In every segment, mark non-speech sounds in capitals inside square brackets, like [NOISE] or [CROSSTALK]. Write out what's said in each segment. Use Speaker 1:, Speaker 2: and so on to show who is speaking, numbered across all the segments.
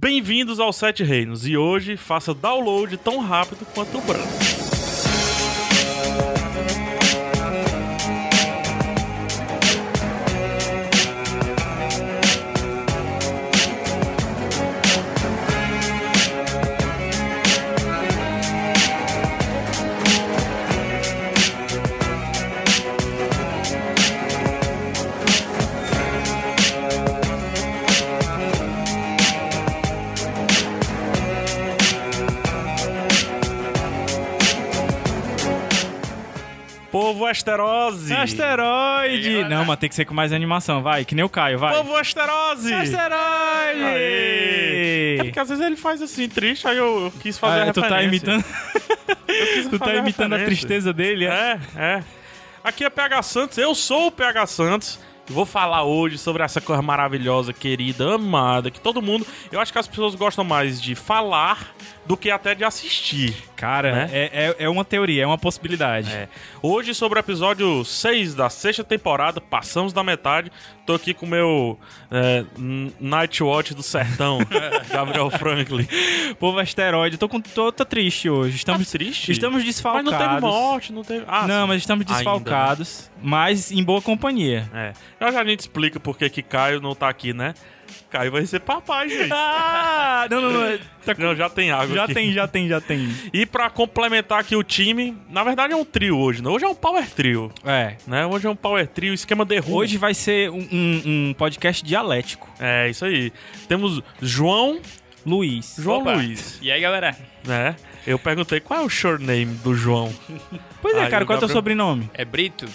Speaker 1: Bem-vindos aos Sete Reinos e hoje faça download tão rápido quanto o branco. Povo Asterose!
Speaker 2: Asteroide!
Speaker 1: Ih,
Speaker 2: Não, mas tem que ser com mais animação, vai. Que nem o Caio, vai.
Speaker 1: Povo Asterose!
Speaker 2: Asteroide!
Speaker 1: Aê! É porque às vezes ele faz assim, triste, aí eu, eu quis fazer
Speaker 2: Ah,
Speaker 1: a
Speaker 2: tu tá
Speaker 1: referência.
Speaker 2: imitando,
Speaker 1: Eu quis
Speaker 2: tu
Speaker 1: fazer
Speaker 2: tá imitando a
Speaker 1: referência.
Speaker 2: tristeza dele, é?
Speaker 1: É, é. Aqui é PH Santos, eu sou o PH Santos. e Vou falar hoje sobre essa coisa maravilhosa, querida, amada, que todo mundo. Eu acho que as pessoas gostam mais de falar do que até de assistir.
Speaker 2: Cara,
Speaker 1: Né?
Speaker 2: é, é, é uma teoria, é uma possibilidade.
Speaker 1: É. Hoje, sobre o episódio 6 da sexta temporada, passamos da metade. Tô aqui com o meu é, n- Night Watch do
Speaker 2: [LAUGHS]
Speaker 1: Sertão, Gabriel Franklin.
Speaker 2: Povo asteroide, tô, com, tô, tô triste hoje. Estamos
Speaker 1: Tá triste?
Speaker 2: Estamos
Speaker 1: Mas
Speaker 2: desfalcados.
Speaker 1: não teve morte, não teve. Ah,
Speaker 2: não,
Speaker 1: sim.
Speaker 2: mas estamos
Speaker 1: Ainda, né?
Speaker 2: desfalcados, mas em boa companhia.
Speaker 1: É. Já já a gente explica por que que Caio não tá aqui, né? Caio vai ser papai, gente.
Speaker 2: Ah! Não,
Speaker 1: [LAUGHS]
Speaker 2: não, não. [LAUGHS] tá com-
Speaker 1: Não, já tem água
Speaker 2: já
Speaker 1: aqui.
Speaker 2: tem, já tem, já tem.
Speaker 1: E pra complementar aqui o time, na verdade é um trio hoje, né? Hoje é um power trio,
Speaker 2: É.
Speaker 1: né? Hoje é um power trio, esquema de rua.
Speaker 2: Hoje vai ser um, um- um podcast dialético.
Speaker 1: É, isso aí. Temos João,
Speaker 2: Luiz.
Speaker 1: João
Speaker 3: Opa.
Speaker 1: Luiz,
Speaker 3: E aí, galera?
Speaker 1: né? Eu perguntei qual é o shortname do João.
Speaker 2: Pois é,
Speaker 1: Aí
Speaker 2: cara,
Speaker 1: o
Speaker 2: qual é teu
Speaker 1: Gabriel-
Speaker 2: sobrenome?
Speaker 3: É Brito?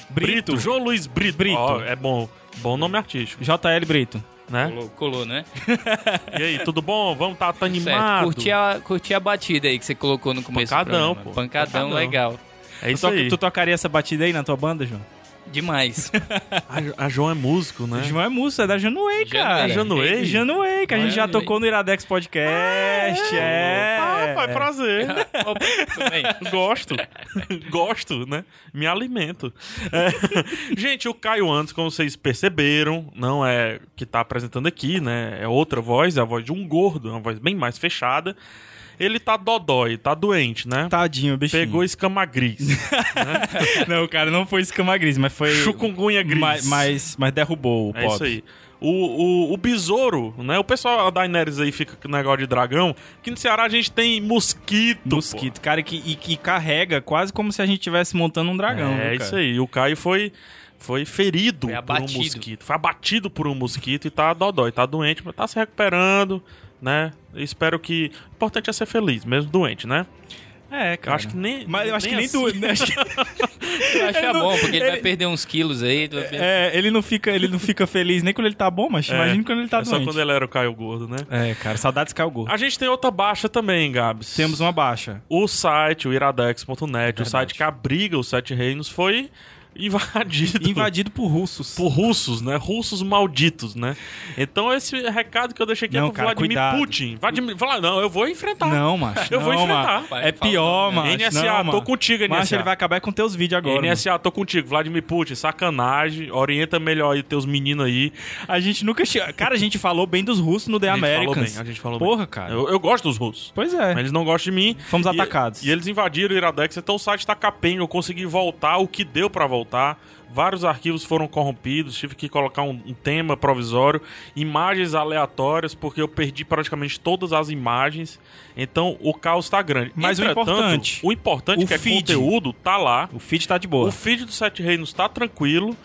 Speaker 1: João Luiz Brito.
Speaker 2: Brito.
Speaker 1: Ó, é bom. Bom nome artístico,
Speaker 2: JL Brito.
Speaker 1: né?
Speaker 3: Colou, colou, né?
Speaker 1: E aí, tudo bom? Vamos tá, tá
Speaker 3: Certo.
Speaker 1: animado?
Speaker 3: Curti a, curti a batida aí que você colocou no começo
Speaker 1: Pancadão,
Speaker 3: do programa.
Speaker 1: pô.
Speaker 3: Pancadão,
Speaker 1: Pancadão.
Speaker 3: legal.
Speaker 1: É
Speaker 2: Tu,
Speaker 1: isso
Speaker 2: toca-
Speaker 1: aí.
Speaker 2: tu tá- tocaria essa batida aí na tua banda, João? [LAUGHS]
Speaker 3: Demais.
Speaker 1: A, a João é músico, né?
Speaker 2: João é música, é da Januei, cara.
Speaker 1: É Januei?
Speaker 2: Januei, que a gente já
Speaker 3: Januei.
Speaker 2: tocou no Iradex Podcast. é.
Speaker 1: Ah, foi prazer.
Speaker 3: Opa,
Speaker 2: [LAUGHS]
Speaker 3: tudo bem?
Speaker 1: Gosto. [LAUGHS] Gosto, né? Me alimento. É. [LAUGHS] Gente, o Caio antes, como vocês perceberam, não é que tá apresentando aqui, né? É outra voz, é a voz de um gordo, é uma voz bem mais fechada. Ele tá dodói, tá doente, né?
Speaker 2: Tadinho, bichinho.
Speaker 1: Pegou escama gris,
Speaker 2: Não, cara, não foi escama gris, mas foi.
Speaker 1: chucungunha gris.
Speaker 2: Mas, mas, mas derrubou o
Speaker 1: É
Speaker 2: pobre.
Speaker 1: isso aí. O, o, o besouro, né? O pessoal da Daenerys aí fica com negócio de dragão. Aqui no Ceará a gente tem mosquito. pô.
Speaker 2: Mosquito, cara, que, e, que carrega quase como se a gente estivesse montando um dragão.
Speaker 1: É
Speaker 2: viu,
Speaker 1: isso
Speaker 2: cara?
Speaker 1: aí. O Caio foi, foi ferido por
Speaker 3: Foi
Speaker 1: um
Speaker 3: abatido.
Speaker 1: mosquito. Foi abatido por um mosquito e tá dodói. Tá doente, mas tá se recuperando, né? Eu Espero que. O importante é ser feliz, mesmo doente, né?
Speaker 2: É, cara.
Speaker 1: Eu acho que nem.
Speaker 2: Mas eu acho que nem
Speaker 1: assim.
Speaker 2: tu. né? Acho que-
Speaker 3: Eu acho que é
Speaker 2: não-
Speaker 3: bom, porque ele, vai
Speaker 2: ele-
Speaker 3: perder uns quilos aí. tu vai perder-
Speaker 2: É, ele não fica, ele não fica feliz nem quando ele tá bom, mas
Speaker 1: É.
Speaker 2: imagina quando ele tá
Speaker 1: É só
Speaker 2: doente.
Speaker 1: quando ele era o Caio Gordo, né?
Speaker 2: É, cara, saudades Calgou.
Speaker 1: A gente tem outra baixa também, Gabs.
Speaker 2: Temos uma baixa.
Speaker 1: O site, o iradex.net, o site que abriga os Sete Reinos, foi invadido.
Speaker 2: Invadido por russos.
Speaker 1: Por russos, né? Russos malditos, né? Então, esse recado que eu deixei aqui é
Speaker 2: Não,
Speaker 1: pro
Speaker 2: cara,
Speaker 1: Vladimir
Speaker 2: cuidado.
Speaker 1: Putin. Vladimir, fala, não, eu vou enfrentar.
Speaker 2: Não, macho.
Speaker 1: Eu vou
Speaker 2: não,
Speaker 1: enfrentar.
Speaker 2: macho. É pior, macho.
Speaker 1: NSA,
Speaker 2: não, macho.
Speaker 1: tô contigo, NSA.
Speaker 2: Macho, ele vai acabar com teus vídeos agora. mano.
Speaker 1: NSA, tô contigo. Vladimir Putin, sacanagem. Orienta melhor aí teus meninos aí.
Speaker 2: A gente nunca... che- Cara, a gente falou bem dos russos no The
Speaker 1: A gente falou
Speaker 2: é Americans.
Speaker 1: bem, a gente falou
Speaker 2: Porra,
Speaker 1: bem.
Speaker 2: cara.
Speaker 1: Eu, eu gosto dos russos.
Speaker 2: Pois é.
Speaker 1: Mas eles não gostam de mim.
Speaker 2: Fomos
Speaker 1: E-
Speaker 2: atacados.
Speaker 1: E eles invadiram o Iradex, então o site tá capenga. Eu consegui voltar, o que deu pra voltar. Vários arquivos foram corrompidos, tive que colocar um, um tema provisório, imagens aleatórias, porque eu perdi praticamente todas as imagens. Então o caos tá grande.
Speaker 2: Mas o
Speaker 1: Entretanto,
Speaker 2: importante-
Speaker 1: o importante
Speaker 2: o
Speaker 1: que é
Speaker 2: feed.
Speaker 1: conteúdo tá lá.
Speaker 2: O feed tá de boa.
Speaker 1: O feed do Sete Reinos tá tranquilo.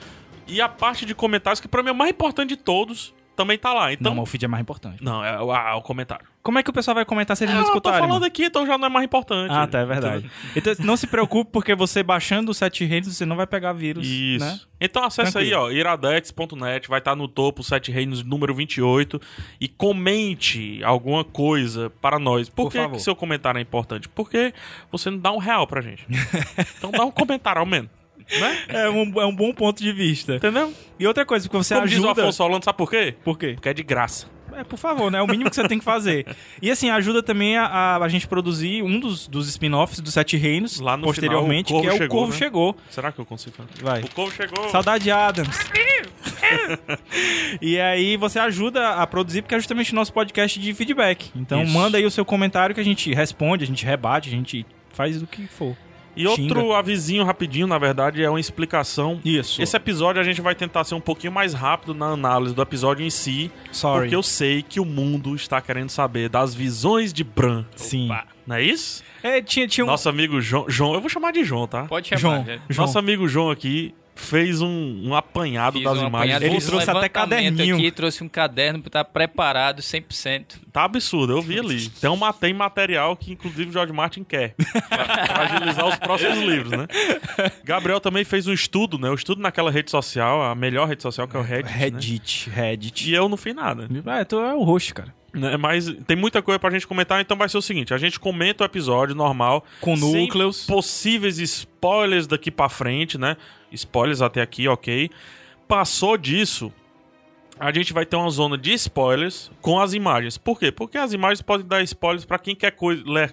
Speaker 1: E a parte de comentários, que pra mim é o mais importante de todos, também tá lá. Então.
Speaker 2: Não, mas o feed é mais importante.
Speaker 1: Não, é, o- ah, o comentário.
Speaker 2: Como é que o pessoal vai comentar se eles não
Speaker 1: Ah, eu tô
Speaker 2: escutarem?
Speaker 1: falando
Speaker 2: mano?
Speaker 1: aqui, então já não é mais importante.
Speaker 2: Ah, tá, é [LAUGHS] verdade. Então, não se preocupe, porque você baixando o Sete Reinos, você não vai pegar vírus,
Speaker 1: Isso.
Speaker 2: né?
Speaker 1: Então acessa
Speaker 2: Tranquilo.
Speaker 1: aí, ó, iradex.net, vai estar no topo, Sete Reinos número 28, e comente alguma coisa para nós. Por,
Speaker 2: Por
Speaker 1: que,
Speaker 2: favor.
Speaker 1: que seu comentário é importante? Porque você não dá um real pra
Speaker 2: [LAUGHS]
Speaker 1: gente. então dá um comentário ao menos, né?
Speaker 2: É um, é um bom ponto de vista.
Speaker 1: Entendeu?
Speaker 2: E outra coisa, que você
Speaker 1: Como diz o
Speaker 2: ajuda...
Speaker 1: Afonso Solano, sabe por quê?
Speaker 2: Por quê?
Speaker 1: Porque é de graça.
Speaker 2: É, por favor, né? É o mínimo que você tem que fazer. E assim, ajuda também a, a, a gente produzir um dos, dos spin-offs dos Sete Reinos,
Speaker 1: Lá no
Speaker 2: posteriormente,
Speaker 1: final, o né?
Speaker 2: que é
Speaker 1: Corvo
Speaker 2: O Corvo Chegou.
Speaker 1: Será que eu consigo? fazer?
Speaker 2: Vai.
Speaker 1: [LAUGHS] O povo chegou.
Speaker 2: Saudade, Adams. E aí você ajuda a produzir, porque é justamente o nosso podcast de feedback. Então
Speaker 1: Isso.
Speaker 2: manda aí o seu comentário que a gente responde, a gente rebate, a gente faz o que for.
Speaker 1: E outro
Speaker 2: Xinga.
Speaker 1: avisinho rapidinho, na verdade, é uma explicação.
Speaker 2: Isso.
Speaker 1: Esse episódio a gente vai tentar ser um pouquinho mais rápido na análise do episódio em si,
Speaker 2: Sorry.
Speaker 1: porque eu sei que o mundo está querendo saber das visões de Bran.
Speaker 2: Sim.
Speaker 3: Opa.
Speaker 1: Não é isso?
Speaker 2: É, tinha, tinha um...
Speaker 1: Nosso amigo João, João, eu vou chamar de João, tá?
Speaker 3: Pode chamar,
Speaker 2: João,
Speaker 3: velho.
Speaker 2: João.
Speaker 1: Nosso amigo João aqui fez um, um apanhado
Speaker 3: Fiz
Speaker 1: das
Speaker 3: um
Speaker 1: imagens.
Speaker 3: apanhado,
Speaker 2: Ele
Speaker 3: fiz um
Speaker 2: trouxe até
Speaker 3: levantamento
Speaker 2: caderninho.
Speaker 3: Aqui, trouxe um caderno pra estar preparado 100%.
Speaker 1: Tá absurdo, eu vi
Speaker 3: [LAUGHS]
Speaker 1: ali. Então matei material que inclusive o George Martin quer. pra pra agilizar os próximos livros, né? Gabriel também fez um estudo, né? O estudo naquela rede social, a melhor rede social que é o Reddit. né?
Speaker 2: Reddit, Reddit.
Speaker 1: E eu não fiz nada.
Speaker 2: Ah, tu é o roxo, cara.
Speaker 1: né? Mas tem muita coisa pra gente comentar, então vai ser o seguinte: a gente comenta o episódio normal.
Speaker 2: Com
Speaker 1: sem
Speaker 2: núcleos.
Speaker 1: Possíveis spoilers daqui pra frente, né? Spoilers até aqui, ok. Passou disso, a gente vai ter uma zona de spoilers com as imagens. Por quê? Porque as imagens podem dar spoilers pra quem quer coisa. Ler...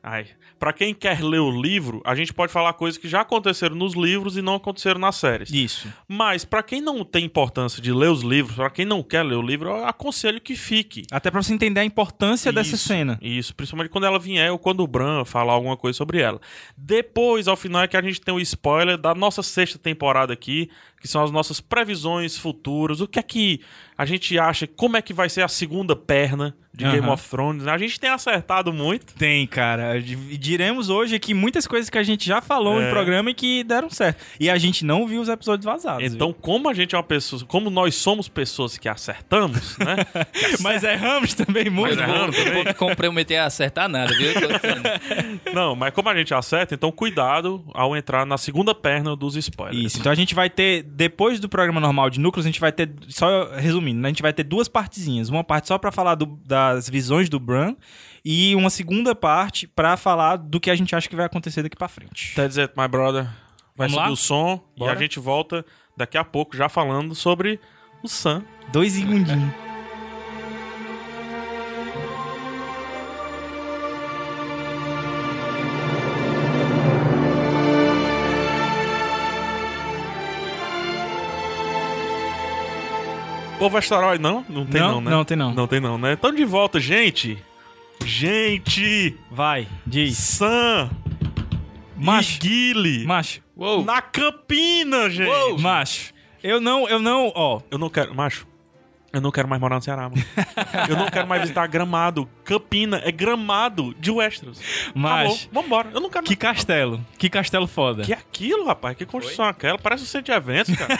Speaker 1: Ai. Pra quem quer ler o livro, a gente pode falar coisas que já aconteceram nos livros e não aconteceram nas séries.
Speaker 2: Isso.
Speaker 1: Mas pra quem não tem importância de ler os livros, pra quem não quer ler o livro, eu aconselho que fique.
Speaker 2: Até pra você entender a importância dessa
Speaker 1: Isso,
Speaker 2: cena.
Speaker 1: Isso, principalmente quando ela vier ou quando o Bran falar alguma coisa sobre ela. Depois, ao final, é que a gente tem o spoiler da nossa sexta temporada aqui, que são as nossas previsões futuras, o que é que a gente acha, como é que vai ser a segunda perna de Game
Speaker 2: Aham.
Speaker 1: of Thrones. né? A gente tem acertado muito.
Speaker 2: Tem, cara. É. E Diremos hoje aqui muitas coisas que a gente já falou no programa e que deram certo. E a gente não viu os episódios vazados. viu?
Speaker 1: Então, como a gente é uma pessoa, como nós somos pessoas que acertamos,
Speaker 2: [LAUGHS]
Speaker 1: né?
Speaker 2: Mas erramos também
Speaker 3: Mas
Speaker 2: muito.
Speaker 1: Pois é.
Speaker 3: não vou me comprometer a acertar nada, viu? Eu tô
Speaker 2: [LAUGHS]
Speaker 3: dizendo.
Speaker 1: Não, mas como a gente acerta, então cuidado ao entrar na segunda perna dos spoilers.
Speaker 2: Isso, então a gente vai ter, depois do programa normal de núcleos, a gente vai ter, só resumindo, né, a gente vai ter duas partezinhas. Uma parte só pra falar do- das visões do Bran e uma segunda parte pra falar do que a gente acha que vai acontecer daqui pra frente.
Speaker 1: That's it, Tá my brother. Vai
Speaker 2: Vamos
Speaker 1: subir
Speaker 2: lá?
Speaker 1: o som e
Speaker 2: Bora.
Speaker 1: a gente volta daqui a pouco já falando sobre o Sam.
Speaker 2: Dois e um.
Speaker 1: Povo asteroide, não? Não tem não,
Speaker 2: Não,
Speaker 1: né?
Speaker 2: não tem não.
Speaker 1: Não tem não, né? Então de volta, gente. Gente!
Speaker 2: Vai, diz.
Speaker 1: Sam!
Speaker 2: Macho.
Speaker 1: Guile!
Speaker 2: Macho,
Speaker 3: Uou.
Speaker 1: Na Campina, gente!
Speaker 2: macho. Eu não, eu não, ó.
Speaker 1: Eu não quero... Macho, eu não quero mais morar no Ceará,
Speaker 2: [LAUGHS]
Speaker 1: mano. eu não quero mais visitar Gramado. Campina é Gramado de Westeros.
Speaker 2: Macho.
Speaker 1: Acabou. Vambora. Eu não quero
Speaker 2: Que
Speaker 1: mais.
Speaker 2: castelo. Que castelo foda.
Speaker 1: Que é aquilo, rapaz? Que construção é aquela? Parece um centro de eventos, cara.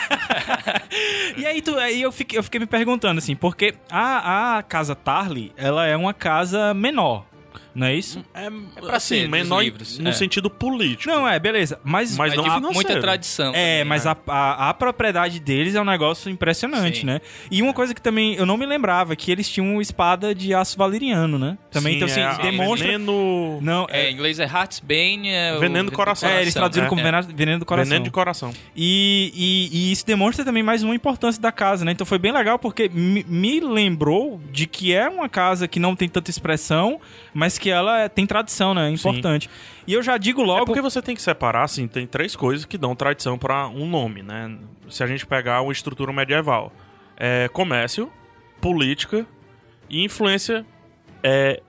Speaker 2: E aí, tu, aí eu, fiquei, eu fiquei me perguntando, assim, porque a, a casa Tarly, ela é uma casa menor, não é isso?
Speaker 1: É,
Speaker 3: pra ser, dos
Speaker 1: menor
Speaker 3: livros,
Speaker 1: no
Speaker 3: é.
Speaker 1: sentido político.
Speaker 2: Não, é, beleza. Mas,
Speaker 1: Mas
Speaker 3: Mas
Speaker 1: não
Speaker 3: tive
Speaker 1: financeiro.
Speaker 3: muita tradição.
Speaker 2: É,
Speaker 3: também,
Speaker 2: mas
Speaker 3: né?
Speaker 2: a, a, a propriedade deles é um negócio impressionante,
Speaker 3: Sim.
Speaker 2: né? E uma coisa que também eu não me lembrava, que eles tinham uma espada de aço valeriano, né? Também, então, assim,
Speaker 1: é,
Speaker 2: demonstra...
Speaker 1: Veneno,
Speaker 2: Não,
Speaker 3: É,
Speaker 2: é...
Speaker 3: em inglês é Hatsbane. É o
Speaker 1: Veneno do coração.
Speaker 2: É, eles traduziram
Speaker 1: né?
Speaker 2: como veneno, veneno do coração.
Speaker 1: veneno de coração.
Speaker 2: E, e- e isso demonstra também mais uma importância da casa, né? Então foi bem legal porque me, me lembrou de que é uma casa que não tem tanta expressão, mas que ela é- tem tradição, né? É importante. E eu já digo
Speaker 1: É
Speaker 2: logo.
Speaker 1: porque você tem que separar, assim, tem três coisas que dão tradição pra um nome, né? Se a gente pegar uma estrutura medieval. É comércio, política e influência é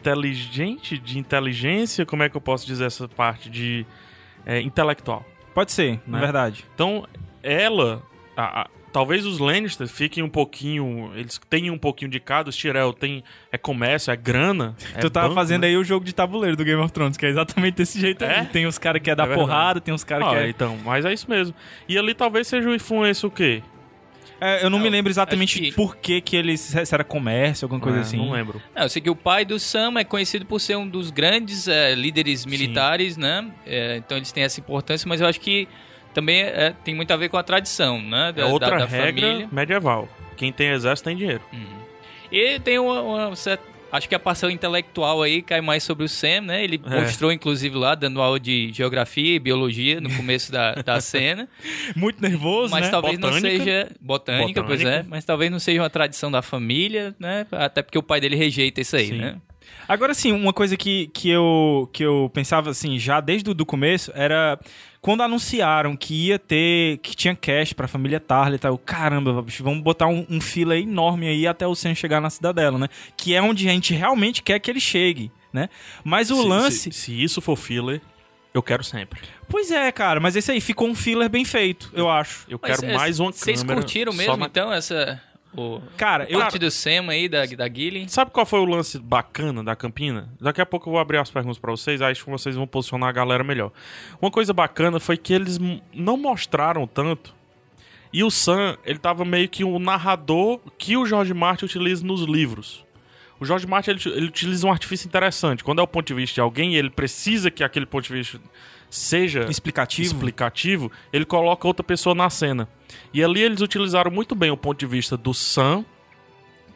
Speaker 1: inteligente, de inteligência, como é que eu posso dizer essa parte de é, intelectual?
Speaker 2: Pode ser, na
Speaker 1: Né?
Speaker 2: verdade.
Speaker 1: Então, ela. a- a- talvez os Lannister fiquem um pouquinho. Eles têm um pouquinho de cada. Os Tyrell tem. É comércio, é grana. é
Speaker 2: [LAUGHS] tu tava
Speaker 1: banco,
Speaker 2: fazendo
Speaker 1: né?
Speaker 2: aí o jogo de tabuleiro do Game of Thrones, que é exatamente desse jeito
Speaker 1: É?
Speaker 2: aí. Tem os caras que é
Speaker 1: É
Speaker 2: dar
Speaker 1: verdade.
Speaker 2: porrada, tem os caras
Speaker 1: Ah,
Speaker 2: que é...
Speaker 1: então, mas é isso mesmo. E ali talvez seja o influência o quê?
Speaker 2: É, Eu não me
Speaker 3: Não,
Speaker 2: lembro exatamente
Speaker 3: acho que-
Speaker 2: por que que eles... Se era comércio, alguma coisa
Speaker 1: É,
Speaker 2: assim.
Speaker 1: Não lembro.
Speaker 3: Não, eu sei que o pai do Sam é conhecido por ser um dos grandes eh, líderes militares, né? É, então eles têm essa importância, mas eu acho que também é, tem muito a ver com a tradição, né?
Speaker 1: É
Speaker 3: Da,
Speaker 1: outra
Speaker 3: da, da
Speaker 1: regra
Speaker 3: família.
Speaker 1: medieval. Quem tem exército tem dinheiro.
Speaker 3: Uhum. E tem uma, uma certa- Acho que a parcela intelectual aí cai mais sobre o Sam, né? Ele
Speaker 1: É.
Speaker 3: mostrou, inclusive, lá, dando aula de geografia e biologia no
Speaker 1: [LAUGHS]
Speaker 3: começo da, da cena.
Speaker 2: Muito nervoso,
Speaker 3: Mas
Speaker 2: né?
Speaker 3: talvez não
Speaker 1: Botânica.
Speaker 3: seja. Botânica, pois é.
Speaker 1: Botânica.
Speaker 3: Mas talvez não seja uma tradição da família, né? Até porque o pai dele rejeita isso aí,
Speaker 1: Sim.
Speaker 3: né?
Speaker 2: Agora sim, uma coisa que, que, eu, que eu pensava assim, já desde o começo, era quando anunciaram que ia ter, que tinha cast pra família Tarly e tal, eu, caramba, bicho, vamos botar um, um fila enorme aí até o Sam chegar na cidadela, né? Que é onde a gente realmente quer que ele chegue, né? Mas o
Speaker 1: se,
Speaker 2: lance.
Speaker 1: Se, se isso for filler, eu quero sempre.
Speaker 2: Pois é, cara, mas esse aí ficou um filler bem feito, eu acho.
Speaker 1: Eu
Speaker 3: Mas,
Speaker 1: quero
Speaker 3: é,
Speaker 1: mais uma
Speaker 3: Vocês
Speaker 1: câmera
Speaker 3: curtiram
Speaker 1: só
Speaker 3: mesmo,
Speaker 1: na-
Speaker 3: então, essa... O...
Speaker 2: Cara, eu.
Speaker 3: Parte do Sam aí, da, da Gilly.
Speaker 1: Sabe qual foi o lance bacana da Campina? Daqui a pouco eu vou abrir as perguntas pra vocês, acho que vocês vão posicionar a galera melhor. Uma coisa bacana foi que eles m- não mostraram tanto. E o Sam, ele tava meio que um narrador que o Jorge Martin utiliza nos livros. O Jorge Martin, ele, ele utiliza um artifício interessante. Quando é o ponto de vista de alguém e ele precisa que aquele ponto de vista seja
Speaker 2: Explicativo.
Speaker 1: explicativo, ele coloca outra pessoa na cena. E ali eles utilizaram muito bem o ponto de vista do Sam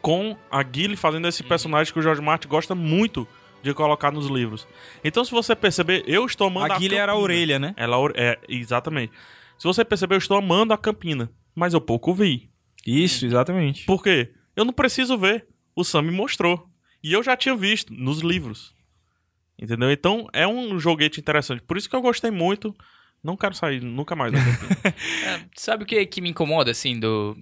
Speaker 1: com a Gilly fazendo
Speaker 2: Uhum.
Speaker 1: esse personagem que o George Martin gosta muito de colocar nos livros. Então, se você perceber, eu estou amando a
Speaker 2: A Guilherme era a
Speaker 1: Campina.
Speaker 2: orelha, né?
Speaker 1: Ela or- é, exatamente. Se você perceber, eu estou amando a Campina, mas eu pouco vi.
Speaker 2: Isso, exatamente.
Speaker 1: Por quê? Eu não preciso ver. O Sam me mostrou. E eu já tinha visto nos livros. Entendeu? Então é um joguete interessante. Por isso que eu gostei muito. Não quero sair nunca
Speaker 3: [LAUGHS]
Speaker 1: mais. da Campina.
Speaker 3: É, sabe o que, que me incomoda, assim, do...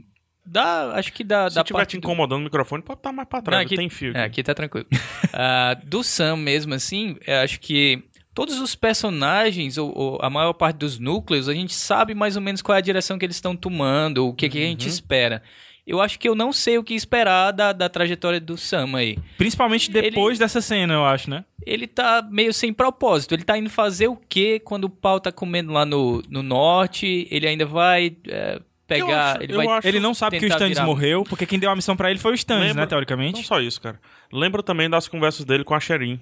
Speaker 3: Da, acho que da,
Speaker 1: Se
Speaker 3: da
Speaker 1: estiver te
Speaker 3: parte do-
Speaker 1: incomodando o microfone, pode estar mais pra trás.
Speaker 3: Não, aqui-
Speaker 1: Tem fio.
Speaker 3: É, aqui tá tranquilo. [LAUGHS] Ah, do Sam mesmo, assim, eu acho que todos os personagens, ou, ou a maior parte dos núcleos, a gente sabe mais ou menos qual é a direção que eles estão tomando, o que, que a gente
Speaker 1: Uhum.
Speaker 3: espera. Eu acho que eu não sei o que esperar da, da trajetória do Sam aí.
Speaker 2: Principalmente depois dessa cena, eu acho, né?
Speaker 3: Ele tá meio sem propósito. Ele tá indo fazer o quê quando o pau tá comendo lá no, no norte? Ele ainda vai é, pegar.
Speaker 1: acho-
Speaker 3: ele
Speaker 1: eu
Speaker 3: vai
Speaker 1: acho-
Speaker 2: Ele não sabe que o
Speaker 3: tentar
Speaker 2: Stannis
Speaker 3: virar-
Speaker 2: morreu, porque quem deu a missão pra ele foi o Stannis,
Speaker 1: Lembra-
Speaker 2: né, teoricamente.
Speaker 1: Não só isso, cara. Lembro também das conversas dele com a Sherin.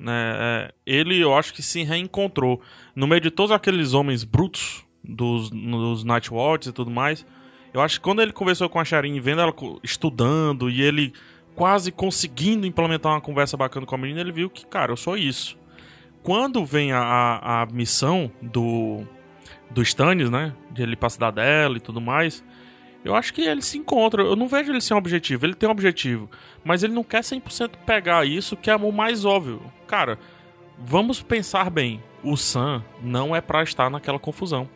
Speaker 1: Né? É, ele, eu acho que se reencontrou. No meio de todos aqueles homens brutos dos, dos Nightwatch e tudo mais, eu acho que quando ele conversou com a Sherin, vendo ela co- estudando e ele quase conseguindo implementar uma conversa bacana com a menina, ele viu que, cara, eu sou isso. Quando vem a, a, a missão do, do Stannis, né? De ele ir pra cidadela e tudo mais, eu acho que ele se encontra. Eu não vejo ele sem objetivo. Ele tem um objetivo. Mas ele não quer 100% pegar isso, que é o mais óbvio. Cara, vamos pensar bem. O Sam não é pra estar naquela confusão.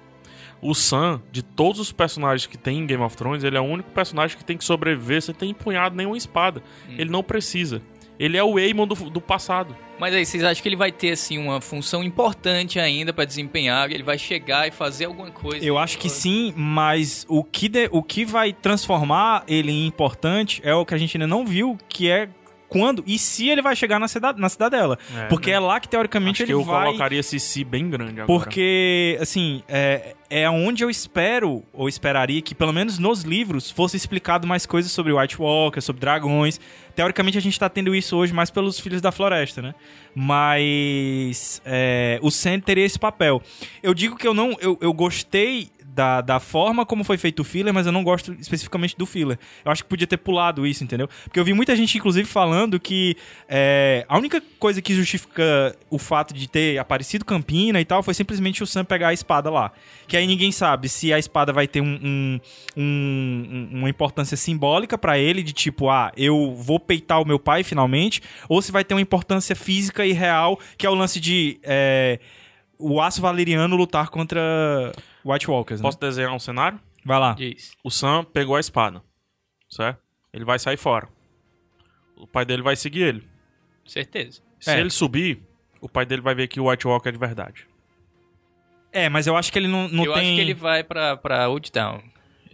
Speaker 1: O Sam, de todos os personagens que tem em Game of Thrones, ele é o único personagem que tem que sobreviver sem ter empunhado nenhuma espada. Ele não precisa. Ele é o Aemon do, do passado.
Speaker 3: Mas aí, vocês acham que ele vai ter, assim, uma função importante ainda pra desempenhar? Ele vai chegar e fazer alguma coisa?
Speaker 2: Eu acho que sim, mas o que, de- o que vai transformar ele em importante é o que a gente ainda não viu, que é quando e se ele vai chegar na, cida, na cidadela. porque é lá que teoricamente
Speaker 1: né? Acho que
Speaker 2: ele
Speaker 1: eu
Speaker 2: vai.
Speaker 1: colocaria esse si bem grande agora.
Speaker 2: Porque, assim, é, é onde eu espero, ou esperaria, que pelo menos nos livros fosse explicado mais coisas sobre White Walker, sobre dragões. Teoricamente a gente tá tendo isso hoje mais pelos Filhos da Floresta, né? Mas é, o Sam teria esse papel. Eu digo que eu não. Eu, eu gostei da, da forma como foi feito o filler, mas eu não gosto especificamente do filler. Eu acho que podia ter pulado isso, entendeu? Porque eu vi muita gente, inclusive, falando que é, a única coisa que justifica o fato de ter aparecido Campina e tal foi simplesmente o Sam pegar a espada lá. Que aí ninguém sabe se a espada vai ter um- um- um- uma importância simbólica pra ele, de tipo, ah, eu vou peitar o meu pai finalmente, ou se vai ter uma importância física e real, que é o lance de. é, o aço valeriano lutar contra White Walkers, né?
Speaker 1: Posso desenhar um cenário?
Speaker 2: Vai lá.
Speaker 3: Diz.
Speaker 1: O Sam pegou a espada, certo? Ele vai sair fora. O pai dele vai seguir ele.
Speaker 3: Certeza.
Speaker 1: Se
Speaker 2: É.
Speaker 1: ele subir, o pai dele vai ver que o White Walker é de verdade.
Speaker 2: É, mas eu acho que ele não, não
Speaker 3: eu
Speaker 2: tem.
Speaker 3: acho que ele vai pra, pra Old Town.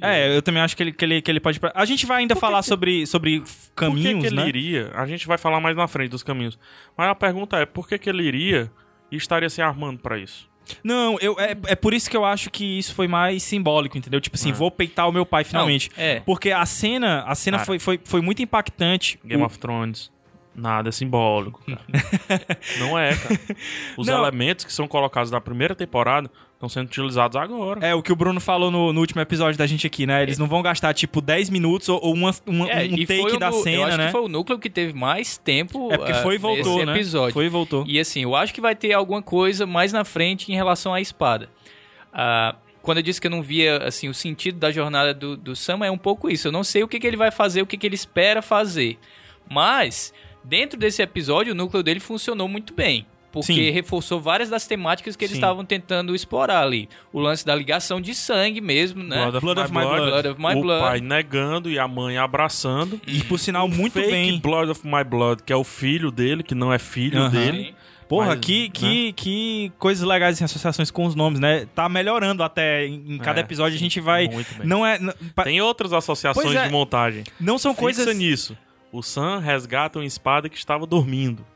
Speaker 2: É, eu também acho que ele, que ele, que ele pode. A gente vai ainda falar sobre, sobre
Speaker 1: por que
Speaker 2: caminhos,
Speaker 1: que, ele
Speaker 2: né?
Speaker 1: iria? A gente vai falar mais na frente dos caminhos. Mas a pergunta é, por que, que ele iria e estaria se armando pra isso?
Speaker 2: Não, eu, é, é por isso que eu acho que isso foi mais simbólico, entendeu? Tipo assim, vou peitar o meu pai finalmente.
Speaker 3: Não, é.
Speaker 2: Porque a cena, a cena
Speaker 1: Cara.
Speaker 2: foi, foi, foi muito impactante.
Speaker 1: Game
Speaker 2: O-
Speaker 1: of Thrones, nada é simbólico,
Speaker 2: [LAUGHS]
Speaker 1: cara. Não é, cara. Os
Speaker 2: Não.
Speaker 1: elementos que são colocados na primeira temporada estão sendo utilizados agora.
Speaker 2: É, o que o Bruno falou no, no último episódio da gente aqui, né? Eles não vão gastar, tipo, 10 minutos ou, ou uma- uma-
Speaker 3: É,
Speaker 2: um
Speaker 3: e foi
Speaker 2: take
Speaker 3: o
Speaker 2: da
Speaker 3: nu- Eu
Speaker 2: cena,
Speaker 3: acho
Speaker 2: né?
Speaker 3: que foi o núcleo que teve mais tempo
Speaker 2: É porque
Speaker 3: ah,
Speaker 2: foi e voltou,
Speaker 3: nesse
Speaker 2: né?
Speaker 3: episódio.
Speaker 2: Foi e voltou.
Speaker 3: E assim, eu acho que vai ter alguma coisa mais na frente em relação à espada. Ah, quando eu disse que eu não via assim o sentido da jornada do, do Sam, é um pouco isso. Eu não sei o que, que ele vai fazer, o que, que ele espera fazer. Mas dentro desse episódio, o núcleo dele funcionou muito bem. Porque
Speaker 2: Sim.
Speaker 3: reforçou várias das temáticas que eles
Speaker 1: Sim.
Speaker 3: estavam tentando explorar ali. O lance da ligação de sangue mesmo, né?
Speaker 1: Blood of
Speaker 2: Blood
Speaker 1: My
Speaker 2: of My
Speaker 1: Blood,
Speaker 3: Blood of My
Speaker 1: o
Speaker 3: Blood.
Speaker 1: pai negando e a mãe abraçando.
Speaker 2: E por sinal, Então, muito
Speaker 1: Fake
Speaker 2: bem.
Speaker 1: Blood of My Blood, que é o filho dele, que não é filho
Speaker 2: Aham.
Speaker 1: dele.
Speaker 3: Sim.
Speaker 2: Porra,
Speaker 1: Mas,
Speaker 2: que,
Speaker 1: né?
Speaker 2: que, que coisas legais assim, associações com os nomes, né? Tá melhorando até em em cada
Speaker 1: É,
Speaker 2: episódio a gente vai.
Speaker 1: Muito bem.
Speaker 2: Não é. n- pa-
Speaker 1: Tem outras associações
Speaker 2: Pois é.
Speaker 1: de montagem.
Speaker 2: Não são
Speaker 1: Fixa
Speaker 2: coisas.
Speaker 1: nisso. O Sam resgata uma espada que estava dormindo.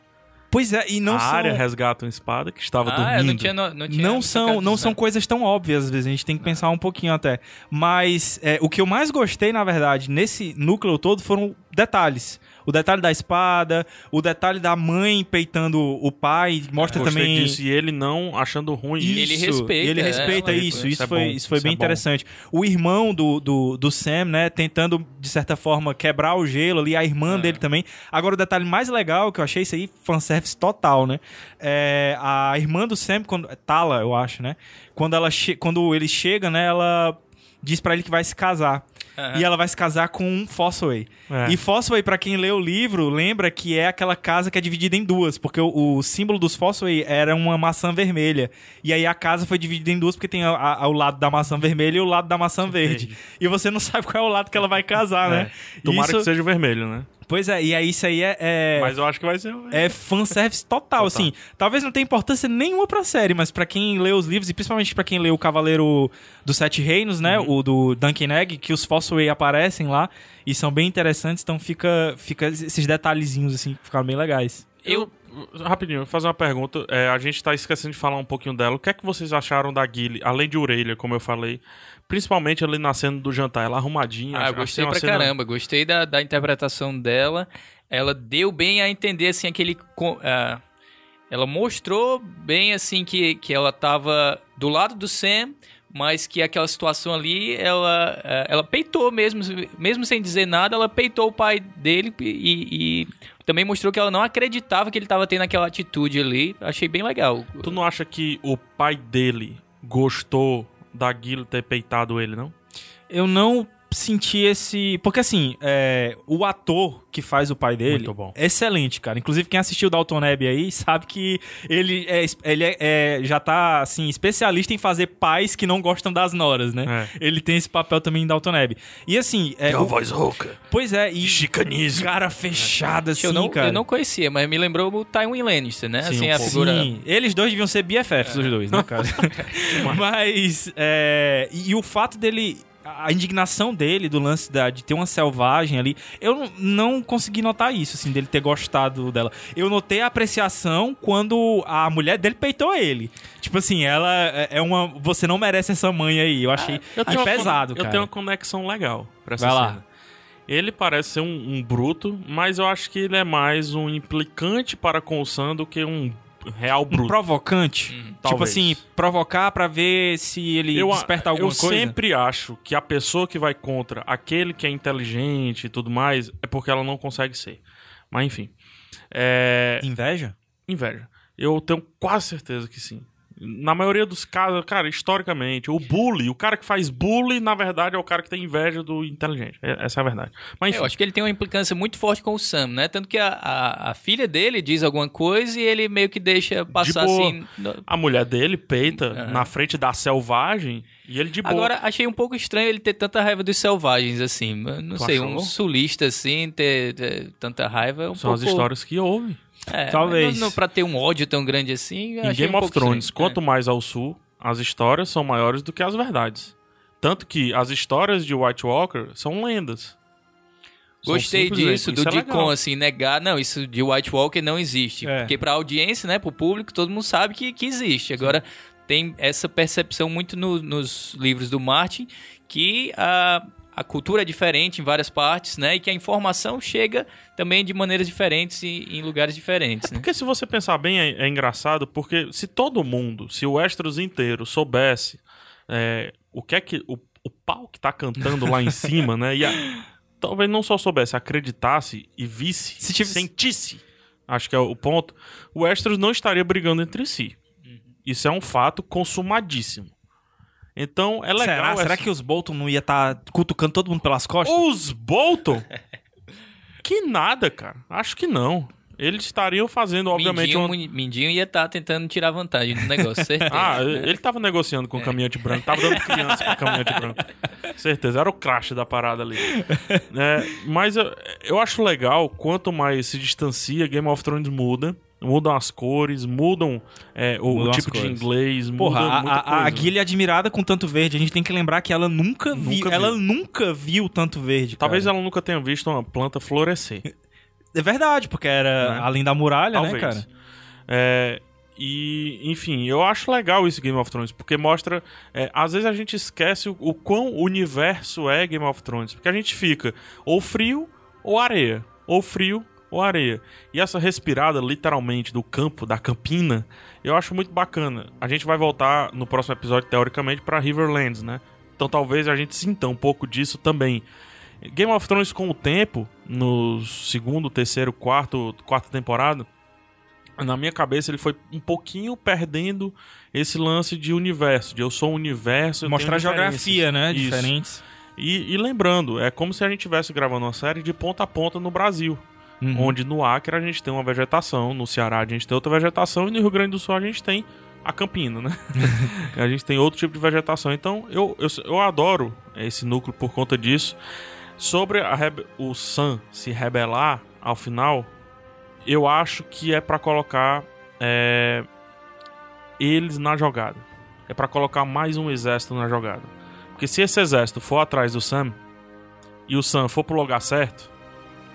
Speaker 2: Pois é, e não
Speaker 1: a
Speaker 2: são.
Speaker 1: área é resgata uma espada que estava
Speaker 3: Ah,
Speaker 1: dormindo.
Speaker 3: eu não tinha. no- Não, tinha
Speaker 2: Não
Speaker 3: tocado
Speaker 2: são, não
Speaker 3: nisso,
Speaker 2: são
Speaker 3: né?
Speaker 2: coisas tão óbvias, às vezes, a gente tem que
Speaker 1: É.
Speaker 2: pensar um pouquinho até. Mas é, o que eu mais gostei, na verdade, nesse núcleo todo foram detalhes. O detalhe da espada, o detalhe da mãe peitando o pai, mostra
Speaker 1: Gostei
Speaker 2: também.
Speaker 1: disso. E ele não achando ruim
Speaker 3: E ele
Speaker 1: isso.
Speaker 3: respeita,
Speaker 2: e ele
Speaker 3: é,
Speaker 2: respeita
Speaker 3: mas
Speaker 2: isso.
Speaker 1: isso
Speaker 2: Isso
Speaker 1: é
Speaker 2: foi,
Speaker 1: bom,
Speaker 2: isso foi
Speaker 1: isso
Speaker 2: bem
Speaker 1: é bom.
Speaker 2: interessante. O irmão do, do, do Sam, né, tentando, de certa forma, quebrar o gelo ali, a
Speaker 3: É.
Speaker 2: irmã dele também. Agora, o detalhe mais legal que eu achei, isso aí, fanservice total, né? É, a irmã do Sam, quando, é Tala, eu acho, né? Quando, ela che- quando ele chega, né, ela diz pra ele que vai se casar.
Speaker 3: Aham.
Speaker 2: E ela vai se casar com um Fossaway.
Speaker 1: É.
Speaker 2: E Fossaway, pra quem lê o livro, lembra que é aquela casa que é dividida em duas, porque o, o símbolo dos Fossaway era uma maçã vermelha. E aí a casa foi dividida em duas, porque tem a- a- o lado da maçã vermelha e o lado da maçã verde. E você não sabe qual é o lado que ela vai casar, né?
Speaker 1: É. Tomara
Speaker 2: Isso-
Speaker 1: que seja o vermelho, né?
Speaker 2: Pois é, e aí isso aí é. é...
Speaker 1: Mas eu acho que vai ser o
Speaker 2: É fanservice total,
Speaker 1: Total.
Speaker 2: assim. Talvez não tenha importância nenhuma pra série, mas pra quem lê os livros, e principalmente pra quem lê o Cavaleiro dos Sete Reinos, né? O do Duncan Egg, que os Fossilway aparecem lá e são bem interessantes, então fica, fica esses detalhezinhos, assim, que ficaram bem legais.
Speaker 1: Eu, rapidinho, vou fazer uma pergunta. É, a gente tá esquecendo de falar um pouquinho dela. O que é que vocês acharam da Guile, além de orelha, como eu falei? Principalmente ali na cena do jantar, ela arrumadinha.
Speaker 3: Ah, eu
Speaker 1: achei
Speaker 3: gostei
Speaker 1: uma
Speaker 3: pra
Speaker 1: cena-
Speaker 3: caramba, gostei da, da interpretação dela. Ela deu bem a entender, assim, aquele. co- ah, ela mostrou bem, assim, que, que ela tava do lado do Sam, mas que aquela situação ali, ela, ah, ela peitou mesmo, mesmo sem dizer nada, ela peitou o pai dele e, e também mostrou que ela não acreditava que ele tava tendo aquela atitude ali. Achei bem legal.
Speaker 1: Tu não acha que o pai dele gostou da Guile ter peitado ele, não?
Speaker 2: Eu não senti esse. Porque, assim, é, o ator que faz o pai dele
Speaker 1: Muito bom.
Speaker 2: é excelente, cara. Inclusive, quem assistiu Dalton Web aí [LAUGHS] sabe que ele, é, ele é- é- já tá, assim, especialista em fazer pais que não gostam das noras, né?
Speaker 1: É.
Speaker 2: Ele tem esse papel também em Dalton Web. E assim. É, o-
Speaker 1: voz rouca.
Speaker 2: Pois é, e.
Speaker 1: Chicanismo.
Speaker 2: Cara fechado, assim,
Speaker 3: eu, não,
Speaker 2: cara.
Speaker 3: eu não conhecia, mas me lembrou o Tywin Lannister, né?
Speaker 1: Sim,
Speaker 3: assim,
Speaker 1: um
Speaker 3: a
Speaker 1: pouco.
Speaker 3: figura.
Speaker 2: Sim, eles dois deviam ser BFFs, os dois,
Speaker 1: [LAUGHS]
Speaker 2: né, cara? Mas, é, e, e o fato dele, a indignação dele do lance da- de ter uma selvagem ali, eu não, não consegui notar isso, assim, dele ter gostado dela. Eu notei a apreciação quando a mulher dele peitou ele. Tipo assim, ela é- é uma, você não merece essa mãe aí. Eu achei
Speaker 1: tenho uma
Speaker 2: É pesado,
Speaker 1: con- Ah,
Speaker 2: cara.
Speaker 1: Eu tenho uma conexão legal pra essa
Speaker 2: Vai lá.
Speaker 1: cena. Ele parece ser um, um bruto, mas eu acho que ele é mais um implicante para com o Sam do que um real
Speaker 2: Um
Speaker 1: bruto.
Speaker 2: provocante. tipo
Speaker 1: Hum, talvez.
Speaker 2: assim, provocar pra ver se ele
Speaker 1: eu, a-
Speaker 2: desperta alguma
Speaker 1: eu
Speaker 2: coisa.
Speaker 1: sempre acho que a pessoa que vai contra aquele que é inteligente e tudo mais é porque ela não consegue ser. Mas enfim. É,
Speaker 2: Inveja?
Speaker 1: inveja. Eu tenho quase certeza que sim. Na maioria dos casos, cara, historicamente, o bully, o cara que faz bully, na verdade, é o cara que tem inveja do inteligente. É- Essa é a verdade. Mas
Speaker 3: Eu
Speaker 1: enfim,
Speaker 3: acho que ele tem uma implicância muito forte com o Sam, né? Tanto que a, a, a filha dele diz alguma coisa e ele meio que deixa passar
Speaker 1: boa.
Speaker 3: assim. no-
Speaker 1: a mulher dele peita
Speaker 3: Aham.
Speaker 1: na frente da selvagem e ele de boa.
Speaker 3: Agora, achei um pouco estranho ele ter tanta raiva dos selvagens, assim. Não
Speaker 1: Tu
Speaker 3: sei,
Speaker 1: achou?
Speaker 3: um sulista, assim, ter, ter tanta raiva é um
Speaker 1: São
Speaker 3: pouco...
Speaker 1: as histórias que houve.
Speaker 3: É, mas
Speaker 2: Talvez.
Speaker 3: Não, não, pra ter um ódio tão grande assim, eu
Speaker 1: Em
Speaker 3: achei
Speaker 1: Game
Speaker 3: um
Speaker 1: of
Speaker 3: pouco
Speaker 1: Thrones,
Speaker 3: estranho.
Speaker 1: quanto mais ao sul, as histórias são maiores do que as verdades. Tanto que as histórias de White Walker são lendas. São
Speaker 3: Gostei
Speaker 1: simplesmente-
Speaker 3: disso, do
Speaker 1: isso é
Speaker 3: Dicon,
Speaker 1: legal.
Speaker 3: assim, negar. Não, isso de White Walker não existe.
Speaker 2: É.
Speaker 3: Porque pra audiência, né, pro público, todo mundo sabe que, que existe. Agora, tem essa percepção muito no- nos livros do Martin que a, a cultura é diferente em várias partes, né? E que a informação chega também de maneiras diferentes e em lugares diferentes, né?
Speaker 1: É Porque se você pensar bem, é, é engraçado, porque se todo mundo, se o Westeros inteiro soubesse é, o que é que. O, o pau que tá cantando
Speaker 2: [LAUGHS]
Speaker 1: lá em cima, né? E a- talvez não só soubesse, acreditasse e visse,
Speaker 2: Se tivesse-
Speaker 1: sentisse, acho que é o ponto, o Westeros não estaria brigando entre si.
Speaker 2: Uhum.
Speaker 1: Isso é um fato consumadíssimo. Então, é legal.
Speaker 2: Será?
Speaker 1: essa-
Speaker 2: Será que os Bolton não ia estar cutucando [LAUGHS] todo mundo pelas costas?
Speaker 1: Os Bolton? que nada, cara. Acho que não. Eles estariam fazendo, obviamente,
Speaker 3: Mindinho,
Speaker 1: uma-
Speaker 3: mu- Mindinho ia estar tentando tirar vantagem do negócio, [LAUGHS] certeza.
Speaker 2: É,
Speaker 1: Ah,
Speaker 2: né?
Speaker 1: ele tava negociando com o caminhante branco, tava dando criança com o caminhante branco. Certeza, era o crash da parada ali. É, mas eu, eu acho legal, quanto mais se distancia, Game of Thrones muda. Mudam as cores, mudam é, o,
Speaker 2: Mudam as
Speaker 1: tipo de
Speaker 2: cores.
Speaker 1: inglês,
Speaker 2: Porra,
Speaker 1: mudam
Speaker 2: a,
Speaker 1: muita
Speaker 2: a, a
Speaker 1: coisa.
Speaker 2: Guilha é admirada com tanto verde. A gente tem que lembrar que ela nunca,
Speaker 1: Nunca
Speaker 2: viu.
Speaker 1: viu.
Speaker 2: Ela nunca viu tanto verde.
Speaker 1: Talvez
Speaker 2: cara.
Speaker 1: ela nunca tenha visto uma planta florescer.
Speaker 2: É verdade, porque era
Speaker 1: Né?
Speaker 2: além da muralha,
Speaker 1: Talvez.
Speaker 2: né, cara?
Speaker 1: É, e, enfim, eu acho legal esse Game of Thrones, porque mostra. é, às vezes a gente esquece o, o quão universo é Game of Thrones, porque a gente fica ou frio ou areia. Ou frio ou areia. E essa respirada, literalmente, do campo, da campina, eu acho muito bacana. A gente vai voltar no próximo episódio, teoricamente, pra Riverlands, né? Então talvez a gente sinta um pouco disso também. Game of Thrones com o tempo, no segundo, terceiro, quarto, quarta temporada, na minha cabeça ele foi um pouquinho perdendo esse lance de universo, de eu sou um universo. eu
Speaker 2: Mostrar a
Speaker 1: tenho
Speaker 2: geografia, né?
Speaker 1: Isso.
Speaker 2: Diferentes.
Speaker 1: E, e lembrando, é como se a gente estivesse gravando uma série de ponta a ponta no Brasil.
Speaker 2: Uhum.
Speaker 1: Onde no Acre a gente tem uma vegetação, no Ceará a gente tem outra vegetação e no Rio Grande do Sul a gente tem a campina, [LAUGHS] né? a gente tem outro tipo de vegetação. Então eu, eu, eu adoro esse núcleo por conta disso. Sobre a rebe- o Sam se rebelar ao final, eu acho que é pra colocar é, eles na jogada. É pra colocar mais um exército na jogada. Porque se esse exército for atrás do Sam e o Sam for pro lugar certo,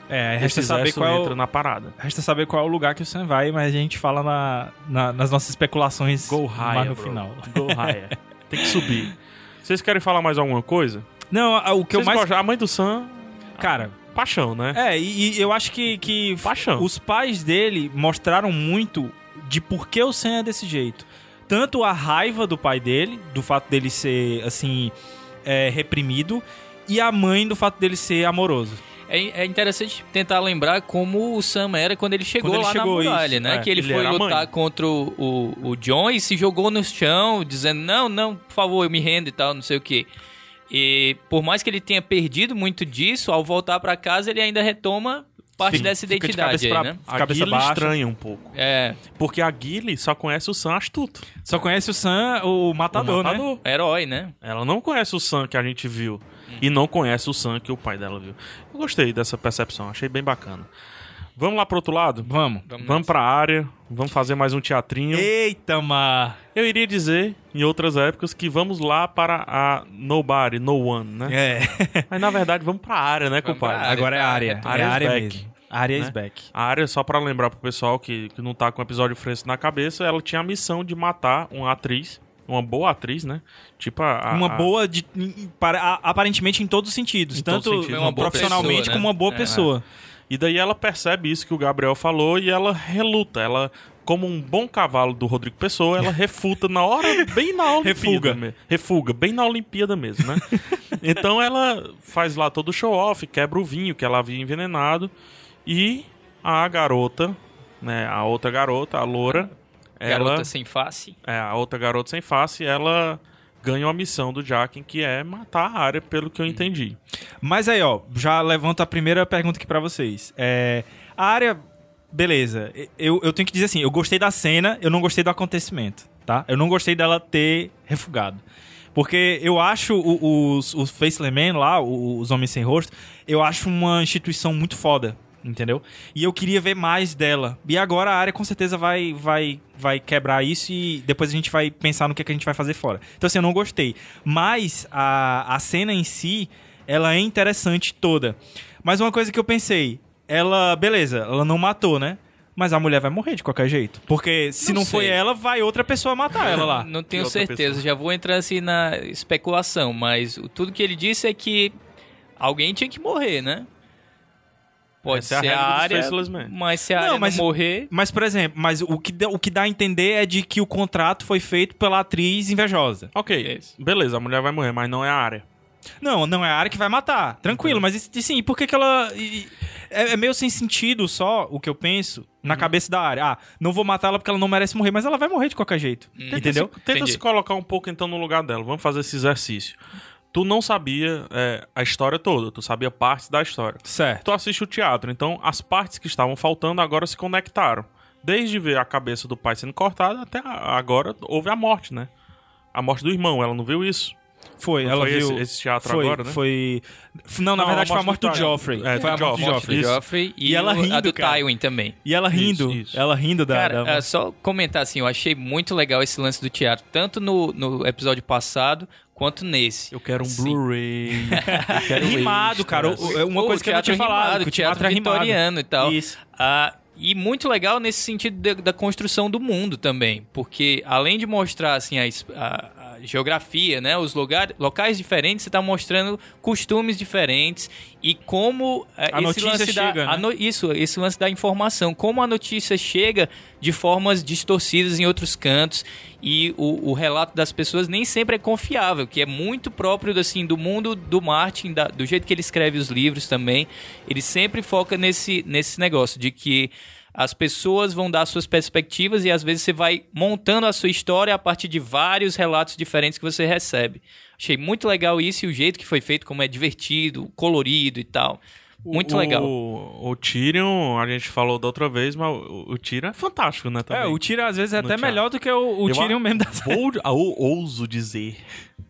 Speaker 2: É,
Speaker 1: esse
Speaker 2: resta saber,
Speaker 1: exército
Speaker 2: qual é
Speaker 1: entra
Speaker 2: o,
Speaker 1: na parada.
Speaker 2: resta saber qual é o lugar que o Sam vai, mas a gente fala na- na- nas nossas especulações
Speaker 1: Go
Speaker 2: lá
Speaker 1: higher,
Speaker 2: no
Speaker 1: bro.
Speaker 2: final.
Speaker 1: Go higher. [LAUGHS] Tem que subir. Vocês querem falar mais alguma coisa?
Speaker 2: Não, a- o que eu
Speaker 1: Vocês
Speaker 2: mais.
Speaker 1: gostam- A mãe do Sam,
Speaker 2: Cara,
Speaker 1: paixão, né?
Speaker 2: é, e, e eu acho que, que
Speaker 1: Paixão.
Speaker 2: os pais dele mostraram muito de por que o Sam é desse jeito. Tanto a raiva do pai dele, do fato dele ser, assim, é, reprimido, e a mãe do fato dele ser amoroso.
Speaker 3: É, é interessante tentar lembrar como o Sam era quando ele chegou
Speaker 2: Quando ele
Speaker 3: lá
Speaker 2: chegou,
Speaker 3: na muralha,
Speaker 2: isso,
Speaker 3: né?
Speaker 2: é.
Speaker 3: que ele,
Speaker 1: Ele
Speaker 3: foi
Speaker 1: era a mãe.
Speaker 3: lutar contra o, o, o John e se jogou no chão, dizendo, não, não, por favor, eu me rendo e tal, não sei o quê. E por mais que ele tenha perdido muito disso, ao voltar pra casa, ele ainda retoma parte
Speaker 2: Fica-
Speaker 3: dessa
Speaker 2: fica de
Speaker 3: identidade
Speaker 2: cabeça
Speaker 3: aí,
Speaker 2: pra-
Speaker 3: né?
Speaker 1: A
Speaker 2: Cabeça
Speaker 1: Gilly
Speaker 2: baixa.
Speaker 1: estranha um pouco.
Speaker 3: É,
Speaker 1: Porque a Gilly só conhece o Sam astuto.
Speaker 2: Só conhece o Sam, o matador, né?
Speaker 1: o matador.
Speaker 3: herói, né?
Speaker 1: Ela não conhece o Sam que a gente viu.
Speaker 3: Hum.
Speaker 1: E não conhece o Sam que o pai dela viu. Eu gostei dessa percepção, achei bem bacana. Vamos lá pro outro lado?
Speaker 2: né? Vamos.
Speaker 3: Vamos
Speaker 1: Vamos pra área, vamos fazer mais um teatrinho.
Speaker 2: Eita, Mar!
Speaker 1: Eu iria dizer, em outras épocas, que vamos lá para a Nobody, No One, né?
Speaker 2: É,
Speaker 1: Mas na verdade, vamos pra área, né,
Speaker 3: Vamos
Speaker 1: compadre?
Speaker 3: pra
Speaker 2: agora é a área.
Speaker 3: área.
Speaker 2: é a
Speaker 1: Área
Speaker 2: área
Speaker 1: is back,
Speaker 2: mesmo. A área is
Speaker 1: né?
Speaker 2: back.
Speaker 1: A área, só pra lembrar pro pessoal que, que não tá com o episódio fresco na cabeça, ela tinha a missão de matar uma atriz, uma boa atriz, né? Tipo a. a-
Speaker 2: uma
Speaker 1: a-
Speaker 2: boa, de- em- para, a- aparentemente em todos os sentidos.
Speaker 1: Em todos
Speaker 2: tanto
Speaker 1: os sentidos,
Speaker 3: uma boa
Speaker 2: profissionalmente
Speaker 3: pessoa, né?
Speaker 2: como uma boa
Speaker 3: É.
Speaker 2: pessoa.
Speaker 1: E daí ela percebe isso que o Gabriel falou e ela reluta. Ela, como um bom cavalo do Rodrigo Pessoa,
Speaker 3: [LAUGHS]
Speaker 1: ela refuta na hora, bem na Olimpíada.
Speaker 2: Refuga.
Speaker 1: me- Refuga, bem na Olimpíada mesmo,
Speaker 3: [LAUGHS]
Speaker 1: né? então ela faz lá todo o show-off, quebra o vinho que ela havia envenenado. E a garota, né? A outra garota, a loura.
Speaker 3: Garota
Speaker 1: ela,
Speaker 3: sem face.
Speaker 1: é, a outra garota sem face, ela ganhou a missão do Jaquen, que é matar a área, pelo que eu
Speaker 3: Uhum.
Speaker 1: entendi.
Speaker 3: É
Speaker 2: Mas aí, ó, já levanto a primeira pergunta aqui pra vocês. É, a área, beleza. Eu, eu tenho que dizer assim, eu gostei da cena, eu não gostei do acontecimento, tá? Eu não gostei dela ter refugado. Porque eu acho o- os, os Faceless Men lá, o- os Homens Sem Rosto, eu acho uma instituição muito foda, entendeu? E eu queria ver mais dela. E agora a área com certeza vai, vai, vai quebrar isso e depois a gente vai pensar no que, que a gente vai fazer fora. Então assim, eu não gostei. Mas a, a cena em si, ela é interessante toda. Mas uma coisa que eu pensei, ela, beleza, ela não matou, né? Mas a mulher vai morrer de qualquer jeito. Porque se não,
Speaker 3: Não
Speaker 2: foi
Speaker 3: sei.
Speaker 2: ela, vai outra pessoa matar ela [LAUGHS] lá.
Speaker 3: Não tenho
Speaker 1: outra
Speaker 3: certeza,
Speaker 1: pessoa.
Speaker 3: já vou entrar assim na especulação, mas o- tudo que ele disse é que alguém tinha que morrer, né? Pode
Speaker 1: Essa é a
Speaker 3: ser a,
Speaker 1: regra dos
Speaker 3: área,
Speaker 1: Faceless Men.
Speaker 3: mas se a
Speaker 2: Não,
Speaker 3: área
Speaker 2: mas-
Speaker 3: não morrer,
Speaker 2: Mas, por exemplo, mas o que, dá, o que dá a entender é de que o contrato foi feito pela atriz invejosa.
Speaker 1: Ok,
Speaker 3: Isso.
Speaker 1: beleza, a mulher vai morrer, mas não é a área.
Speaker 2: Não, não é a área que vai matar. Tranquilo, mas isso- e sim, e por que, que ela. e- e- é, é meio sem sentido só o que eu penso
Speaker 3: Uhum.
Speaker 2: na cabeça da área. Ah, não vou matar ela porque ela não merece morrer, mas ela vai morrer de qualquer jeito.
Speaker 3: Hum.
Speaker 1: Tenta
Speaker 2: Entendeu?
Speaker 1: se- tenta
Speaker 3: Entendi.
Speaker 1: se colocar um pouco então no lugar dela. Vamos fazer esse exercício. tu não sabia é, a história toda, tu sabia partes da história.
Speaker 2: Certo.
Speaker 1: Tu assiste o teatro, então as partes que estavam faltando agora se conectaram. Desde ver a cabeça do pai sendo cortada até a- agora houve a morte, né? A morte do irmão, ela não viu isso.
Speaker 2: Foi,
Speaker 1: Não
Speaker 2: ela
Speaker 1: foi
Speaker 2: viu.
Speaker 1: esse- esse teatro
Speaker 2: foi,
Speaker 1: agora, né?
Speaker 2: Foi. F- Não, na
Speaker 1: Não,
Speaker 2: verdade
Speaker 1: a
Speaker 2: foi a
Speaker 1: morte do
Speaker 2: morte do
Speaker 1: Tywin.
Speaker 2: Joffrey.
Speaker 1: É,
Speaker 2: foi a
Speaker 1: do
Speaker 2: morte do
Speaker 1: Joffrey.
Speaker 2: Joffrey.
Speaker 3: do
Speaker 1: Isso.
Speaker 3: Joffrey e,
Speaker 2: E ela
Speaker 3: o- a
Speaker 2: rindo,
Speaker 3: do
Speaker 2: cara.
Speaker 3: Tywin também.
Speaker 2: E ela rindo.
Speaker 1: Isso, isso.
Speaker 2: Ela rindo da.
Speaker 3: Cara,
Speaker 2: da-
Speaker 3: é, só comentar assim, eu achei muito legal esse lance do teatro, tanto no, no episódio passado quanto nesse.
Speaker 1: Eu quero um
Speaker 3: Sim.
Speaker 1: Blu-ray.
Speaker 2: [LAUGHS]
Speaker 1: eu quero um
Speaker 2: Rimado, cara.
Speaker 1: extras.
Speaker 2: O- o- é Uma
Speaker 3: Pô,
Speaker 2: coisa que eu não
Speaker 3: teatro
Speaker 2: tinha falado,
Speaker 3: rimado,
Speaker 2: que o
Speaker 3: teatro,
Speaker 2: teatro é rimado.
Speaker 3: vitoriano e tal.
Speaker 2: Isso.
Speaker 3: Ah, e muito legal nesse sentido da, da construção do mundo também, porque além de mostrar assim a, es- a- a geografia, né, os lugar, locais diferentes, você está mostrando costumes diferentes e como eh,
Speaker 2: A
Speaker 3: esse
Speaker 2: notícia
Speaker 3: lance da-
Speaker 2: chega,
Speaker 3: a
Speaker 2: né?
Speaker 3: no- isso, esse lance da informação, como a notícia chega de formas distorcidas em outros cantos e o, o relato das pessoas nem sempre é confiável, que é muito próprio assim do mundo do Martin, da- do jeito que ele escreve os livros também. Ele sempre foca nesse, nesse negócio de que as pessoas vão dar suas perspectivas e às vezes você vai montando a sua história a partir de vários relatos diferentes que você recebe. Achei muito legal isso e o jeito que foi feito, como é divertido, colorido e tal. Muito
Speaker 1: O-
Speaker 3: legal.
Speaker 1: O, o Tyrion, a gente falou da outra vez, mas o, o Tyrion é fantástico, né? Também.
Speaker 2: É, o tiro às vezes é
Speaker 1: No
Speaker 2: até
Speaker 1: teatro.
Speaker 2: melhor do que o, o
Speaker 1: Eu
Speaker 2: tiro
Speaker 1: a-
Speaker 2: mesmo da série.
Speaker 1: Vou, ah, ou- ouso dizer.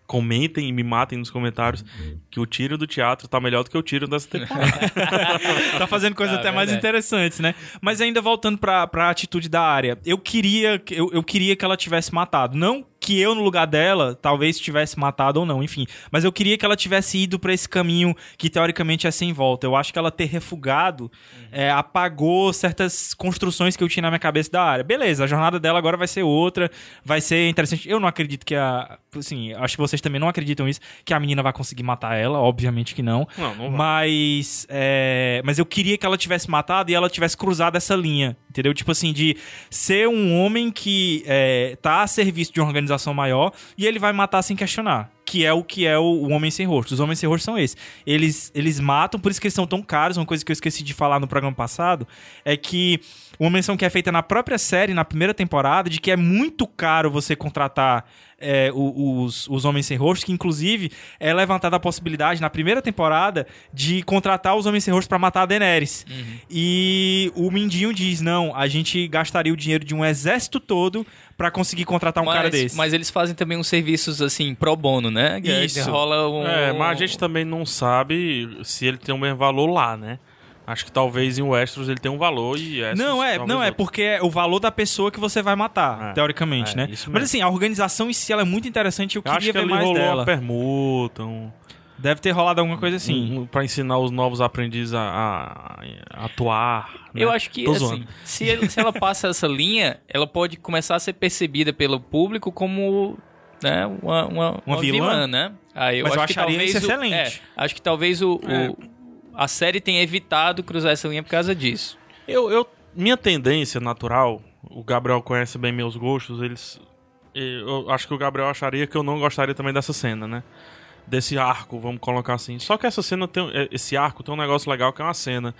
Speaker 1: Comentem e me matem nos comentários que o tiro do teatro tá melhor do que o tiro dessa temporada.
Speaker 2: [LAUGHS] tá fazendo coisas
Speaker 3: Ah,
Speaker 2: até mais
Speaker 3: verdade.
Speaker 2: interessantes, né? Mas ainda voltando pra, pra atitude da área, eu queria, que- eu, eu queria que ela tivesse matado. Não que eu, no lugar dela, talvez tivesse matado ou não, enfim. Mas eu queria que ela tivesse ido pra esse caminho que teoricamente é sem volta. Eu acho que ela ter refugado é, apagou certas construções que eu tinha na minha cabeça da área. Beleza, a jornada dela agora vai ser outra, vai ser interessante. Eu não acredito que a. Assim, acho que vocês também não acreditam isso, que a menina vai conseguir matar ela, obviamente que [LAUGHS] não.
Speaker 1: Não, não vai.
Speaker 2: Mas. é, mas eu queria que ela tivesse matado e ela tivesse cruzado essa linha. Entendeu? Tipo assim, de ser um homem que é, tá a serviço de uma organização maior e ele vai matar sem questionar. Que é o que é o, o homem sem rosto. Os homens sem rosto são esses. Eles, eles matam, por isso que eles são tão caros. Uma coisa que eu esqueci de falar no programa passado é que uma menção que é feita na própria série, na primeira temporada, de que é muito caro você contratar é, o- os, os Homens Sem Rosto, que inclusive é levantada a possibilidade, na primeira temporada, de contratar os Homens Sem Rosto pra matar a Daenerys.
Speaker 3: Uhum.
Speaker 2: E o Mindinho diz, não, a gente gastaria o dinheiro de um exército todo pra conseguir contratar um
Speaker 3: mas,
Speaker 2: cara desse.
Speaker 3: mas eles fazem também uns serviços assim pro bono, né? Que
Speaker 2: Isso.
Speaker 3: Rola um.
Speaker 1: É, mas a gente também não sabe se ele tem o mesmo valor lá, né? Acho que talvez em Westeros ele tem um valor e Essos,
Speaker 2: Não, é,
Speaker 1: talvez
Speaker 2: não é
Speaker 1: outro.
Speaker 2: porque é o valor da pessoa que você vai matar,
Speaker 1: É,
Speaker 2: teoricamente,
Speaker 1: é,
Speaker 2: né?
Speaker 1: isso
Speaker 2: Mas
Speaker 1: mesmo.
Speaker 2: assim, a organização em si ela é muito interessante, eu
Speaker 1: Eu
Speaker 2: queria
Speaker 1: acho que
Speaker 2: ver
Speaker 1: ele
Speaker 2: mais
Speaker 1: rolou
Speaker 2: dela.
Speaker 1: uma permuta, um,
Speaker 2: Deve ter rolado alguma coisa assim.
Speaker 1: um- pra ensinar os novos aprendizes a, a- a atuar. né?
Speaker 3: Eu acho que,
Speaker 1: Tô
Speaker 3: assim,
Speaker 1: zoando.
Speaker 3: se, ele- se ela passa essa linha, ela pode começar a ser percebida pelo público como né, uma, uma, uma vilã?
Speaker 2: vilã?
Speaker 3: né? Aí
Speaker 2: Mas eu
Speaker 3: que
Speaker 2: acharia
Speaker 3: talvez
Speaker 2: isso
Speaker 3: o-
Speaker 2: excelente.
Speaker 3: é, acho que talvez o, o-
Speaker 1: É.
Speaker 3: a série tenha evitado cruzar essa linha por causa disso.
Speaker 1: Eu, eu- minha tendência natural, o Gabriel conhece bem meus gostos, eles. Eu acho que o Gabriel acharia que eu não gostaria também dessa cena, né? Desse arco, vamos colocar assim. Só que essa cena tem. eh, Esse arco tem um negócio legal que é uma cena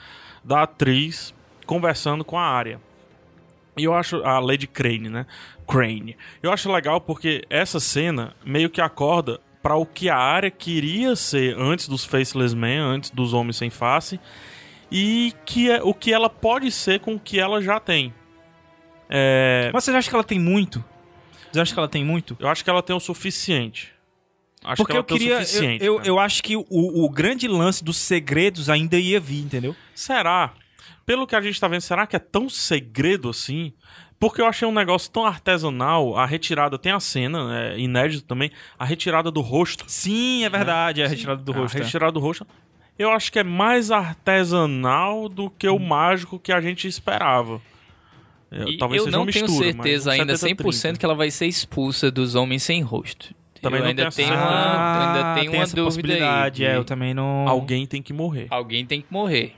Speaker 1: da atriz conversando com a área. E eu acho. A Lady Crane, né? Crane. Eu acho legal porque essa cena meio que acorda para o que a área queria ser antes dos Faceless Men, antes dos Homens Sem Face, e que é, o que ela pode ser com o que ela já tem. É,
Speaker 2: Mas vocês acham que ela tem muito? Vocês acham que ela tem muito?
Speaker 1: eu acho que ela tem o suficiente. Acho que
Speaker 2: Porque
Speaker 1: ela
Speaker 2: eu
Speaker 1: tem
Speaker 2: queria.
Speaker 1: o
Speaker 2: Eu,
Speaker 1: suficiente. né?
Speaker 2: eu,
Speaker 1: cara.
Speaker 2: eu acho que o, o grande lance dos segredos ainda ia vir, entendeu?
Speaker 1: Será? Pelo que a gente tá vendo, será que é tão segredo assim? Porque eu achei um negócio tão artesanal, a retirada tem a cena, é inédito também, a retirada do rosto. Né?
Speaker 2: Sim, é verdade, é retirado do
Speaker 1: a
Speaker 2: rosto. é.
Speaker 1: retirada do rosto. Eu acho que é mais artesanal do que
Speaker 2: Hum.
Speaker 1: o mágico que a gente esperava. Eu-
Speaker 3: E
Speaker 1: talvez
Speaker 3: eu
Speaker 1: seja
Speaker 3: não
Speaker 1: uma
Speaker 3: tenho
Speaker 1: mistura,
Speaker 3: certeza
Speaker 1: mas um
Speaker 3: ainda
Speaker 1: 70-30.
Speaker 3: 100% que ela vai ser expulsa dos homens sem rosto.
Speaker 1: Também
Speaker 3: eu
Speaker 1: não
Speaker 3: ainda
Speaker 1: tenho
Speaker 3: tenho
Speaker 1: essa-
Speaker 3: uma,
Speaker 2: Ah,
Speaker 3: ainda tenho
Speaker 2: tem
Speaker 3: uma
Speaker 2: essa
Speaker 3: dúvida aí.
Speaker 2: possibilidade, é, eu também não.
Speaker 1: Alguém tem que morrer.
Speaker 3: Alguém tem que morrer.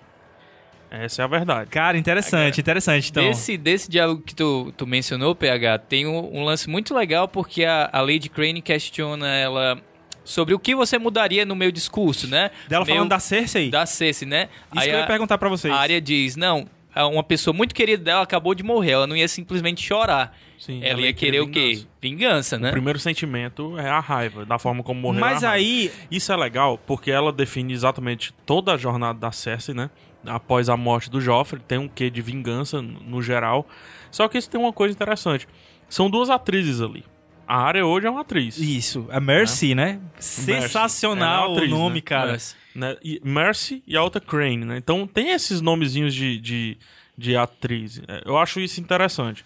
Speaker 1: Essa é a verdade.
Speaker 2: Cara, interessante, interessante. Então,
Speaker 3: Desse, desse diálogo que tu, tu mencionou, PH, tem um, um lance muito legal porque a, a Lady Crane questiona ela sobre o que você mudaria no meu discurso, né?
Speaker 2: dela
Speaker 3: Meu-
Speaker 2: falando da Cersei,
Speaker 3: da Cersei, né?
Speaker 2: isso
Speaker 3: Aí
Speaker 2: que eu ia
Speaker 3: a-
Speaker 2: perguntar pra vocês.
Speaker 3: a área diz, não, ah, uma pessoa muito querida dela acabou de morrer, ela não ia simplesmente chorar.
Speaker 1: Sim,
Speaker 3: ela, ia querer o quê?
Speaker 1: vingança.
Speaker 3: Vingança, né?
Speaker 1: O primeiro sentimento é a raiva, da forma como morreu
Speaker 2: Mas
Speaker 1: a raiva.
Speaker 2: aí,
Speaker 1: Isso é legal porque ela define exatamente toda a jornada da Cersei, né? Após a morte do Joffrey, tem um quê de vingança n- no geral. Só que isso tem uma coisa interessante. São duas atrizes ali. A Arya hoje é uma atriz.
Speaker 2: isso, a Mercy,
Speaker 3: é
Speaker 2: né? Sensacional
Speaker 1: Ela é uma atriz,
Speaker 2: o nome,
Speaker 1: né?
Speaker 2: cara.
Speaker 3: Mas-
Speaker 1: né? E Mercy e a outra Crane, né? Então tem esses nomezinhos de, de, de atriz. É, Eu acho isso interessante.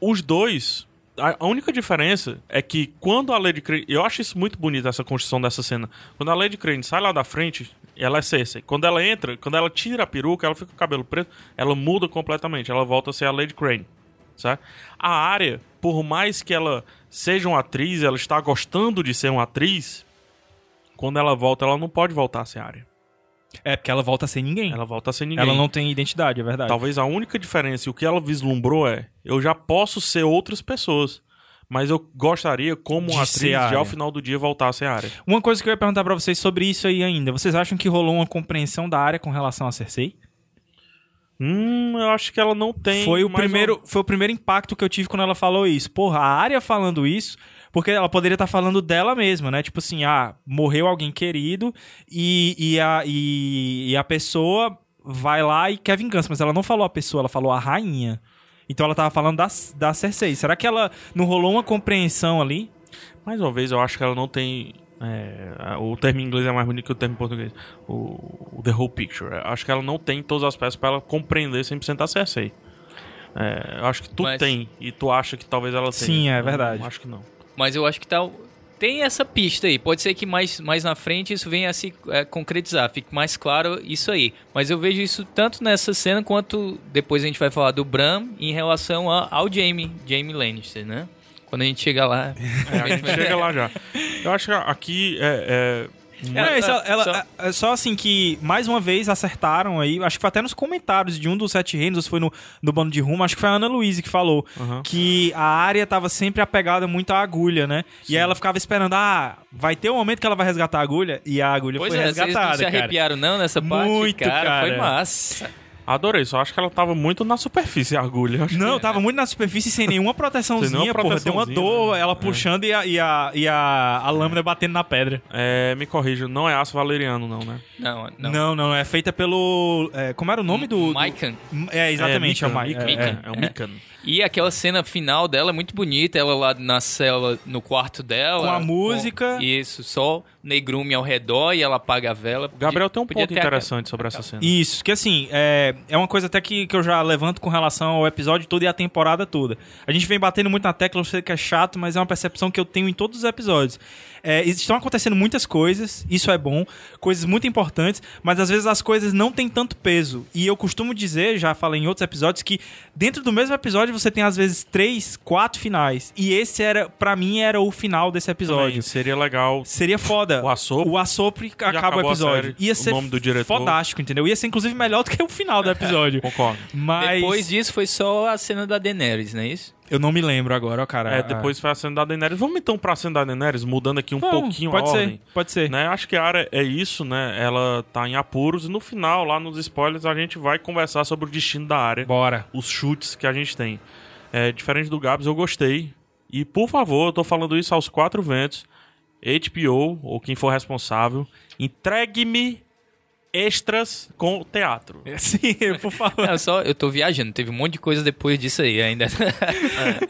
Speaker 1: Os dois. A a única diferença é que quando a Lady Crane. Eu acho isso muito bonito, essa construção dessa cena. Quando a Lady Crane sai lá da frente, ela é Cersei. Quando ela entra, quando ela tira a peruca, ela fica com o cabelo preto, ela muda completamente. Ela volta a ser a Lady Crane. Sabe? A área, por mais que ela seja uma atriz, ela está gostando de ser uma atriz, quando ela volta, ela não pode voltar a ser área.
Speaker 2: É, porque ela volta sem ninguém.
Speaker 1: Ela volta a ser ninguém.
Speaker 2: Ela não tem identidade, é verdade.
Speaker 1: Talvez a única diferença e o que ela vislumbrou é: eu já posso ser outras pessoas. Mas eu gostaria, como
Speaker 2: De ser
Speaker 1: atriz, de
Speaker 2: Arya.
Speaker 1: ao final do dia voltar a ser área.
Speaker 2: Uma coisa que eu ia perguntar pra vocês sobre isso aí ainda. Vocês acham que rolou uma compreensão da área com relação a Cersei?
Speaker 1: Hum, eu acho que ela não tem.
Speaker 2: foi o
Speaker 1: mais
Speaker 2: primeiro, foi o primeiro impacto que eu tive quando ela falou isso. Porra, a área falando isso, porque ela poderia estar falando dela mesma, né? Tipo assim, ah, morreu alguém querido e, e, a, e, e a pessoa vai lá e quer vingança, mas ela não falou a pessoa, ela falou a rainha. Então ela tava falando da, da Cersei. Será que ela não rolou uma compreensão ali?
Speaker 1: Mais uma vez, eu acho que ela não tem. é, a- o termo em inglês é mais bonito que o termo em português. O, o The Whole Picture. Eu Acho que ela não tem todas as peças pra ela compreender 100% a Cersei. É, eu acho que tu
Speaker 3: Mas-
Speaker 1: tem e tu acha que talvez ela tenha.
Speaker 2: Sim, é
Speaker 1: Eu
Speaker 2: verdade.
Speaker 1: não acho que não.
Speaker 3: Mas eu acho que tá, tem essa pista aí. Pode ser que mais, mais na frente isso venha a se é, concretizar, fique mais claro isso aí. Mas eu vejo isso tanto nessa cena quanto depois a gente vai falar do Bram em relação a- ao Jamie, Jamie Lannister, né? Quando a gente chegar lá.
Speaker 1: É, a gente chega lá já. Eu acho que aqui é,
Speaker 2: É,
Speaker 3: Ela-
Speaker 2: não, isso,
Speaker 3: ela-
Speaker 2: ela-
Speaker 3: só-
Speaker 2: é- é só assim que, mais uma vez, acertaram aí. Acho que foi até nos comentários de um dos Sete Reinos, ou se foi no, no Bando de Rumo, acho que foi a Ana Luísa que falou
Speaker 1: Aham.
Speaker 2: que a área tava sempre apegada muito à agulha, né? E aí ela ficava esperando, ah, vai ter um momento que ela vai resgatar a agulha, e a agulha
Speaker 3: Pois
Speaker 2: foi
Speaker 3: é, vocês não
Speaker 2: resgatada,
Speaker 3: se
Speaker 2: cara.
Speaker 3: arrepiaram não nessa parte?
Speaker 2: Muito,
Speaker 3: Foi
Speaker 2: cara.
Speaker 3: massa.
Speaker 1: Adorei, só acho que ela tava muito na superfície, a agulha. Eu acho
Speaker 2: Não, tava muito na superfície sem nenhuma proteçãozinha,
Speaker 1: Sem nenhuma
Speaker 2: porra. Deu uma
Speaker 1: proteçãozinha,
Speaker 2: dor,
Speaker 1: né?
Speaker 2: ela puxando e a, e a, e a, a lâmina batendo na pedra.
Speaker 1: que- É, me corrija, não é aço valeriano, não, né?
Speaker 3: Não,
Speaker 2: Não,
Speaker 3: não.
Speaker 2: não, é feita pelo. é, como era o nome do. do-
Speaker 3: Maikan.
Speaker 2: É, exatamente, é, o Mike.
Speaker 1: Mikan,
Speaker 2: é, é.
Speaker 1: É, é o Mikan.
Speaker 3: E aquela cena final dela é muito bonita, ela lá na cela, no quarto dela.
Speaker 2: Com a música.
Speaker 3: isso, só negrume ao redor e ela apaga a vela.
Speaker 1: O Gabriel tem um
Speaker 3: Podia
Speaker 1: ponto
Speaker 3: ter-
Speaker 1: interessante sobre essa cena.
Speaker 2: Isso, que assim, é, é uma coisa até que, que eu já levanto com relação ao episódio todo e à temporada toda. A gente vem batendo muito na tecla, eu sei que é chato, mas é uma percepção que eu tenho em todos os episódios. É, estão acontecendo muitas coisas, isso é bom, coisas muito importantes, mas às vezes as coisas não têm tanto peso. E eu costumo dizer, já falei em outros episódios, que dentro do mesmo episódio você tem às vezes três, quatro finais. E esse era, pra mim, era o final desse
Speaker 1: Também,
Speaker 2: episódio.
Speaker 1: seria legal
Speaker 2: Seria foda.
Speaker 1: O assopro.
Speaker 2: O assopro e acaba o
Speaker 1: acabou a
Speaker 2: episódio.
Speaker 1: série.
Speaker 2: Ia
Speaker 1: O
Speaker 2: ser
Speaker 1: nome do diretor.
Speaker 2: fodástico, entendeu? Ia ser inclusive melhor do que o final do
Speaker 1: [LAUGHS]
Speaker 2: episódio.
Speaker 1: Concordo.
Speaker 2: Mas
Speaker 3: Depois disso foi só a cena da Daenerys, não é
Speaker 1: [LAUGHS]
Speaker 3: isso?
Speaker 2: eu não me lembro agora, ó, cara.
Speaker 1: É, depois foi a cena da Daenerys. Vamos então pra cena da Daenerys, mudando aqui um
Speaker 2: Vamos,
Speaker 1: pouquinho
Speaker 2: pode
Speaker 1: a
Speaker 2: ser,
Speaker 1: ordem.
Speaker 2: Pode ser.
Speaker 1: Né? Acho que a área é isso, né? Ela tá em apuros e no final, lá nos spoilers, a gente vai conversar sobre o destino da área. [LAUGHS]
Speaker 2: Bora.
Speaker 1: os chutes que a gente tem. É, diferente do Gabs, eu gostei. E por favor, eu tô falando isso aos quatro ventos. HBO, ou quem for responsável, entregue-me extras com o teatro.
Speaker 2: Sim, por favor.
Speaker 3: Não, só, eu tô viajando, teve um monte de coisa depois disso aí
Speaker 1: [LAUGHS]
Speaker 3: ainda.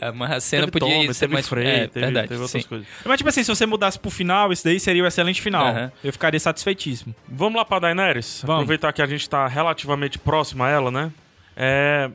Speaker 3: É, Mas a cena
Speaker 1: Teve
Speaker 3: podia
Speaker 1: Tommy,
Speaker 3: ser
Speaker 1: teve
Speaker 3: mais
Speaker 1: Frey,
Speaker 3: é,
Speaker 1: teve,
Speaker 3: verdade,
Speaker 1: teve
Speaker 3: sim.
Speaker 1: outras coisas.
Speaker 2: [LAUGHS] Mas tipo assim, se você mudasse pro final, isso daí seria o excelente final.
Speaker 3: Aham.
Speaker 2: Eu ficaria satisfeitíssimo.
Speaker 1: Vamos lá pra Daenerys?
Speaker 2: Vamos.
Speaker 1: Aproveitar que a gente tá relativamente próximo a ela, né? É...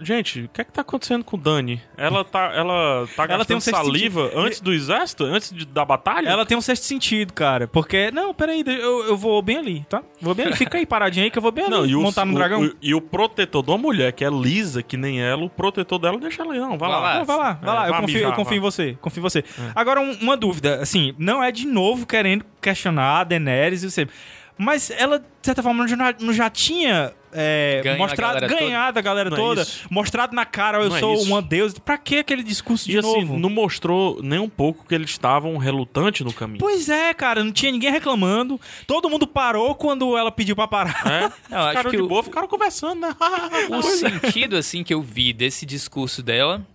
Speaker 1: Gente, o que é que tá acontecendo com o Dani? Ela tá, ela tá
Speaker 2: Ela
Speaker 1: gastando
Speaker 2: tem um sexto
Speaker 1: saliva antes do exército? Antes de- da batalha?
Speaker 2: Ela tem um certo sentido, cara. Porque, não, peraí, eu, eu vou bem ali, tá? Vou bem ali. Fica aí paradinho aí que eu vou bem ali.
Speaker 1: Não, e o,
Speaker 2: montar no
Speaker 1: o-
Speaker 2: dragão.
Speaker 1: o- e o protetor de uma mulher que é lisa, que nem ela, o protetor dela deixa ela aí. Não, vai,
Speaker 3: Vai
Speaker 1: lá.
Speaker 3: lá.
Speaker 2: Não, vai lá, vai
Speaker 1: É,
Speaker 2: lá. Eu
Speaker 1: vá
Speaker 2: confio,
Speaker 1: mijar,
Speaker 2: eu confio
Speaker 1: vá.
Speaker 2: em você. Confio em você. é Agora, um- uma dúvida. Assim, não é de novo querendo questionar a Daenerys e o Sebo. Mas ela, de certa forma, não já, não já tinha é,
Speaker 3: Ganho a
Speaker 2: mostrado,
Speaker 3: galera toda.
Speaker 2: ganhado a galera
Speaker 1: Não é
Speaker 2: toda,
Speaker 1: isso.
Speaker 2: mostrado na cara, "Ó, eu
Speaker 1: Não é
Speaker 2: sou
Speaker 1: isso.
Speaker 2: uma deusa. Pra que aquele discurso de
Speaker 1: E assim,
Speaker 2: novo?
Speaker 1: não mostrou nem um pouco que eles estavam relutantes no caminho.
Speaker 2: Pois é, cara, não tinha ninguém reclamando. Todo mundo parou quando ela pediu pra parar.
Speaker 1: É?
Speaker 3: Não, acho
Speaker 1: ficaram
Speaker 3: que
Speaker 1: de
Speaker 3: o-
Speaker 1: boa, ficaram conversando, né? [LAUGHS]
Speaker 3: O sentido, assim, que eu vi desse discurso dela,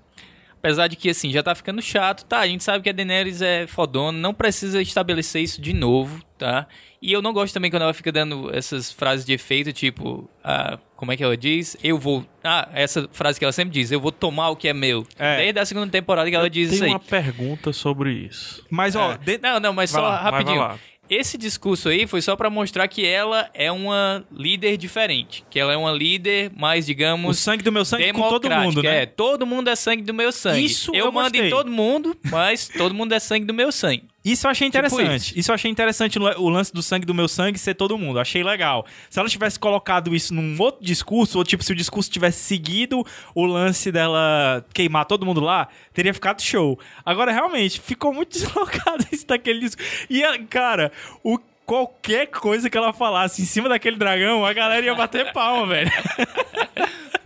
Speaker 3: apesar de que, assim, já tá ficando chato, tá? A gente sabe que a Daenerys é fodona, não precisa estabelecer isso de novo, tá? E eu não gosto também quando ela fica dando essas frases de efeito, tipo, ah, como é que ela diz? Eu vou. Ah, essa frase que ela sempre diz, eu vou tomar o que é meu.
Speaker 2: É.
Speaker 3: Desde a segunda temporada que ela diz
Speaker 1: Tem
Speaker 3: isso aí.
Speaker 1: uma pergunta sobre isso.
Speaker 2: Mas, ó,
Speaker 3: É.
Speaker 2: de-
Speaker 3: Não, não, mas
Speaker 1: Vai
Speaker 3: só
Speaker 1: lá, vai,
Speaker 3: rapidinho.
Speaker 1: vai lá.
Speaker 3: Esse discurso aí foi só pra mostrar que ela é uma líder diferente, que ela é uma líder mais,
Speaker 2: o
Speaker 3: digamos,
Speaker 2: sangue do meu sangue com todo
Speaker 3: democrática.
Speaker 2: mundo, né?
Speaker 3: É, todo mundo é sangue do meu sangue.
Speaker 2: Isso
Speaker 3: eu
Speaker 2: eu
Speaker 3: mando em
Speaker 2: gostei.
Speaker 3: todo mundo, mas todo mundo é sangue do meu sangue.
Speaker 2: Isso eu achei
Speaker 3: Tipo
Speaker 2: interessante. isso. eu achei interessante o le- o lance do sangue do meu sangue ser todo mundo. Achei legal. Se ela tivesse colocado isso num outro discurso, ou tipo, se o discurso tivesse seguido o lance dela queimar todo mundo lá, teria ficado show. Agora, realmente, ficou muito [LAUGHS] deslocado isso daquele discurso. E, a- cara, o. Qualquer coisa que ela falasse em cima daquele dragão, a galera ia bater palma, velho.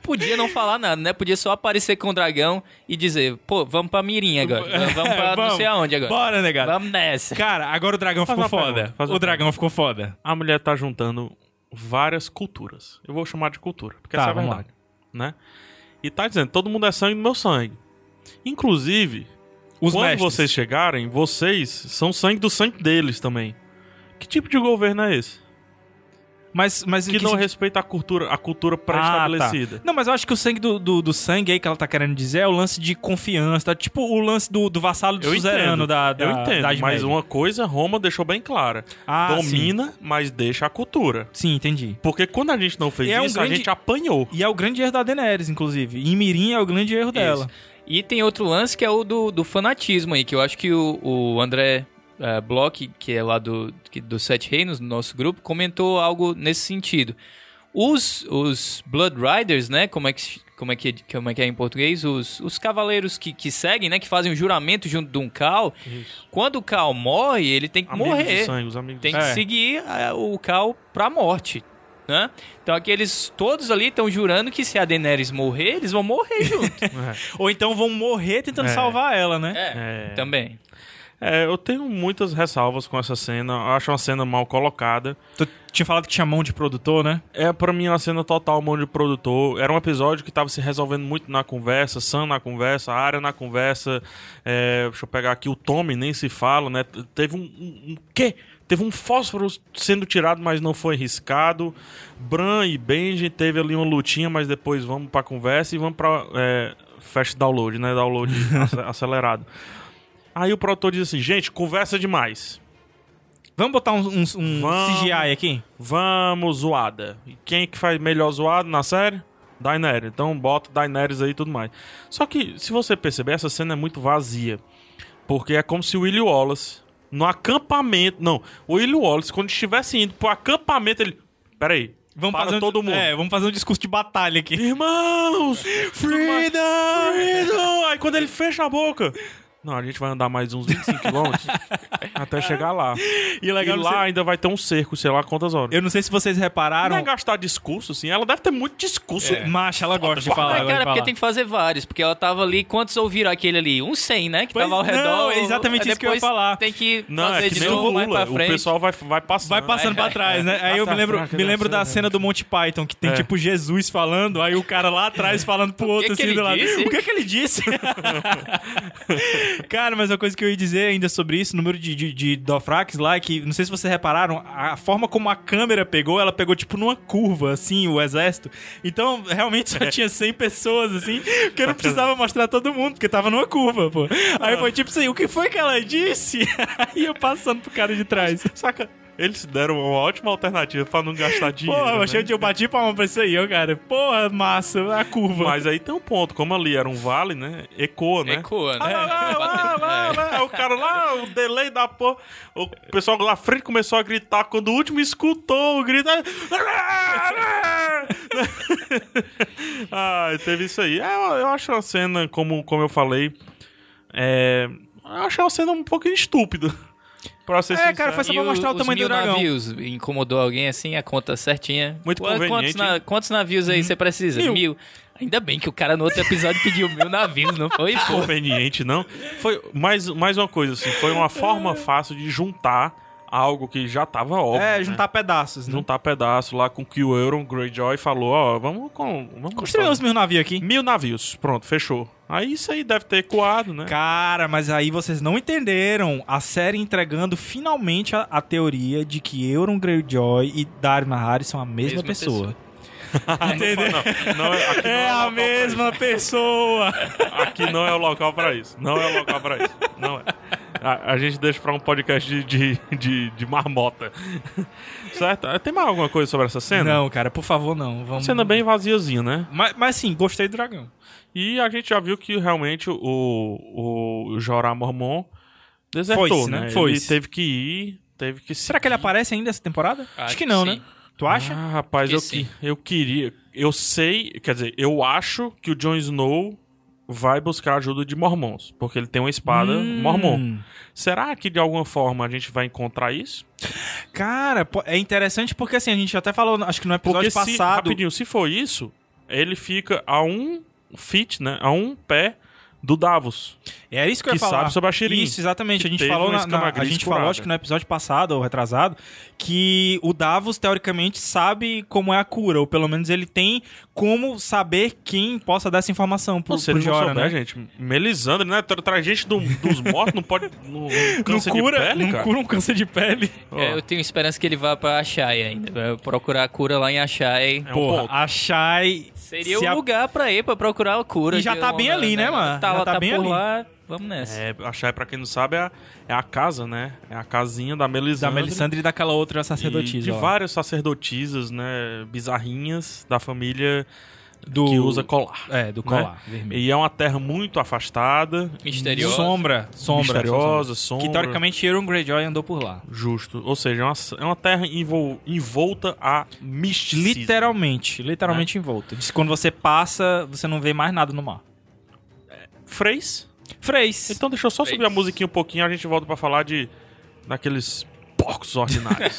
Speaker 3: Podia não falar nada, né? Podia só aparecer com o dragão e dizer, pô, vamos pra
Speaker 2: [LAUGHS]
Speaker 3: Mirim agora. Vamos pra não sei aonde agora.
Speaker 2: É, Bora, negado.
Speaker 3: Vamos nessa.
Speaker 2: Cara, agora o dragão
Speaker 1: Faz
Speaker 2: ficou
Speaker 1: uma
Speaker 2: foda.
Speaker 1: pergunta, faz uma
Speaker 2: o dragão ficou foda.
Speaker 1: A mulher tá juntando várias culturas. Eu vou chamar de cultura, porque
Speaker 2: Tá,
Speaker 1: essa é a
Speaker 2: vamos
Speaker 1: verdade. Né? E tá dizendo, todo mundo é sangue do meu sangue. Inclusive,
Speaker 2: Os
Speaker 1: quando
Speaker 2: mestres.
Speaker 1: vocês chegarem, vocês são sangue do sangue deles também. Que tipo de governo é esse?
Speaker 2: Mas, mas em
Speaker 1: Que, não
Speaker 2: sentido?
Speaker 1: respeita a cultura, a cultura
Speaker 2: Ah,
Speaker 1: pré-estabelecida.
Speaker 2: tá. Não, mas eu acho que o sangue do, do, do sangue aí que ela tá querendo dizer é o lance de confiança, tá? tipo o lance do, do vassalo do
Speaker 1: Eu
Speaker 2: suzerano
Speaker 1: entendo.
Speaker 2: da, da
Speaker 1: Eu entendo,
Speaker 2: Idade
Speaker 1: mas
Speaker 2: Média.
Speaker 1: uma coisa Roma deixou bem clara.
Speaker 2: Ah,
Speaker 1: Domina, mas deixa a cultura.
Speaker 2: Sim, entendi.
Speaker 1: Porque quando a gente não fez
Speaker 2: E é um
Speaker 1: isso, a
Speaker 2: grande-
Speaker 1: gente apanhou.
Speaker 2: E é o grande erro da Daenerys, inclusive. E em Mirim é o grande erro dela.
Speaker 3: E tem outro lance que é o do, do fanatismo aí, que eu acho que o, o André eh, Bloch, que é lá do, que, do Sete Reinos, do nosso grupo, comentou algo nesse sentido. Os, os Blood Riders, né? Como é que, se- como é, que, como é, que é em português? Os, os cavaleiros que, que seguem, né? Que fazem o juramento junto de um Cal. Quando o Cal morre, ele tem que
Speaker 1: Amigos de
Speaker 3: morrer
Speaker 1: sangue, os amigos
Speaker 3: tem
Speaker 1: de
Speaker 3: que
Speaker 2: É.
Speaker 3: seguir eh, o Cal pra morte, né? Então aqueles todos ali estão jurando que se a Daenerys morrer, eles
Speaker 2: [LAUGHS]
Speaker 3: vão
Speaker 2: É.
Speaker 3: morrer junto.
Speaker 1: sangue.
Speaker 2: Ou então vão morrer tentando
Speaker 1: É.
Speaker 2: salvar ela, né?
Speaker 1: É.
Speaker 3: também.
Speaker 1: É, eu tenho muitas ressalvas com essa cena. Eu acho uma cena mal colocada.
Speaker 2: Tu tinha falado que tinha mão de produtor, né?
Speaker 1: É, pra mim, uma cena total mão de produtor. Era um episódio que tava se resolvendo muito na conversa, Sam na conversa, área na conversa. É, deixa eu pegar aqui, o Tommy nem se fala, né? T- Teve um, um, um quê? Teve um fósforo sendo tirado, mas não foi riscado. Bran e Benji teve ali uma lutinha, mas depois vamos pra conversa e vamos pra é, fast download, né? Download ace- acelerado. Aí o produtor diz assim, gente, conversa demais.
Speaker 2: Vamos botar um, um, um
Speaker 1: Vamos.
Speaker 2: CGI aqui?
Speaker 1: Vamos, zoada. E quem que faz melhor zoado na série? Daenerys. Então bota Daenerys aí e tudo mais. Só que, se você perceber, essa cena é muito vazia. Porque é como se o Willie Wallace, no acampamento... Não, o Willie Wallace, quando estivesse indo pro acampamento, ele... Peraí,
Speaker 2: Vamos
Speaker 1: para
Speaker 2: fazer um,
Speaker 1: todo mundo.
Speaker 2: É, vamos fazer um discurso de batalha aqui.
Speaker 1: Irmãos! Freedom! Freedom! Aí quando ele fecha a boca... Não, a gente vai andar mais uns 25
Speaker 2: [LAUGHS]
Speaker 1: quilômetros até chegar lá.
Speaker 2: E
Speaker 1: E
Speaker 2: legal, não
Speaker 1: lá
Speaker 2: sei-
Speaker 1: ainda vai ter um cerco, sei lá quantas horas.
Speaker 2: eu não sei se vocês repararam.
Speaker 1: Não é gastar discurso, assim. Ela deve ter muito discurso.
Speaker 2: Macha, ela gosta de falar.
Speaker 3: Ah,
Speaker 2: ela gosta
Speaker 3: cara,
Speaker 2: de
Speaker 3: porque
Speaker 2: falar.
Speaker 3: tem que fazer vários, porque ela tava ali, quantos ouviram aquele ali? Um 100, né? Que
Speaker 2: Pois
Speaker 3: tava ao
Speaker 2: não,
Speaker 3: redor.
Speaker 2: é exatamente
Speaker 3: aí
Speaker 2: isso que eu ia
Speaker 3: depois
Speaker 2: falar.
Speaker 3: Tem que
Speaker 1: Não,
Speaker 3: fazer
Speaker 1: é que
Speaker 3: de
Speaker 1: nem o
Speaker 3: novo mais pra
Speaker 1: Lula. O
Speaker 3: frente.
Speaker 1: pessoal vai, vai passando.
Speaker 2: Vai passando pra trás, né? Aí eu me lembro, me lembro da cena do Monty Python, que tem
Speaker 1: É.
Speaker 2: tipo Jesus falando, aí o cara lá atrás falando
Speaker 3: [LAUGHS]
Speaker 2: pro outro
Speaker 3: que
Speaker 2: assim
Speaker 3: ele
Speaker 2: do lado.
Speaker 3: disse?
Speaker 2: O que é que ele disse? [LAUGHS] cara, mas uma coisa que eu ia dizer ainda sobre isso, o número de, de, de Dofrax lá, é que não sei se vocês repararam, a forma como a câmera pegou, ela pegou tipo numa curva, assim, o exército. Então, realmente só tinha 100 pessoas, assim, porque não precisava mostrar todo mundo, porque tava numa curva, pô. Aí foi tipo assim, o que foi que ela disse? [LAUGHS] aí eu passando pro cara de trás.
Speaker 1: É. [LAUGHS] Saca? Eles deram uma ótima alternativa pra não gastar dinheiro.
Speaker 2: Porra, eu
Speaker 1: né?
Speaker 2: achei que eu bati palma pra isso aí, ó, cara. Porra, massa, a curva.
Speaker 1: Mas aí tem um ponto. Como ali era um vale, né? Ecoa, né?
Speaker 3: Ecoa, né?
Speaker 1: Ah, lá, lá, lá,
Speaker 2: é.
Speaker 1: lá. O cara lá, o delay da porra. O pessoal lá na frente começou a gritar. Quando o último escutou o grito. aí- [LAUGHS] ah, teve isso aí. É, eu, eu acho a cena, como, como eu falei, é, eu acho a cena um pouquinho estúpida. [LAUGHS] Pra ser
Speaker 2: É,
Speaker 1: sincero,
Speaker 2: cara, foi só
Speaker 3: E
Speaker 2: pra
Speaker 3: o-
Speaker 2: mostrar o
Speaker 3: os
Speaker 2: tamanho do
Speaker 3: mil
Speaker 2: dragão.
Speaker 3: navios incomodou alguém assim, a conta certinha.
Speaker 1: Muito
Speaker 3: Qu- quantos
Speaker 1: conveniente,
Speaker 3: na-
Speaker 1: hein?
Speaker 3: Quantos navios aí você precisa?
Speaker 2: Uhum. Mil.
Speaker 3: Mil. Ainda bem que o cara no outro episódio pediu mil navios, não
Speaker 2: [LAUGHS]
Speaker 3: foi? Pô.
Speaker 1: conveniente, não. Foi mais, mais uma coisa, assim, foi uma forma fácil de juntar algo que já tava óbvio.
Speaker 2: É,
Speaker 1: né?
Speaker 2: juntar pedaços, né?
Speaker 1: juntar pedaço lá com o que o Euron Greyjoy falou, ó, vamos com. Vamos
Speaker 2: Construir os
Speaker 1: fazer-
Speaker 2: meus navios aqui.
Speaker 1: mil navios. Pronto, fechou. Aí isso aí deve ter ecoado, né?
Speaker 2: Cara, mas aí vocês não entenderam a série entregando finalmente a, a teoria de que Euron Greyjoy e Dario Nahari são a mesma,
Speaker 3: Mesma
Speaker 2: pessoa. [LAUGHS]
Speaker 1: Entendeu? Não, não, aqui não
Speaker 2: É
Speaker 1: o
Speaker 2: a
Speaker 1: local pra
Speaker 2: mesma pessoa!
Speaker 1: isso. Aqui não é o local pra isso. Não é o local pra isso. Não é. A, a gente deixa pra um podcast de, de, de, de marmota. Certo? Eh, Tem mais alguma coisa sobre essa cena?
Speaker 2: Não, cara, por favor, não. Vamos...
Speaker 1: Cena bem vaziazinha, né?
Speaker 2: Mas, mas sim, gostei do dragão.
Speaker 1: E a gente já viu que realmente o, o Jorah Mormon desertou,
Speaker 2: Foi-se, né?
Speaker 1: né? Ele
Speaker 2: Foi-se.
Speaker 1: teve que ir, teve que
Speaker 2: Será que ele aparece ainda essa temporada? Acho, que não,
Speaker 3: que
Speaker 2: né?
Speaker 3: sim.
Speaker 2: Tu acha?
Speaker 1: Ah, rapaz,
Speaker 3: Que
Speaker 1: eu,
Speaker 3: sim.
Speaker 1: que, eu queria... Eu sei, quer dizer, eu acho que o Jon Snow vai buscar a ajuda de Mormons, porque ele tem uma espada
Speaker 2: Hum.
Speaker 1: Mormon. Será que de alguma forma a gente vai encontrar isso?
Speaker 2: Cara, pô, é interessante porque assim, a gente até falou, acho que no
Speaker 1: Porque
Speaker 2: episódio
Speaker 1: se,
Speaker 2: passado.
Speaker 1: rapidinho, se for isso, ele fica a um fit, né? A um pé do Davos,
Speaker 2: Era isso que eu
Speaker 1: que
Speaker 2: ia falar.
Speaker 1: sabe sobre a Shirin.
Speaker 2: Isso, exatamente.
Speaker 1: que
Speaker 2: A gente
Speaker 1: teve
Speaker 2: falou,
Speaker 1: uma
Speaker 2: na- na-
Speaker 1: escama
Speaker 2: a
Speaker 1: gris
Speaker 2: gente
Speaker 1: curada.
Speaker 2: falou, acho que no episódio passado ou retrasado, que o Davos, teoricamente, sabe como é a cura, ou pelo menos ele tem como saber quem possa dar essa informação pro,
Speaker 1: Não, se ele
Speaker 2: pro
Speaker 1: não
Speaker 2: Jorah,
Speaker 1: souber,
Speaker 2: né?
Speaker 1: gente, Melisandre, né? Tra- Traz gente do- dos mortos, não pode... Não, não
Speaker 2: [LAUGHS] Não
Speaker 1: câncer
Speaker 2: cura,
Speaker 1: de pele,
Speaker 2: não
Speaker 1: cara.
Speaker 2: cura um câncer de pele.
Speaker 1: Ó,
Speaker 3: É, eu tenho esperança que ele vá pra Achai ainda. Vai procurar a cura lá em Achai.
Speaker 1: É um
Speaker 2: Porra,
Speaker 1: ponto.
Speaker 2: a Shai...
Speaker 3: Seria
Speaker 2: se
Speaker 3: o
Speaker 2: a-
Speaker 3: lugar pra ir pra procurar a cura.
Speaker 2: E já
Speaker 3: de
Speaker 2: tá
Speaker 3: uma-
Speaker 2: bem ali, né, mano?
Speaker 3: Tá,
Speaker 2: Já
Speaker 3: lá,
Speaker 2: tá
Speaker 3: tá,
Speaker 2: bem
Speaker 3: por
Speaker 2: ali.
Speaker 3: lá. Vamos nessa.
Speaker 1: É, a Shai, pra quem não sabe, é a, é a casa, né? É a casinha da
Speaker 2: Da
Speaker 1: Melisandre.
Speaker 2: Melisandre e daquela outra
Speaker 1: e
Speaker 2: sacerdotisa.
Speaker 1: de
Speaker 2: lá.
Speaker 1: várias sacerdotisas, né? Bizarrinhas da família
Speaker 2: Do-
Speaker 1: que usa colar. né?
Speaker 2: É, do colar vermelho.
Speaker 1: E é uma terra muito afastada,
Speaker 3: Misterioso.
Speaker 2: Sombra. Sombra.
Speaker 1: misteriosa, sombra.
Speaker 2: Que teoricamente Euron Greyjoy andou por lá.
Speaker 1: Justo. Ou seja, é uma, é uma terra envol- envolta a misticismo.
Speaker 2: Literalmente,
Speaker 1: Né?
Speaker 2: literalmente envolto. Diz que quando você passa, você não vê mais nada no mar.
Speaker 1: Freis?
Speaker 2: Freis.
Speaker 1: Então deixa eu só subir a musiquinha um pouquinho, a gente volta pra falar de daqueles porcos
Speaker 2: [LAUGHS]
Speaker 1: ordinários.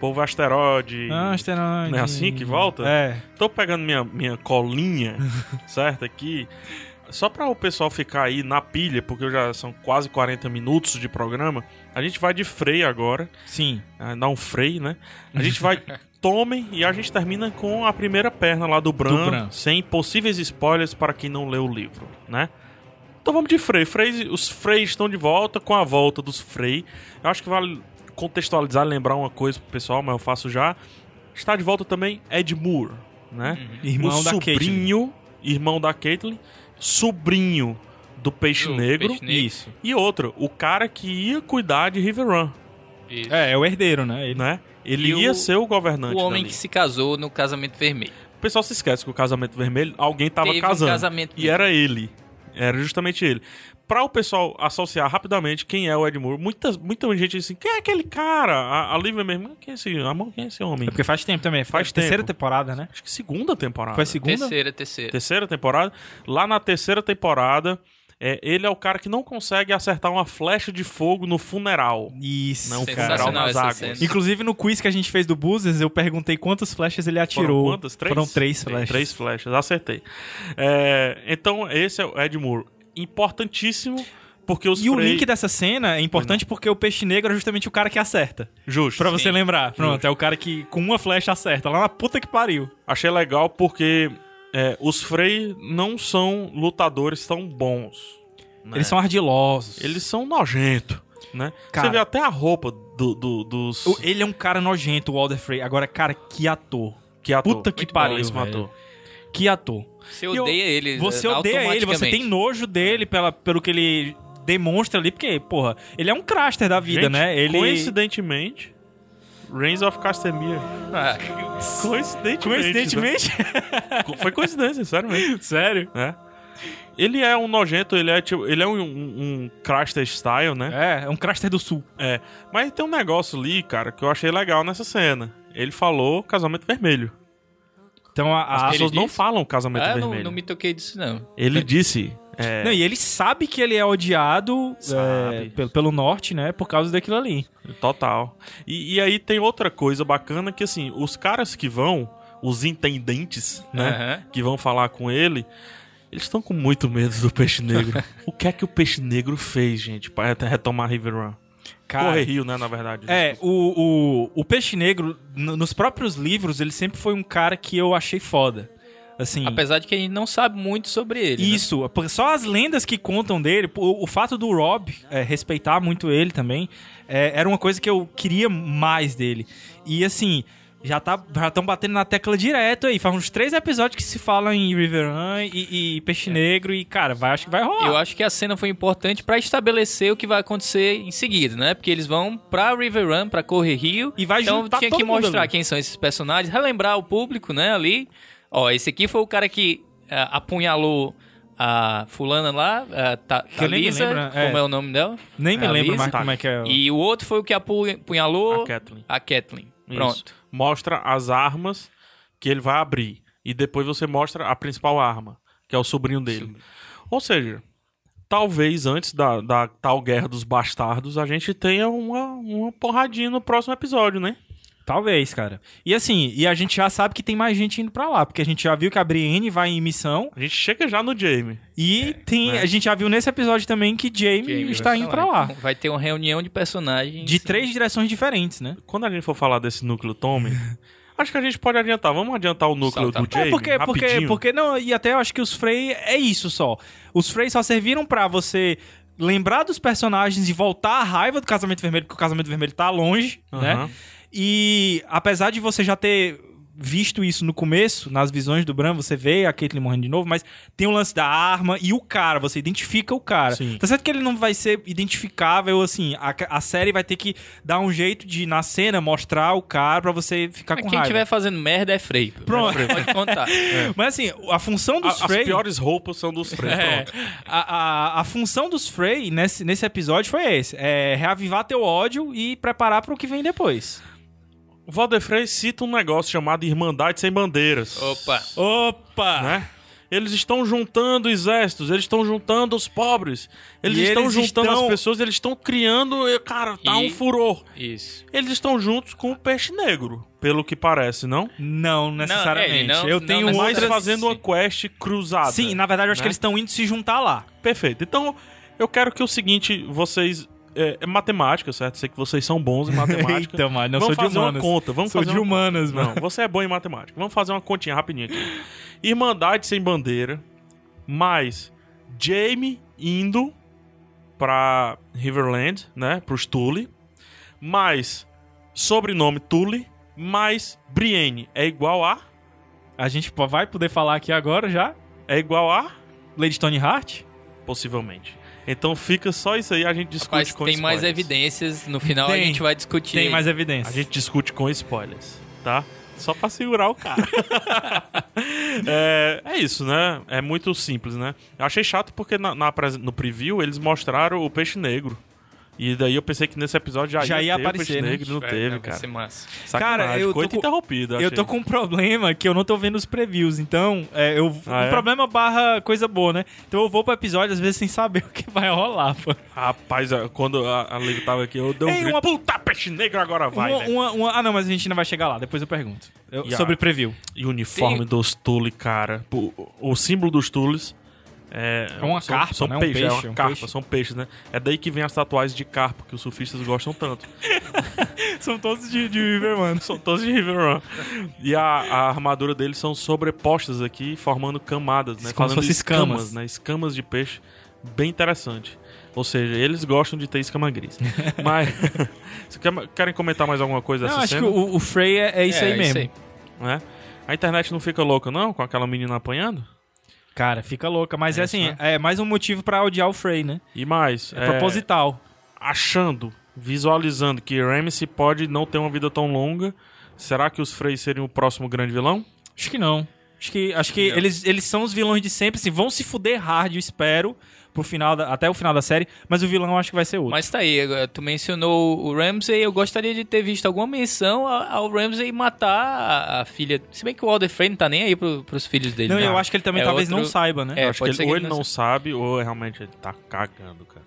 Speaker 1: Povo asteroide.
Speaker 2: Ah, asteroide.
Speaker 1: Não é assim que volta?
Speaker 2: É.
Speaker 1: Tô pegando minha, minha colinha, certo? Aqui. Só pra o pessoal ficar aí na pilha, porque já são quase 40 minutos de programa, a gente vai de freio agora.
Speaker 2: Sim.
Speaker 1: Ah, Dá um freio, né? A gente vai. Tomem e a gente termina com a primeira perna lá do Bran,
Speaker 2: Bran.
Speaker 1: sem possíveis spoilers para quem não leu o livro, né? Então vamos de Frey. Frey os Freys estão de volta com a volta dos Frey. Eu acho que vale contextualizar, lembrar uma coisa pro pessoal, mas eu faço já. Está de volta também Ed Moore, né?
Speaker 2: Irmão
Speaker 1: o
Speaker 2: da Caitlyn.
Speaker 1: sobrinho, irmão da Caitlyn, sobrinho do Peixe
Speaker 3: Do
Speaker 1: Negro
Speaker 3: Peixe Negro.
Speaker 2: Isso.
Speaker 1: e outro, o cara que ia cuidar de Riverrun,
Speaker 3: Isso.
Speaker 2: É, é o herdeiro, né? Ele...
Speaker 1: né? Ele
Speaker 3: E
Speaker 1: ia
Speaker 3: o-
Speaker 1: ser o governante
Speaker 3: O homem
Speaker 1: dali.
Speaker 3: que se casou no casamento vermelho.
Speaker 1: O pessoal se esquece que o casamento vermelho, alguém tava
Speaker 3: Teve um
Speaker 1: casando.
Speaker 3: casamento
Speaker 1: e era ele. Era justamente ele. Pra o pessoal associar rapidamente quem é o Ed Moore, muita, muita gente diz assim: quem é aquele cara? A, a Lívia mesmo, quem é esse, a mão, quem é esse homem?
Speaker 2: É porque faz tempo também.
Speaker 1: Faz
Speaker 2: Faz terceira
Speaker 1: tempo.
Speaker 2: temporada, né?
Speaker 1: Acho que segunda temporada.
Speaker 2: Foi a segunda?
Speaker 3: Terceira, terceira.
Speaker 1: Terceira temporada. Lá na terceira temporada, é, ele é o cara que não consegue acertar uma flecha de fogo no funeral.
Speaker 2: Isso,
Speaker 1: Não,
Speaker 2: cara.
Speaker 1: funeral
Speaker 3: Sensacional
Speaker 1: nas
Speaker 3: essa
Speaker 1: águas.
Speaker 3: cena.
Speaker 2: Inclusive no quiz que a gente fez do Buzzers, eu perguntei quantas flechas ele atirou.
Speaker 1: Foram quantas? Três?
Speaker 2: Foram três flechas.
Speaker 1: Três flechas, acertei. É, então, esse é o Ed Moore. Importantíssimo, porque os
Speaker 2: E o
Speaker 1: Frey-
Speaker 2: link dessa cena é importante porque o peixe negro é justamente o cara que acerta.
Speaker 1: Justo.
Speaker 2: Pra você lembrar. Pronto, é o cara que com uma flecha acerta. Lá na puta que pariu.
Speaker 1: Achei legal porque é, os Frey não são lutadores tão bons. né?
Speaker 2: É. Eles são ardilosos.
Speaker 1: Eles são nojentos, né?
Speaker 2: Cara-
Speaker 1: Você vê até a roupa do, do- dos...
Speaker 2: O- Ele é um cara nojento, o Walder Frey. Agora, cara, que ator.
Speaker 1: que ator.
Speaker 2: puta que
Speaker 1: Muito
Speaker 2: pariu,
Speaker 1: bom esse
Speaker 2: velho.
Speaker 1: ator.
Speaker 2: Que ator.
Speaker 3: Você
Speaker 2: E eu-
Speaker 3: odeia ele.
Speaker 2: Você
Speaker 3: né,
Speaker 2: odeia ele, você
Speaker 3: automaticamente.
Speaker 2: É. tem nojo dele pela, pelo que ele demonstra ali, porque, porra, ele é um craster da vida,
Speaker 1: Gente,
Speaker 2: né? Ele.
Speaker 1: Coincidentemente, Reigns of Castamere.
Speaker 3: Ah,
Speaker 1: Coincidentemente.
Speaker 2: Coincidentemente.
Speaker 1: né? Co- Foi coincidência, sério mesmo.
Speaker 2: [LAUGHS] Sério?
Speaker 1: né? Ele é um nojento, ele é tipo, ele é um, um, um Craster Style, né?
Speaker 2: É, é um craster do sul.
Speaker 1: É. Mas tem um negócio ali, cara, que eu achei legal nessa cena. Ele falou casamento vermelho.
Speaker 2: Então a.
Speaker 1: As
Speaker 2: a-
Speaker 1: pessoas
Speaker 3: ele
Speaker 1: não
Speaker 3: disse?
Speaker 1: falam casamento
Speaker 3: ah, não,
Speaker 1: vermelho.
Speaker 3: não me toquei disso, não.
Speaker 1: Ele disse. é,
Speaker 2: Não, e ele sabe que ele é odiado
Speaker 1: Sabe.
Speaker 2: é, pelo, pelo norte, né? Por causa daquilo ali.
Speaker 1: Total. E, e aí tem outra coisa bacana que, assim, os caras que vão, os intendentes,
Speaker 2: É?
Speaker 1: né?
Speaker 3: Aham.
Speaker 1: Que vão falar com ele, eles estão com muito medo do peixe
Speaker 3: [LAUGHS]
Speaker 1: negro. o que é que o peixe negro fez, gente, para até retomar River Run?
Speaker 2: Cara,
Speaker 1: Corre Rio, né, na verdade.
Speaker 2: É, o, o, o Peixe Negro, no- nos próprios livros, ele sempre foi um cara que eu achei foda. Assim,
Speaker 3: Apesar de que a gente não sabe muito sobre ele. né?
Speaker 2: isso. porque Só as lendas que contam dele, pô, o, fato do Rob é, respeitar muito ele também, é, era uma coisa que eu queria mais dele. E assim, já tá, já estão batendo na tecla direto aí. Faz uns três episódios que se fala em Riverrun e, e Peixe Negro e, cara, vai, acho que vai rolar.
Speaker 3: É. Eu acho que a cena foi importante pra estabelecer o que vai acontecer em seguida, né? Porque eles vão pra River Run, pra Correr Rio.
Speaker 2: E vai
Speaker 3: então
Speaker 2: juntar
Speaker 3: tinha
Speaker 2: todo
Speaker 3: que
Speaker 2: mundo
Speaker 3: mostrar
Speaker 2: ali.
Speaker 3: quem são esses personagens, relembrar o público, né, ali. Ó, esse aqui foi o cara que ah, apunhalou a fulana lá, a Ta
Speaker 2: eu nem me
Speaker 3: Thalisa,
Speaker 2: lembro, é.
Speaker 3: como é o nome dela.
Speaker 2: Nem me
Speaker 3: A
Speaker 2: lembro
Speaker 3: Lisa.
Speaker 2: mais como é que é. o-
Speaker 3: E o outro foi o que apu- apunhalou
Speaker 1: A Kathleen.
Speaker 3: a Kathleen.
Speaker 1: Isso.
Speaker 3: Pronto.
Speaker 1: Mostra as armas que ele vai abrir. E depois você mostra a principal arma, que é o sobrinho dele. Ou seja, talvez antes da, da tal Guerra dos Bastardos, a gente tenha uma, uma porradinha no próximo episódio, né?
Speaker 2: Talvez, cara. E assim, e a gente já sabe que tem mais gente indo pra lá, porque a gente já viu que a Brienne vai em missão
Speaker 1: A gente chega já no Jamie.
Speaker 2: e tem, a gente já viu nesse episódio também que Jaime,
Speaker 3: Jamie
Speaker 2: está
Speaker 3: vai
Speaker 2: indo pra lá.
Speaker 3: Então, Vai ter uma reunião de personagens.
Speaker 2: De três direções diferentes, né?
Speaker 1: Quando a gente for falar desse núcleo
Speaker 2: [LAUGHS]
Speaker 1: Tommy, acho que a gente pode adiantar. Vamos adiantar o núcleo
Speaker 3: Salta.
Speaker 1: do Jamie
Speaker 2: é porque, porque,
Speaker 1: rapidinho.
Speaker 2: porque não, e até eu acho que os Frey é isso só. Os Frey só serviram pra você lembrar dos personagens e voltar a raiva do Casamento Vermelho, porque o Casamento Vermelho tá longe, né?
Speaker 1: Aham.
Speaker 2: E apesar de você já ter visto isso no começo, nas visões do Bran, você vê a Caitlyn morrendo de novo, mas tem o lance da arma e o cara, você identifica o cara.
Speaker 1: Sim.
Speaker 2: Tá certo que ele não vai ser identificável, assim, a, a série vai ter que dar um jeito de, na cena, mostrar o cara pra você ficar
Speaker 3: Mas
Speaker 2: com
Speaker 3: Ah, quem
Speaker 2: raiva.
Speaker 3: estiver fazendo merda é Frei.
Speaker 2: Pronto. [LAUGHS]
Speaker 3: Pode contar.
Speaker 2: Mas assim, a função
Speaker 1: A-
Speaker 2: dos Frey...
Speaker 1: As piores roupas são dos três.
Speaker 2: É, a, a, a função dos Frey nesse, nesse episódio foi esse: é reavivar teu ódio e preparar pro que vem depois.
Speaker 1: Valdefrey cita um negócio chamado Irmandade Sem Bandeiras.
Speaker 3: Opa.
Speaker 2: Opa!
Speaker 1: né? Eles estão juntando exércitos, eles estão juntando os pobres, eles
Speaker 2: E
Speaker 1: estão
Speaker 2: eles
Speaker 1: juntando
Speaker 2: estão-
Speaker 1: as pessoas, eles estão criando, e, cara, tá
Speaker 3: E-
Speaker 1: um furor.
Speaker 3: Isso.
Speaker 1: Eles estão juntos com o peixe negro, pelo que parece, não?
Speaker 2: Não necessariamente.
Speaker 3: ele não-
Speaker 2: eu
Speaker 3: não
Speaker 2: tenho
Speaker 3: necessariamente.
Speaker 1: Mas
Speaker 2: outras.
Speaker 1: fazendo uma quest cruzada.
Speaker 2: Sim, na verdade eu acho
Speaker 1: né?
Speaker 2: que eles estão indo se juntar lá.
Speaker 1: Perfeito. Então, eu quero que o seguinte, vocês é, é matemática, certo? Sei que vocês são
Speaker 2: [LAUGHS]
Speaker 1: bons em matemática.
Speaker 2: Eita, Então, mano, eu
Speaker 1: vamos
Speaker 2: sou de
Speaker 1: fazer
Speaker 2: humanas.
Speaker 1: uma conta, vamos
Speaker 2: Sou
Speaker 1: fazer
Speaker 2: de
Speaker 1: uma conta.
Speaker 2: humanas, mano.
Speaker 1: Não, você é bom em matemática. Vamos fazer uma continha rapidinha aqui. Irmandade sem bandeira, mais Jamie indo pra Riverland, né? Pros Tully, mais sobrenome Tully, mais Brienne. É igual a?
Speaker 2: A gente pô- vai poder falar aqui agora já?
Speaker 1: É igual a?
Speaker 2: Lady Tony Hart?
Speaker 1: Possivelmente. Então fica só isso aí, a gente discute
Speaker 3: Mas
Speaker 1: com
Speaker 3: tem mais
Speaker 1: spoilers.
Speaker 3: evidências, no final
Speaker 2: Tem.
Speaker 3: a gente vai discutir.
Speaker 2: Tem mais
Speaker 1: A
Speaker 2: evidências.
Speaker 1: gente discute com spoilers, tá? Só pra segurar o
Speaker 2: [LAUGHS]
Speaker 1: cara. é, é isso, né? É muito simples, né? Eu achei chato porque na- na apresen- no preview eles mostraram o peixe negro. E daí eu pensei que nesse episódio já,
Speaker 2: Já ia
Speaker 1: ter
Speaker 2: aparecer,
Speaker 1: o peixe
Speaker 2: né?
Speaker 1: negro, não
Speaker 3: Vai-
Speaker 1: teve,
Speaker 3: vai
Speaker 1: cara.
Speaker 3: É, ser massa.
Speaker 1: Sacanagem.
Speaker 2: Cara, eu tô
Speaker 1: Coito
Speaker 2: com-
Speaker 1: interrompido,
Speaker 2: Eu tô
Speaker 1: achei.
Speaker 2: com um problema que eu não tô vendo os previews, então é, eu
Speaker 1: Ah,
Speaker 2: um
Speaker 1: é?
Speaker 2: problema barra coisa boa, né? Então eu vou pro episódio às vezes sem saber [LAUGHS] o que vai rolar, pô.
Speaker 1: Rapaz, a- quando a, a Liv tava aqui, eu dei um
Speaker 2: Ei,
Speaker 1: grito.
Speaker 2: uma-
Speaker 1: Puta, peixe negro agora vai,
Speaker 2: uma,
Speaker 1: né?
Speaker 2: uma- uma- Ah, não, mas a gente ainda vai chegar lá, depois eu pergunto. Eu-
Speaker 1: Yeah.
Speaker 2: Sobre preview.
Speaker 1: E o uniforme
Speaker 3: Tem-
Speaker 1: dos Tully, cara. O, o símbolo dos Tullys é.
Speaker 2: É uma
Speaker 1: são,
Speaker 2: carpa,
Speaker 1: são
Speaker 2: né? Um
Speaker 1: peixes, é
Speaker 2: peixe,
Speaker 1: uma
Speaker 2: um
Speaker 1: carpa,
Speaker 2: peixe.
Speaker 1: são peixes, né? É daí que vem as tatuagens de carpa que os surfistas gostam tanto.
Speaker 2: [LAUGHS] São todos de, de River, mano.
Speaker 1: são todos de Riverrun. E a, a armadura deles são sobrepostas aqui, formando camadas, né?
Speaker 2: Como se
Speaker 1: Fazendo
Speaker 2: fosse escamas.
Speaker 1: né? Escamas de peixe. Bem interessante. Ou seja, eles gostam de ter escama
Speaker 2: [LAUGHS]
Speaker 1: gris. Mas. [LAUGHS] Vocês quer- querem comentar mais alguma coisa
Speaker 2: Não,
Speaker 1: dessa
Speaker 2: acho
Speaker 1: cena?
Speaker 2: que o, o Frey é, é isso
Speaker 3: É,
Speaker 2: aí mesmo.
Speaker 1: né? A internet não fica louca, não? Com aquela menina apanhando?
Speaker 2: Cara, fica louca. Mas é,
Speaker 1: É isso,
Speaker 2: assim,
Speaker 1: né?
Speaker 2: é mais um motivo pra odiar o Frey, né?
Speaker 1: E mais,
Speaker 2: É,
Speaker 1: é,
Speaker 2: proposital.
Speaker 1: achando, visualizando que Ramsey pode não ter uma vida tão longa, será que os Freys seriam o próximo grande vilão?
Speaker 2: Acho que não. Acho que, acho que
Speaker 3: Não.
Speaker 2: eles, eles são os vilões de sempre, assim, vão se fuder hard, eu espero, pro final da- até o final da série, mas o vilão eu acho que vai ser outro.
Speaker 3: Mas tá aí, agora, tu mencionou o Ramsey, eu gostaria de ter visto alguma menção a- ao Ramsey matar a- a filha. Se bem que o Walder Frey não tá nem aí pro, pros filhos dele.
Speaker 2: não,
Speaker 3: né?
Speaker 2: eu acho que ele também
Speaker 3: É
Speaker 2: talvez não
Speaker 3: outro-
Speaker 2: saiba, né?
Speaker 3: É,
Speaker 1: Eu acho
Speaker 3: pode
Speaker 1: que
Speaker 3: ser
Speaker 1: ele,
Speaker 3: que
Speaker 1: ou
Speaker 3: ele
Speaker 1: ele
Speaker 3: não
Speaker 1: não sabe, ou realmente ele tá cagando, cara.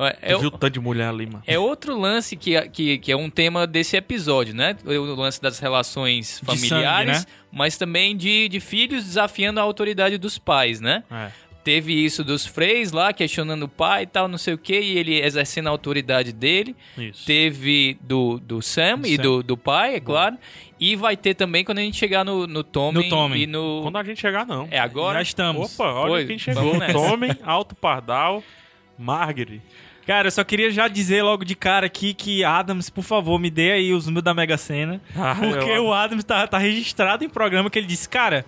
Speaker 3: É,
Speaker 1: Tu
Speaker 3: é o-
Speaker 1: viu o tanto de mulher ali, mano?
Speaker 3: É outro lance que, que, que é um tema desse episódio, né? O lance das relações familiares,
Speaker 2: sangue, né?
Speaker 3: mas também de, de filhos desafiando a autoridade dos pais, né?
Speaker 1: É.
Speaker 3: Teve isso dos Freys lá, questionando o pai e tal, não sei o quê, e ele exercendo a autoridade dele.
Speaker 1: Isso.
Speaker 3: Teve do, do Sam
Speaker 2: Do
Speaker 3: e
Speaker 2: Sam.
Speaker 3: do, do pai, é claro. E vai ter também quando a gente chegar no, no Tommy
Speaker 2: No Tommy.
Speaker 3: e no...
Speaker 1: Quando a gente chegar, não.
Speaker 3: É agora?
Speaker 2: Já estamos.
Speaker 1: Opa, olha
Speaker 3: Pois,
Speaker 1: quem
Speaker 3: vamos
Speaker 1: chegou.
Speaker 3: nessa.
Speaker 1: Tomem, Alto Pardal,
Speaker 3: [LAUGHS]
Speaker 1: Margaret.
Speaker 2: Cara, eu só queria já dizer logo de cara aqui que Adams, por favor, me dê aí os números da Mega Sena.
Speaker 1: Ah,
Speaker 2: Porque
Speaker 1: eu-
Speaker 2: o Adams tá, tá registrado em programa que ele disse, cara,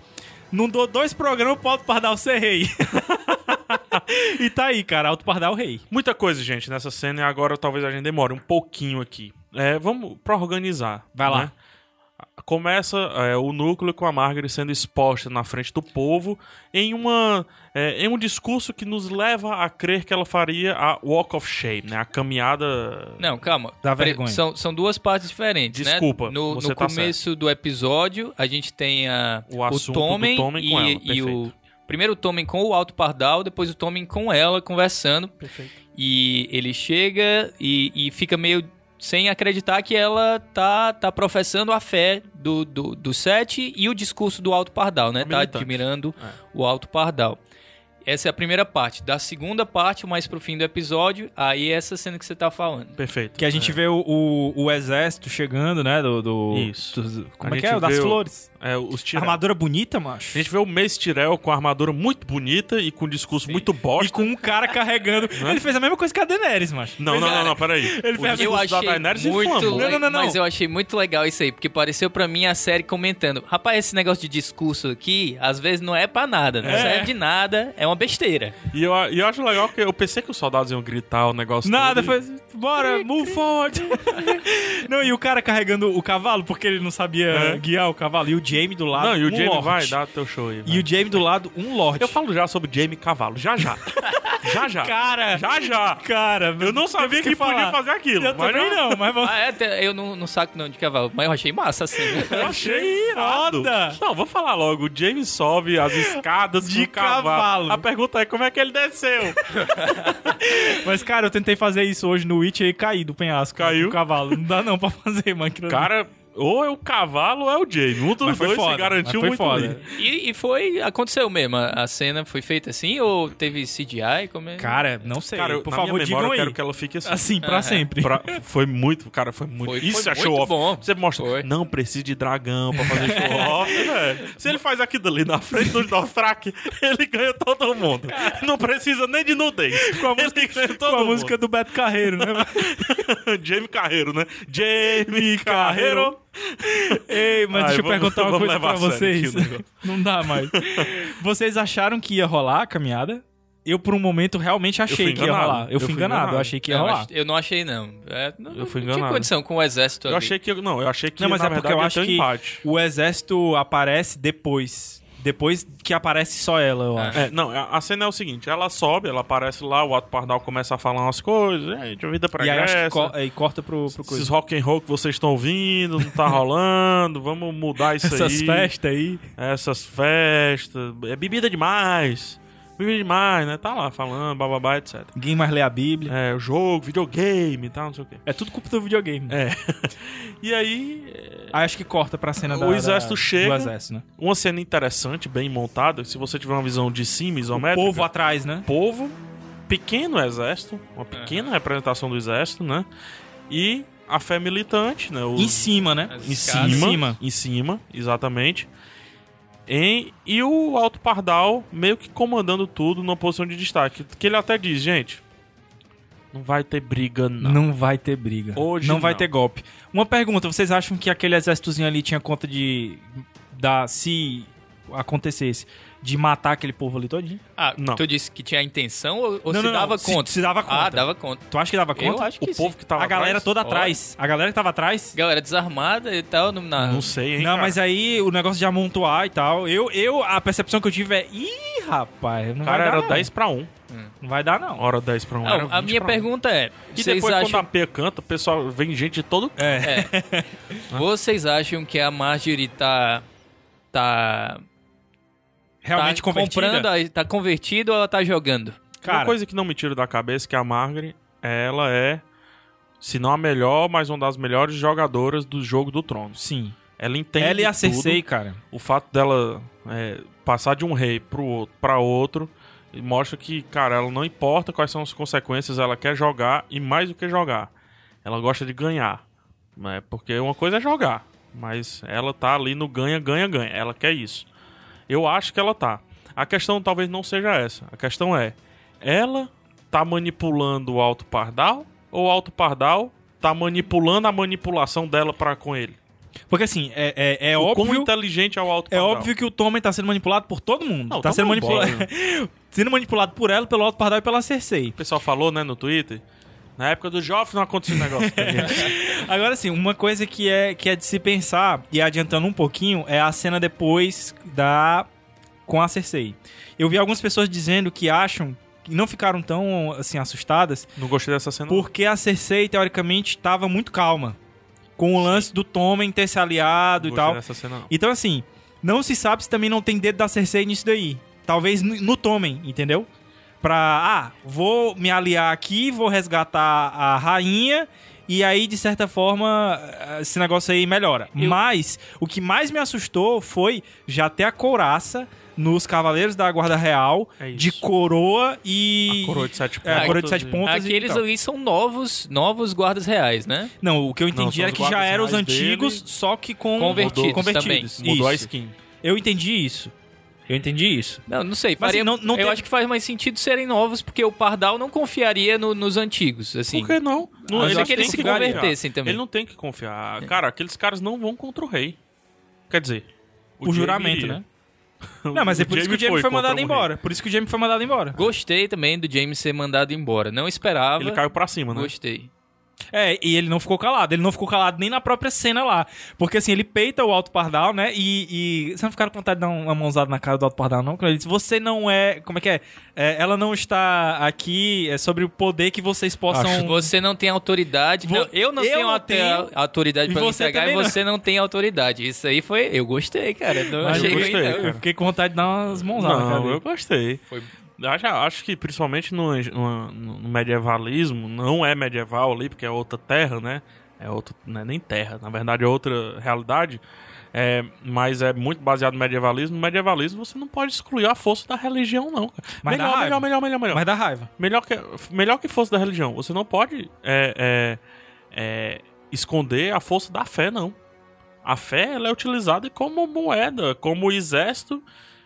Speaker 2: não dou dois programas pro Alto Pardal ser rei. [LAUGHS] e tá aí, cara, Alto Pardal rei.
Speaker 1: Muita coisa, gente, nessa cena e agora talvez a gente demore um pouquinho aqui. É, vamos pra organizar.
Speaker 2: Vai lá.
Speaker 1: né? Começa é, o núcleo com a Margaret sendo exposta na frente do povo em, uma, é, em um discurso que nos leva a crer que ela faria a Walk of Shame, né? A caminhada.
Speaker 3: Não, calma.
Speaker 2: Dá
Speaker 3: Pre-
Speaker 2: vergonha.
Speaker 3: São, são duas partes diferentes, né?
Speaker 1: Desculpa,
Speaker 3: No,
Speaker 1: você
Speaker 3: no
Speaker 1: tá
Speaker 3: começo do episódio, a gente tem a,
Speaker 1: O assunto do
Speaker 3: Tommen
Speaker 1: Tommen
Speaker 3: e,
Speaker 1: com ela,
Speaker 3: e o...
Speaker 1: perfeito.
Speaker 3: Primeiro o Tommen com o Alto Pardal, depois o Tommen com ela conversando.
Speaker 1: Perfeito.
Speaker 3: E ele chega e, e fica meio sem acreditar que ela tá, tá professando a fé do, do, do Sete e o discurso do Alto Pardal, né?
Speaker 1: A
Speaker 3: Tá
Speaker 1: militante.
Speaker 3: admirando
Speaker 1: É.
Speaker 3: o Alto Pardal. Essa é a primeira parte. Da segunda parte, mais pro fim do episódio, aí é essa cena que você tá falando.
Speaker 1: Perfeito.
Speaker 2: Que a gente vê o, o, o exército chegando, né? Do, do-
Speaker 1: Isso.
Speaker 2: dos- como
Speaker 1: A
Speaker 2: é que
Speaker 1: gente
Speaker 2: é? O das
Speaker 1: vê o-
Speaker 2: flores.
Speaker 1: É, os tira...
Speaker 2: Armadura bonita,
Speaker 1: A
Speaker 2: macho.
Speaker 1: gente vê o Mace Tirel com a armadura muito bonita e com um discurso muito
Speaker 2: E
Speaker 1: bosta.
Speaker 2: com um cara carregando.
Speaker 1: é?
Speaker 2: Ele fez a mesma coisa que a Daenerys, macho.
Speaker 1: Não, não, não, não, peraí.
Speaker 2: Ele
Speaker 1: o
Speaker 2: fez-
Speaker 1: discurso
Speaker 3: Eu achei
Speaker 1: da Daenerys
Speaker 3: muito
Speaker 1: inflamou.
Speaker 3: le-
Speaker 2: Não, não, não,
Speaker 3: mas
Speaker 2: não.
Speaker 3: eu achei muito legal isso aí, porque pareceu pra mim a série comentando, rapaz, esse negócio de discurso aqui, às vezes não é pra nada, não
Speaker 2: É.
Speaker 3: serve de nada, é uma
Speaker 2: [LAUGHS]
Speaker 3: besteira.
Speaker 1: E eu, e eu acho legal que eu pensei que os soldados iam gritar o negócio
Speaker 2: Nada,
Speaker 1: todo.
Speaker 2: foi assim, bora, move forward. [LAUGHS] não, e o cara carregando o cavalo, porque ele não sabia
Speaker 1: É.
Speaker 2: guiar o cavalo. E o Jamie do lado.
Speaker 1: Não, e o
Speaker 2: um
Speaker 1: Jamie
Speaker 2: lorde.
Speaker 1: vai dar teu show aí.
Speaker 2: E
Speaker 1: vai.
Speaker 2: o Jamie do lado, um lorde.
Speaker 1: Eu falo já sobre Jamie Cavalo, já
Speaker 2: [LAUGHS]
Speaker 1: já. já já.
Speaker 2: cara,
Speaker 1: Já já.
Speaker 2: cara,
Speaker 1: Eu não sabia
Speaker 2: temos
Speaker 1: que, podia
Speaker 2: falar.
Speaker 1: fazer aquilo.
Speaker 2: Eu
Speaker 1: mas
Speaker 2: também
Speaker 1: eu-
Speaker 2: não, mas vamos.
Speaker 3: Ah, é, te- eu não, não saco não de cavalo, mas eu achei massa assim.
Speaker 2: [LAUGHS]
Speaker 1: Eu achei irado.
Speaker 2: Foda.
Speaker 1: Não, vou falar logo. O Jamie sobe as escadas
Speaker 2: De
Speaker 1: com o cavalo.
Speaker 2: cavalo.
Speaker 1: A pergunta é como é que ele
Speaker 2: [LAUGHS]
Speaker 1: desceu?
Speaker 2: Mas, cara, eu tentei fazer isso hoje no Witch e caí do penhasco.
Speaker 1: Caiu?
Speaker 2: Do cavalo. Não dá não pra fazer, mano. aquilo ali.
Speaker 1: Cara, ou é o cavalo ou é o Jamie. Um dos
Speaker 2: Mas foi
Speaker 1: dois
Speaker 2: foda,
Speaker 1: se
Speaker 2: mas
Speaker 1: garantiu
Speaker 2: foi
Speaker 1: muito
Speaker 2: foda.
Speaker 1: bem.
Speaker 3: E, e foi, aconteceu mesmo, a, a cena foi feita assim, ou teve CGI, como é?
Speaker 2: Cara, não sei.
Speaker 1: Cara, eu-
Speaker 2: por
Speaker 1: na
Speaker 2: favor,
Speaker 1: minha memória,
Speaker 2: digam aí.
Speaker 1: eu quero que ela fique
Speaker 2: [LAUGHS]
Speaker 1: assim.
Speaker 2: Assim, pra [LAUGHS]
Speaker 3: Aham.
Speaker 2: sempre.
Speaker 1: Pra- foi muito, cara, foi muito.
Speaker 3: Foi- foi
Speaker 1: isso é
Speaker 3: muito
Speaker 1: show off.
Speaker 3: bom.
Speaker 1: Você mostra,
Speaker 3: Foi.
Speaker 1: não precisa de dragão pra fazer show off, [LAUGHS] velho. Se ele faz aquilo ali na frente do Dothrak, ele ganha todo mundo. Não precisa nem de nudez.
Speaker 2: Com a
Speaker 1: ele
Speaker 2: música,
Speaker 1: ganha todo
Speaker 2: com a
Speaker 1: mundo.
Speaker 2: música do Beto [LAUGHS] Carreiro, né?
Speaker 1: Jamie Carreiro, né? Jamie Carreiro.
Speaker 2: Ei, mas
Speaker 1: Ai,
Speaker 2: deixa eu
Speaker 1: vamos-
Speaker 2: perguntar uma
Speaker 1: vamos
Speaker 2: coisa pra
Speaker 1: levar a sério
Speaker 2: vocês.
Speaker 1: aqui o negócio.
Speaker 2: [LAUGHS] Não dá mais. Vocês acharam que ia rolar a caminhada? Eu, por um momento, realmente achei
Speaker 1: fui
Speaker 2: que ia
Speaker 1: enganado.
Speaker 2: rolar. Eu, fui enganado, É, eu achei que ia
Speaker 3: Não,
Speaker 2: rolar.
Speaker 3: ach- eu não achei não. É, não
Speaker 1: Eu fui
Speaker 3: não tinha
Speaker 1: enganado.
Speaker 3: condição com o exército
Speaker 1: Eu
Speaker 3: ali.
Speaker 1: achei que. Não, eu achei que
Speaker 2: Não, mas
Speaker 1: na
Speaker 2: é porque
Speaker 1: verdade
Speaker 2: eu
Speaker 1: ia
Speaker 2: acho
Speaker 1: ter um
Speaker 2: que-
Speaker 1: empate.
Speaker 2: O exército aparece depois. Depois que aparece só ela, eu
Speaker 3: Ah.
Speaker 2: acho.
Speaker 1: É, não, a a cena é o seguinte: ela sobe, ela aparece lá, o Ato Pardal começa a falar umas coisas, gente, a vida
Speaker 2: E aí eu acho
Speaker 1: progressa.
Speaker 2: que co- aí corta pro, pro coisa.
Speaker 1: Esses rock and roll que vocês estão ouvindo, não tá rolando, [LAUGHS] vamos mudar isso
Speaker 2: Essas
Speaker 1: aí.
Speaker 2: festas aí.
Speaker 1: Essas festas. É bebida demais. Bebida demais, né? Tá lá falando, bababá, etc.
Speaker 2: Ninguém mais lê a Bíblia.
Speaker 1: É, o jogo, videogame e tal, não sei o quê.
Speaker 2: É, tudo culpa do videogame.
Speaker 1: É. [LAUGHS] E aí, é,
Speaker 2: Aí acho que corta pra cena
Speaker 1: O
Speaker 2: da, da-
Speaker 1: exército chega,
Speaker 2: do exército, né?
Speaker 1: uma cena interessante, bem montada, se você tiver uma visão de cima,
Speaker 2: O
Speaker 1: isométrica.
Speaker 2: povo É. atrás, né?
Speaker 1: povo, pequeno exército, uma pequena representação do exército, né? E a fé militante, né? Os-
Speaker 2: Em cima, né?
Speaker 3: As
Speaker 1: em cima,
Speaker 3: escadas.
Speaker 2: Em cima.
Speaker 1: em cima, exatamente. Em- e o Alto Pardal meio que comandando tudo numa posição de destaque. Que ele até diz, gente, não vai ter briga, não.
Speaker 2: Não. vai ter briga.
Speaker 1: Hoje
Speaker 2: não, vai
Speaker 1: não.
Speaker 2: ter golpe. Uma pergunta, vocês acham que aquele exércitozinho ali tinha conta de da se acontecesse de matar aquele povo ali todinho?
Speaker 3: Ah,
Speaker 1: Não.
Speaker 3: tu disse que tinha a intenção ou, ou
Speaker 2: Não,
Speaker 3: se
Speaker 2: não, não.
Speaker 3: dava
Speaker 2: Se-
Speaker 3: conta?
Speaker 2: se dava conta.
Speaker 3: Ah, dava conta.
Speaker 2: Tu acha que dava
Speaker 3: Eu
Speaker 2: conta?
Speaker 3: acho
Speaker 1: O
Speaker 3: que
Speaker 1: povo
Speaker 3: sim.
Speaker 1: que tava
Speaker 2: a galera
Speaker 1: atrás?
Speaker 2: toda atrás. A galera que tava atrás?
Speaker 3: Galera desarmada e tal. Não, na-
Speaker 1: Não sei, hein?
Speaker 2: Não,
Speaker 1: cara.
Speaker 2: mas é, aí o negócio de amontoar e tal. Eu, eu, a percepção que eu tive é. Ih, rapaz, não
Speaker 1: Cara,
Speaker 2: vai dar.
Speaker 1: era
Speaker 2: não.
Speaker 1: 10 pra 1.
Speaker 2: Não vai dar, não.
Speaker 1: Hora 10 pra 1.
Speaker 3: Não,
Speaker 1: era
Speaker 3: a
Speaker 1: 20
Speaker 3: minha
Speaker 1: pra um.
Speaker 3: pergunta é:
Speaker 1: E
Speaker 3: vocês
Speaker 1: depois, quando
Speaker 3: acham,
Speaker 1: a P canta, o pessoal vem gente de todo. É.
Speaker 3: tá vocês acham que a Marjorie tá. tá.
Speaker 2: Realmente
Speaker 3: tá
Speaker 2: convertida.
Speaker 3: comprando, a- tá convertido ou ela tá jogando?
Speaker 1: Uma
Speaker 2: Cara,
Speaker 1: coisa que não me tiro da cabeça é que a Margaret, ela é, se não a melhor, mas uma das melhores jogadoras do jogo do Trono.
Speaker 2: sim.
Speaker 1: Ela entende.
Speaker 2: Ela e a
Speaker 1: tudo.
Speaker 2: Cersei, cara.
Speaker 1: O fato dela é, passar de um rei pro outro, pra outro e mostra que, cara, ela não importa quais são as consequências, ela quer jogar e mais do que jogar. Ela gosta de ganhar. Né? Porque uma coisa é jogar, mas ela tá ali no ganha, ganha, ganha. Ela quer isso. Eu acho que ela tá. A questão talvez não seja essa. A questão é: ela tá manipulando o Alto Pardal ou o Alto Pardal tá manipulando a manipulação dela para com ele?
Speaker 2: Porque assim, é, é, é
Speaker 1: o quão
Speaker 2: óbvio.
Speaker 1: inteligente é o Alto
Speaker 2: É
Speaker 1: Pardal?
Speaker 2: óbvio que o Tommen tá sendo manipulado por todo mundo.
Speaker 1: Não,
Speaker 2: tá
Speaker 1: toma
Speaker 2: sendo
Speaker 1: um
Speaker 2: manipulado.
Speaker 1: bola.
Speaker 2: [LAUGHS] sendo manipulado por ela, pelo Alto Pardal e pela Cersei.
Speaker 1: O pessoal falou, né, no Twitter. Na época do Joff não aconteceu um negócio. com ele.
Speaker 2: [LAUGHS] Agora sim, uma coisa que é, que é de se pensar, e adiantando um pouquinho, é a cena depois da. com a Cersei. Eu vi algumas pessoas dizendo que acham. que não ficaram tão assim assustadas,
Speaker 1: não gostei dessa cena.
Speaker 2: porque a Cersei, teoricamente, estava muito calma. Com o lance do Tommen ter se
Speaker 1: não.
Speaker 2: aliado e
Speaker 1: Não
Speaker 2: tal.
Speaker 1: gostei dessa cena, não.
Speaker 2: Então, assim, não se sabe se também não tem dedo da Cersei nisso daí. Talvez no, no tomem, entendeu? Pra, ah, vou me aliar aqui, vou resgatar a rainha, e aí, de certa forma, esse negócio aí melhora.
Speaker 3: Eu-
Speaker 2: Mas, o que mais me assustou foi já ter a couraça nos Cavaleiros da Guarda Real,
Speaker 1: É isso.
Speaker 2: de coroa e...
Speaker 1: A coroa de sete
Speaker 2: É,
Speaker 1: pontos.
Speaker 2: a coroa de sete
Speaker 1: e-
Speaker 2: pontos. e
Speaker 3: Aqueles
Speaker 2: tal.
Speaker 3: ali são novos, novos guardas reais, né?
Speaker 2: Não, o que eu entendi
Speaker 1: são
Speaker 2: era
Speaker 1: os
Speaker 2: que já
Speaker 1: guardas
Speaker 2: eram os
Speaker 1: reais dele.
Speaker 2: antigos, só que com...
Speaker 3: Convertidos
Speaker 2: convertidos.
Speaker 3: também.
Speaker 1: Mudou a
Speaker 2: Isso.
Speaker 1: skin.
Speaker 2: Eu entendi isso. Eu entendi isso.
Speaker 3: Não, não sei.
Speaker 2: Mas,
Speaker 3: faria-
Speaker 2: assim, não- não
Speaker 3: eu
Speaker 2: tem-
Speaker 3: acho que faz mais sentido serem novos, porque o Pardal não confiaria no- nos antigos, assim.
Speaker 1: Por que não? não
Speaker 3: Mas
Speaker 1: ele
Speaker 3: é que
Speaker 1: tem
Speaker 3: eles se
Speaker 1: confiar.
Speaker 3: convertessem também. É.
Speaker 1: Ele não tem que confiar. Cara, aqueles caras não vão contra o rei. Quer dizer... o
Speaker 2: por
Speaker 1: Jaime
Speaker 2: juramento,
Speaker 1: iria. [LAUGHS]
Speaker 2: né? Não, mas é
Speaker 1: O
Speaker 2: por isso que o
Speaker 1: Jaime
Speaker 2: Jamie foi,
Speaker 1: contra
Speaker 2: mandado
Speaker 1: o rei.
Speaker 2: embora. Por isso que o Jamie foi mandado embora.
Speaker 3: Gostei também do James ser mandado embora. Não esperava.
Speaker 1: Ele caiu pra cima, né?
Speaker 3: Gostei.
Speaker 2: É, e ele não ficou calado. Ele não ficou calado nem na própria cena lá. Porque assim, ele peita o Alto Pardal, né? E. e... Vocês não ficaram com vontade de dar uma mãozada na cara do Alto Pardal, não? Quando Ele disse: Você não é. Como é que é? É, ela não está aqui é sobre o poder que vocês possam.
Speaker 3: Você não tem autoridade.
Speaker 2: Então, Vo-
Speaker 3: Não, eu não
Speaker 2: eu
Speaker 3: tenho,
Speaker 2: não
Speaker 3: até
Speaker 2: tenho.
Speaker 3: a autoridade
Speaker 2: E
Speaker 3: pra lhe
Speaker 2: você
Speaker 3: entregar e
Speaker 2: também não.
Speaker 3: você não. tem autoridade. Isso aí foi. Eu gostei, cara. Não
Speaker 1: Mas eu
Speaker 3: achei
Speaker 1: gostei,
Speaker 3: ruim, não.
Speaker 1: cara.
Speaker 2: Eu fiquei com vontade de dar umas mãozadas na cara
Speaker 1: Não,
Speaker 2: dele.
Speaker 1: eu gostei.
Speaker 3: Foi-
Speaker 1: Acho, acho que principalmente no, no- no medievalismo, não é medieval ali, porque é outra terra, né? É outro, não é nem terra, na verdade é outra realidade. É, mas é muito baseado no medievalismo. No medievalismo você não pode excluir a força da religião, não. cara.
Speaker 2: Mas dá
Speaker 1: melhor,
Speaker 2: raiva.
Speaker 1: melhor, melhor, melhor, melhor.
Speaker 2: Mas dá raiva.
Speaker 1: Melhor, que, melhor que força da religião. Você não pode é, é, é, esconder a força da fé, não. A fé ela é utilizada como moeda, como exército.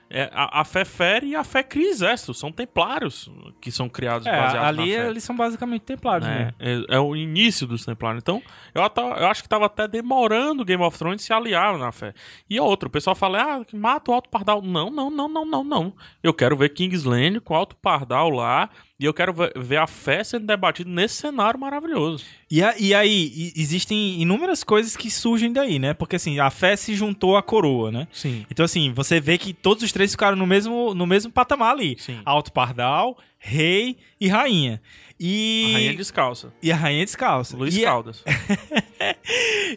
Speaker 1: É, a, a fé fere e a fé cria exército. São templários que são criados
Speaker 2: É,
Speaker 1: baseados
Speaker 2: ali
Speaker 1: na fé.
Speaker 2: eles são basicamente templados, né?
Speaker 1: né? É, é o início dos Templários. Então, eu, ata- eu acho que tava até demorando o Game of Thrones se aliar na fé. E outro, o pessoal fala, ah, que mata o Alto Pardal. Não, não, não, não, não, não. Eu quero ver Kingsland com o Alto Pardal lá. E eu quero ver, ver a fé sendo debatida nesse cenário maravilhoso.
Speaker 2: E, a- e aí, e- existem inúmeras coisas que surgem daí, né? Porque assim, a fé se juntou à coroa, né?
Speaker 1: Sim.
Speaker 2: Então, assim, você vê que todos os três ficaram no mesmo, no mesmo patamar ali:
Speaker 1: Sim.
Speaker 2: Alto Pardal, Rei e Rainha.
Speaker 1: A
Speaker 2: E.
Speaker 1: Rainha Descalça.
Speaker 2: E a Rainha Descalça.
Speaker 1: Luiz
Speaker 2: e,
Speaker 1: Caldas.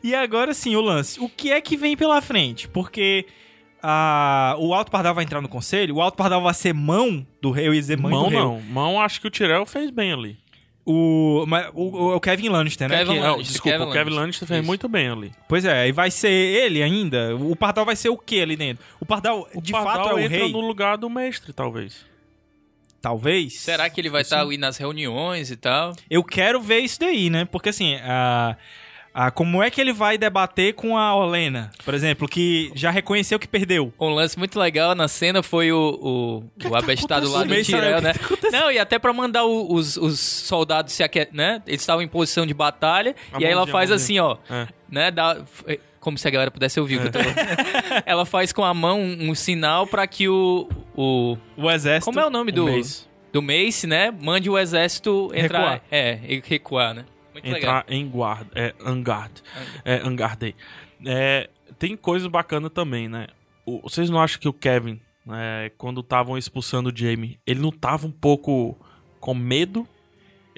Speaker 2: e agora sim, o lance. O que é que vem pela frente? Porque a, o Alto Pardal vai entrar no conselho, o Alto Pardal vai ser mão do rei, eu ia dizer mãe
Speaker 1: Mão
Speaker 2: do rei.
Speaker 1: não. Mão acho que o Tirel fez bem ali.
Speaker 2: O, mas o, o Kevin Lannister, né?
Speaker 3: Kevin
Speaker 2: Que-
Speaker 3: Lannister.
Speaker 1: Não, desculpa,
Speaker 3: Kevin
Speaker 1: o Kevin
Speaker 3: Lannister.
Speaker 1: Lannister fez
Speaker 3: Isso.
Speaker 1: muito bem ali.
Speaker 2: Pois é, e vai ser ele ainda? O Pardal vai ser o que ali dentro? O Pardal,
Speaker 1: O
Speaker 2: de
Speaker 1: Pardal
Speaker 2: fato, é o
Speaker 1: entra
Speaker 2: rei?
Speaker 1: no lugar do mestre, talvez.
Speaker 2: Talvez.
Speaker 3: Será que ele
Speaker 1: tá
Speaker 3: vai estar ali nas reuniões e tal?
Speaker 2: Eu quero ver isso daí, né? Porque assim, a, a- como é que ele vai debater com a Olena, por exemplo, que já reconheceu que perdeu?
Speaker 3: Um lance muito legal na cena foi o, o, o abestado
Speaker 2: é tá acontecendo?
Speaker 3: lá do
Speaker 2: Meio
Speaker 3: Tirel,
Speaker 2: estranho,
Speaker 3: né? Não, e até pra mandar o- os, os soldados se aquietar, né? Eles estavam em posição de batalha,
Speaker 1: A
Speaker 3: e aí ela
Speaker 1: mãozinha,
Speaker 3: faz
Speaker 1: a mãozinha.
Speaker 3: assim, ó.
Speaker 1: É.
Speaker 3: Né? Dá, f- Como se a galera pudesse ouvir o que eu tô falando. Ela faz com a mão um, um sinal pra que o, o.
Speaker 2: O exército.
Speaker 3: Como é o nome do.
Speaker 1: um mês.
Speaker 3: Do Mace, né? Mande o exército entrar.
Speaker 2: Recuar.
Speaker 3: É, e recuar, né? Muito legal.
Speaker 1: entrar em guarda, é, hangar, é, hangardei. É, tem coisa bacana também, né? O- vocês não acham que o Kevin, né, quando estavam expulsando o Jamie, ele não tava um pouco com medo?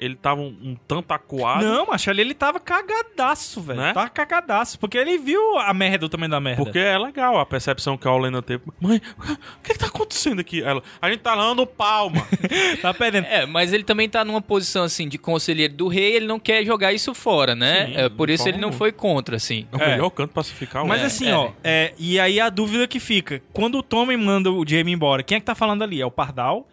Speaker 1: Ele tava um, um tanto acuado?
Speaker 2: Não, macho, ali ele tava cagadaço, velho.
Speaker 1: Né?
Speaker 2: Tava cagadaço. Porque ele viu a merda, o tamanho da merda.
Speaker 1: Porque é legal a percepção que a Olena teve. Mãe, o que, que tá acontecendo aqui? Ela, a gente tá dando palma.
Speaker 2: Tá perdendo.
Speaker 3: É, mas ele também tá numa posição assim de conselheiro do rei, ele não quer jogar isso fora, né?
Speaker 1: Sim,
Speaker 3: é, por
Speaker 1: de
Speaker 3: isso
Speaker 1: forma
Speaker 3: ele não
Speaker 1: alguma.
Speaker 3: foi contra, assim.
Speaker 1: [LAUGHS] É o
Speaker 2: É.
Speaker 1: melhor canto pra se ficar.
Speaker 2: Mas
Speaker 1: ué.
Speaker 2: assim,
Speaker 3: é.
Speaker 2: ó, é, e aí a dúvida que fica: quando o Tommy manda o Jamie embora, quem é que tá falando ali? É o Pardal?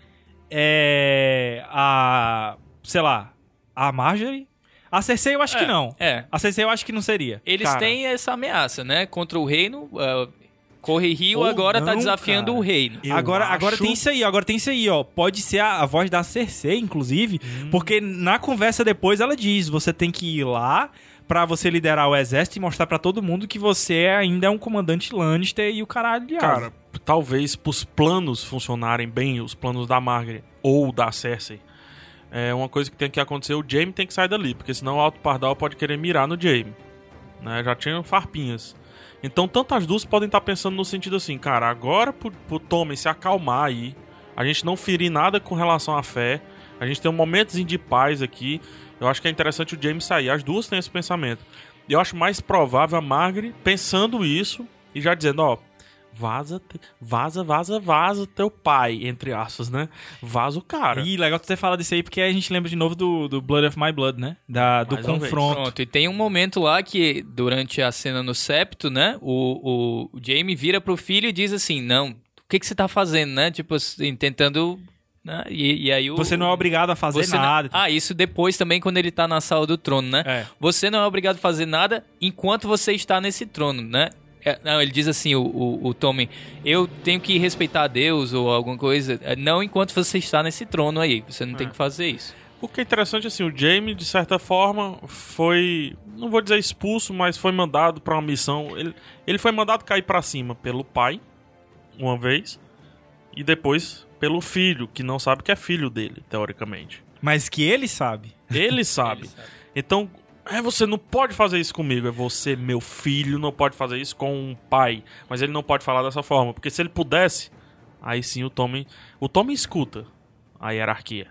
Speaker 2: É. A. Sei lá. A Marjorie? A Cersei eu acho que não.
Speaker 3: É.
Speaker 2: A Cersei eu acho que não seria.
Speaker 3: Eles
Speaker 1: Cara.
Speaker 3: têm essa ameaça, né? Contra o reino. ah, Corre Rio
Speaker 2: Ou
Speaker 3: agora tá
Speaker 2: não,
Speaker 3: desafiando
Speaker 2: cara.
Speaker 3: o reino.
Speaker 1: Eu
Speaker 2: agora, agora
Speaker 1: acho-
Speaker 2: tem isso aí, agora tem isso aí, ó. Pode ser a, a voz da Cersei, inclusive,
Speaker 1: Uhum.
Speaker 2: porque na conversa depois ela diz: você tem que ir lá pra você liderar o exército e mostrar pra todo mundo que você ainda é um comandante Lannister e o caralho de asa.
Speaker 1: Cara, talvez pros planos funcionarem bem, os planos da Margaret ou da Cersei, é uma coisa que tem que acontecer, o Jaime tem que sair dali, porque senão o Alto Pardal pode querer mirar no Jaime. Né? Já tinha farpinhas. Então, tanto as duas podem estar pensando no sentido assim, cara, agora pro, pro Tommen se acalmar aí, a gente não ferir nada com relação à fé, a gente tem um momentozinho de paz aqui, eu acho que é interessante o Jaime sair. As duas têm esse pensamento. E Eu acho mais provável a Margaret pensando isso e já dizendo, ó, Vaza, te- vaza, vaza, vaza teu pai, entre aspas, né? Vaza o cara.
Speaker 2: Ih, legal tu ter falado isso aí, porque aí a gente lembra de novo do, do Blood of My Blood, né? Da, do
Speaker 1: Mais uma vez.
Speaker 2: confronto.
Speaker 3: Pronto, e tem um momento lá que, durante a cena no septo, né? O, o, o Jamie vira pro filho e diz assim: Não, o que, que você tá fazendo, né? Tipo assim, tentando. Né? E, e aí o,
Speaker 2: Você não é obrigado a fazer
Speaker 3: você não-
Speaker 2: nada.
Speaker 3: Ah, isso depois também, quando ele tá na sala do trono, né?
Speaker 2: É.
Speaker 3: Você não é obrigado a fazer nada enquanto você está nesse trono, né? É, não, ele diz assim, o, o, o Tommy, eu tenho que respeitar Deus ou alguma coisa. É, Não enquanto você está nesse trono aí. Você não tem que fazer isso.
Speaker 1: O que é interessante, assim, o Jamie, de certa forma, foi. Não vou dizer expulso, mas foi mandado pra uma missão. Ele, ele foi mandado cair pra cima pelo pai, uma vez, e depois pelo filho, que não sabe que é filho dele, teoricamente.
Speaker 2: Mas que ele sabe.
Speaker 1: Ele sabe. Então, é, você não pode fazer isso comigo. É você, meu filho, não pode fazer isso com um pai. Mas ele não pode falar dessa forma. Porque se ele pudesse, aí sim o Tommy. O Tommy escuta a hierarquia.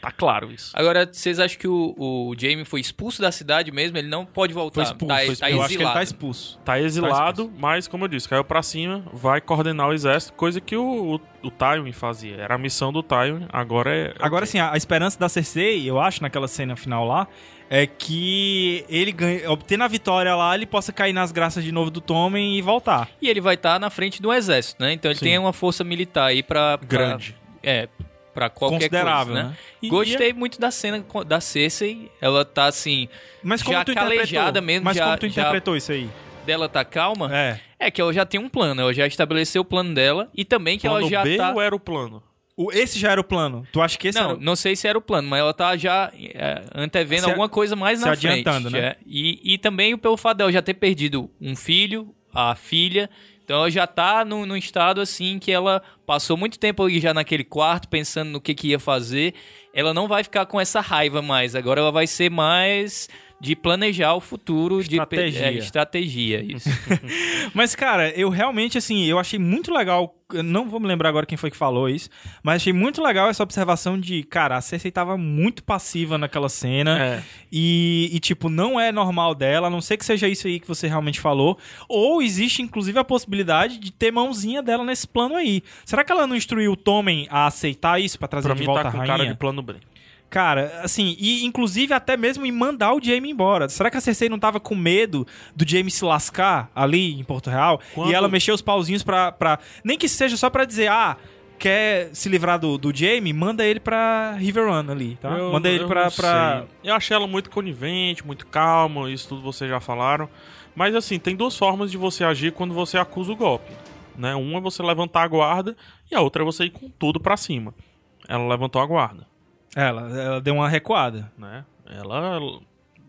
Speaker 1: Tá claro isso.
Speaker 3: Agora, vocês acham que o, o Jamie foi expulso da cidade mesmo? Ele não pode voltar.
Speaker 1: Foi expulso,
Speaker 3: tá,
Speaker 1: foi
Speaker 3: tá
Speaker 1: expulso.
Speaker 2: eu acho que ele
Speaker 3: exilado.
Speaker 2: tá expulso.
Speaker 1: Tá exilado, mas como eu disse, caiu pra cima, vai coordenar o exército, coisa que o, o, o Tywin fazia. Era a missão do Tywin, agora é.
Speaker 2: Agora sim, a, a esperança da Cersei, eu acho, naquela cena final lá, é que ele ganhe, obtendo a vitória lá, ele possa cair nas graças de novo do Tommen e voltar.
Speaker 3: E ele vai estar na frente do exército, né? Então ele
Speaker 1: Sim.
Speaker 3: tem uma força militar aí pra... pra-
Speaker 1: Grande.
Speaker 3: é, pra qualquer
Speaker 2: Considerável,
Speaker 3: coisa,
Speaker 2: né?
Speaker 1: E- é-
Speaker 3: Gostei muito da cena co- da Cersei. Ela tá assim...
Speaker 2: Mas como
Speaker 3: Já
Speaker 2: tu
Speaker 3: calejada
Speaker 2: interpretou?
Speaker 3: mesmo,
Speaker 2: mas
Speaker 3: já-
Speaker 2: como tu
Speaker 3: já-
Speaker 2: interpretou isso aí?
Speaker 3: Dela tá calma.
Speaker 2: É.
Speaker 3: É. que ela já tem um plano. Ela já estabeleceu o plano dela. E também
Speaker 1: E,
Speaker 3: que
Speaker 1: plano
Speaker 3: ela já
Speaker 1: B
Speaker 3: tá...
Speaker 1: ou era o plano?
Speaker 2: O, esse já era o plano. Tu acha que é esse
Speaker 3: Não,
Speaker 2: era o...
Speaker 3: não sei se era o plano, mas ela tá já é, antevendo
Speaker 2: Se a-
Speaker 3: alguma coisa mais
Speaker 2: se
Speaker 3: na
Speaker 2: adiantando,
Speaker 3: frente.
Speaker 2: né?
Speaker 3: é. E, e também pelo fato dela já ter perdido um filho, a filha. Então ela já tá num, num estado assim que ela passou muito tempo ali já naquele quarto pensando no que, que ia fazer. Ela não vai ficar com essa raiva mais. Agora ela vai ser mais de planejar o futuro, de
Speaker 2: Estratégia.
Speaker 3: é, estratégia. Isso.
Speaker 2: Mas, cara, eu realmente, assim, eu achei muito legal. eu não vou me lembrar agora quem foi que falou isso, mas achei muito legal essa observação de, cara, a Cersei tava muito passiva naquela cena.
Speaker 1: É.
Speaker 2: E, e, tipo, não é normal dela, a não ser que seja isso aí que você realmente falou. Ou existe, inclusive, a possibilidade de ter mãozinha dela nesse plano aí. Será que ela não instruiu o Tommen a aceitar isso pra trazer
Speaker 1: Pra
Speaker 2: de
Speaker 1: mim
Speaker 2: volta
Speaker 1: tá
Speaker 2: a
Speaker 1: com
Speaker 2: rainha?
Speaker 1: cara de plano B.
Speaker 2: Cara, assim, e inclusive até mesmo em mandar o Jamie embora. Será que a Cersei não tava com medo do Jamie se lascar ali em Porto Real?
Speaker 1: Quando-
Speaker 2: E ela mexer os pauzinhos pra, pra. Nem que seja só pra dizer, ah, quer se livrar do, do Jamie? Manda ele pra Riverrun ali, tá?
Speaker 1: Eu-
Speaker 2: manda ele
Speaker 1: eu
Speaker 2: pra.
Speaker 1: não
Speaker 2: pra...
Speaker 1: sei. Eu achei ela muito conivente, muito calma, isso tudo vocês já falaram. Mas assim, tem duas formas de você agir quando você acusa o golpe. Né? Uma é você levantar a guarda e a outra é você ir com tudo pra cima. Ela levantou a guarda,
Speaker 2: É, Ela, ela deu uma recuada.
Speaker 1: né? Ela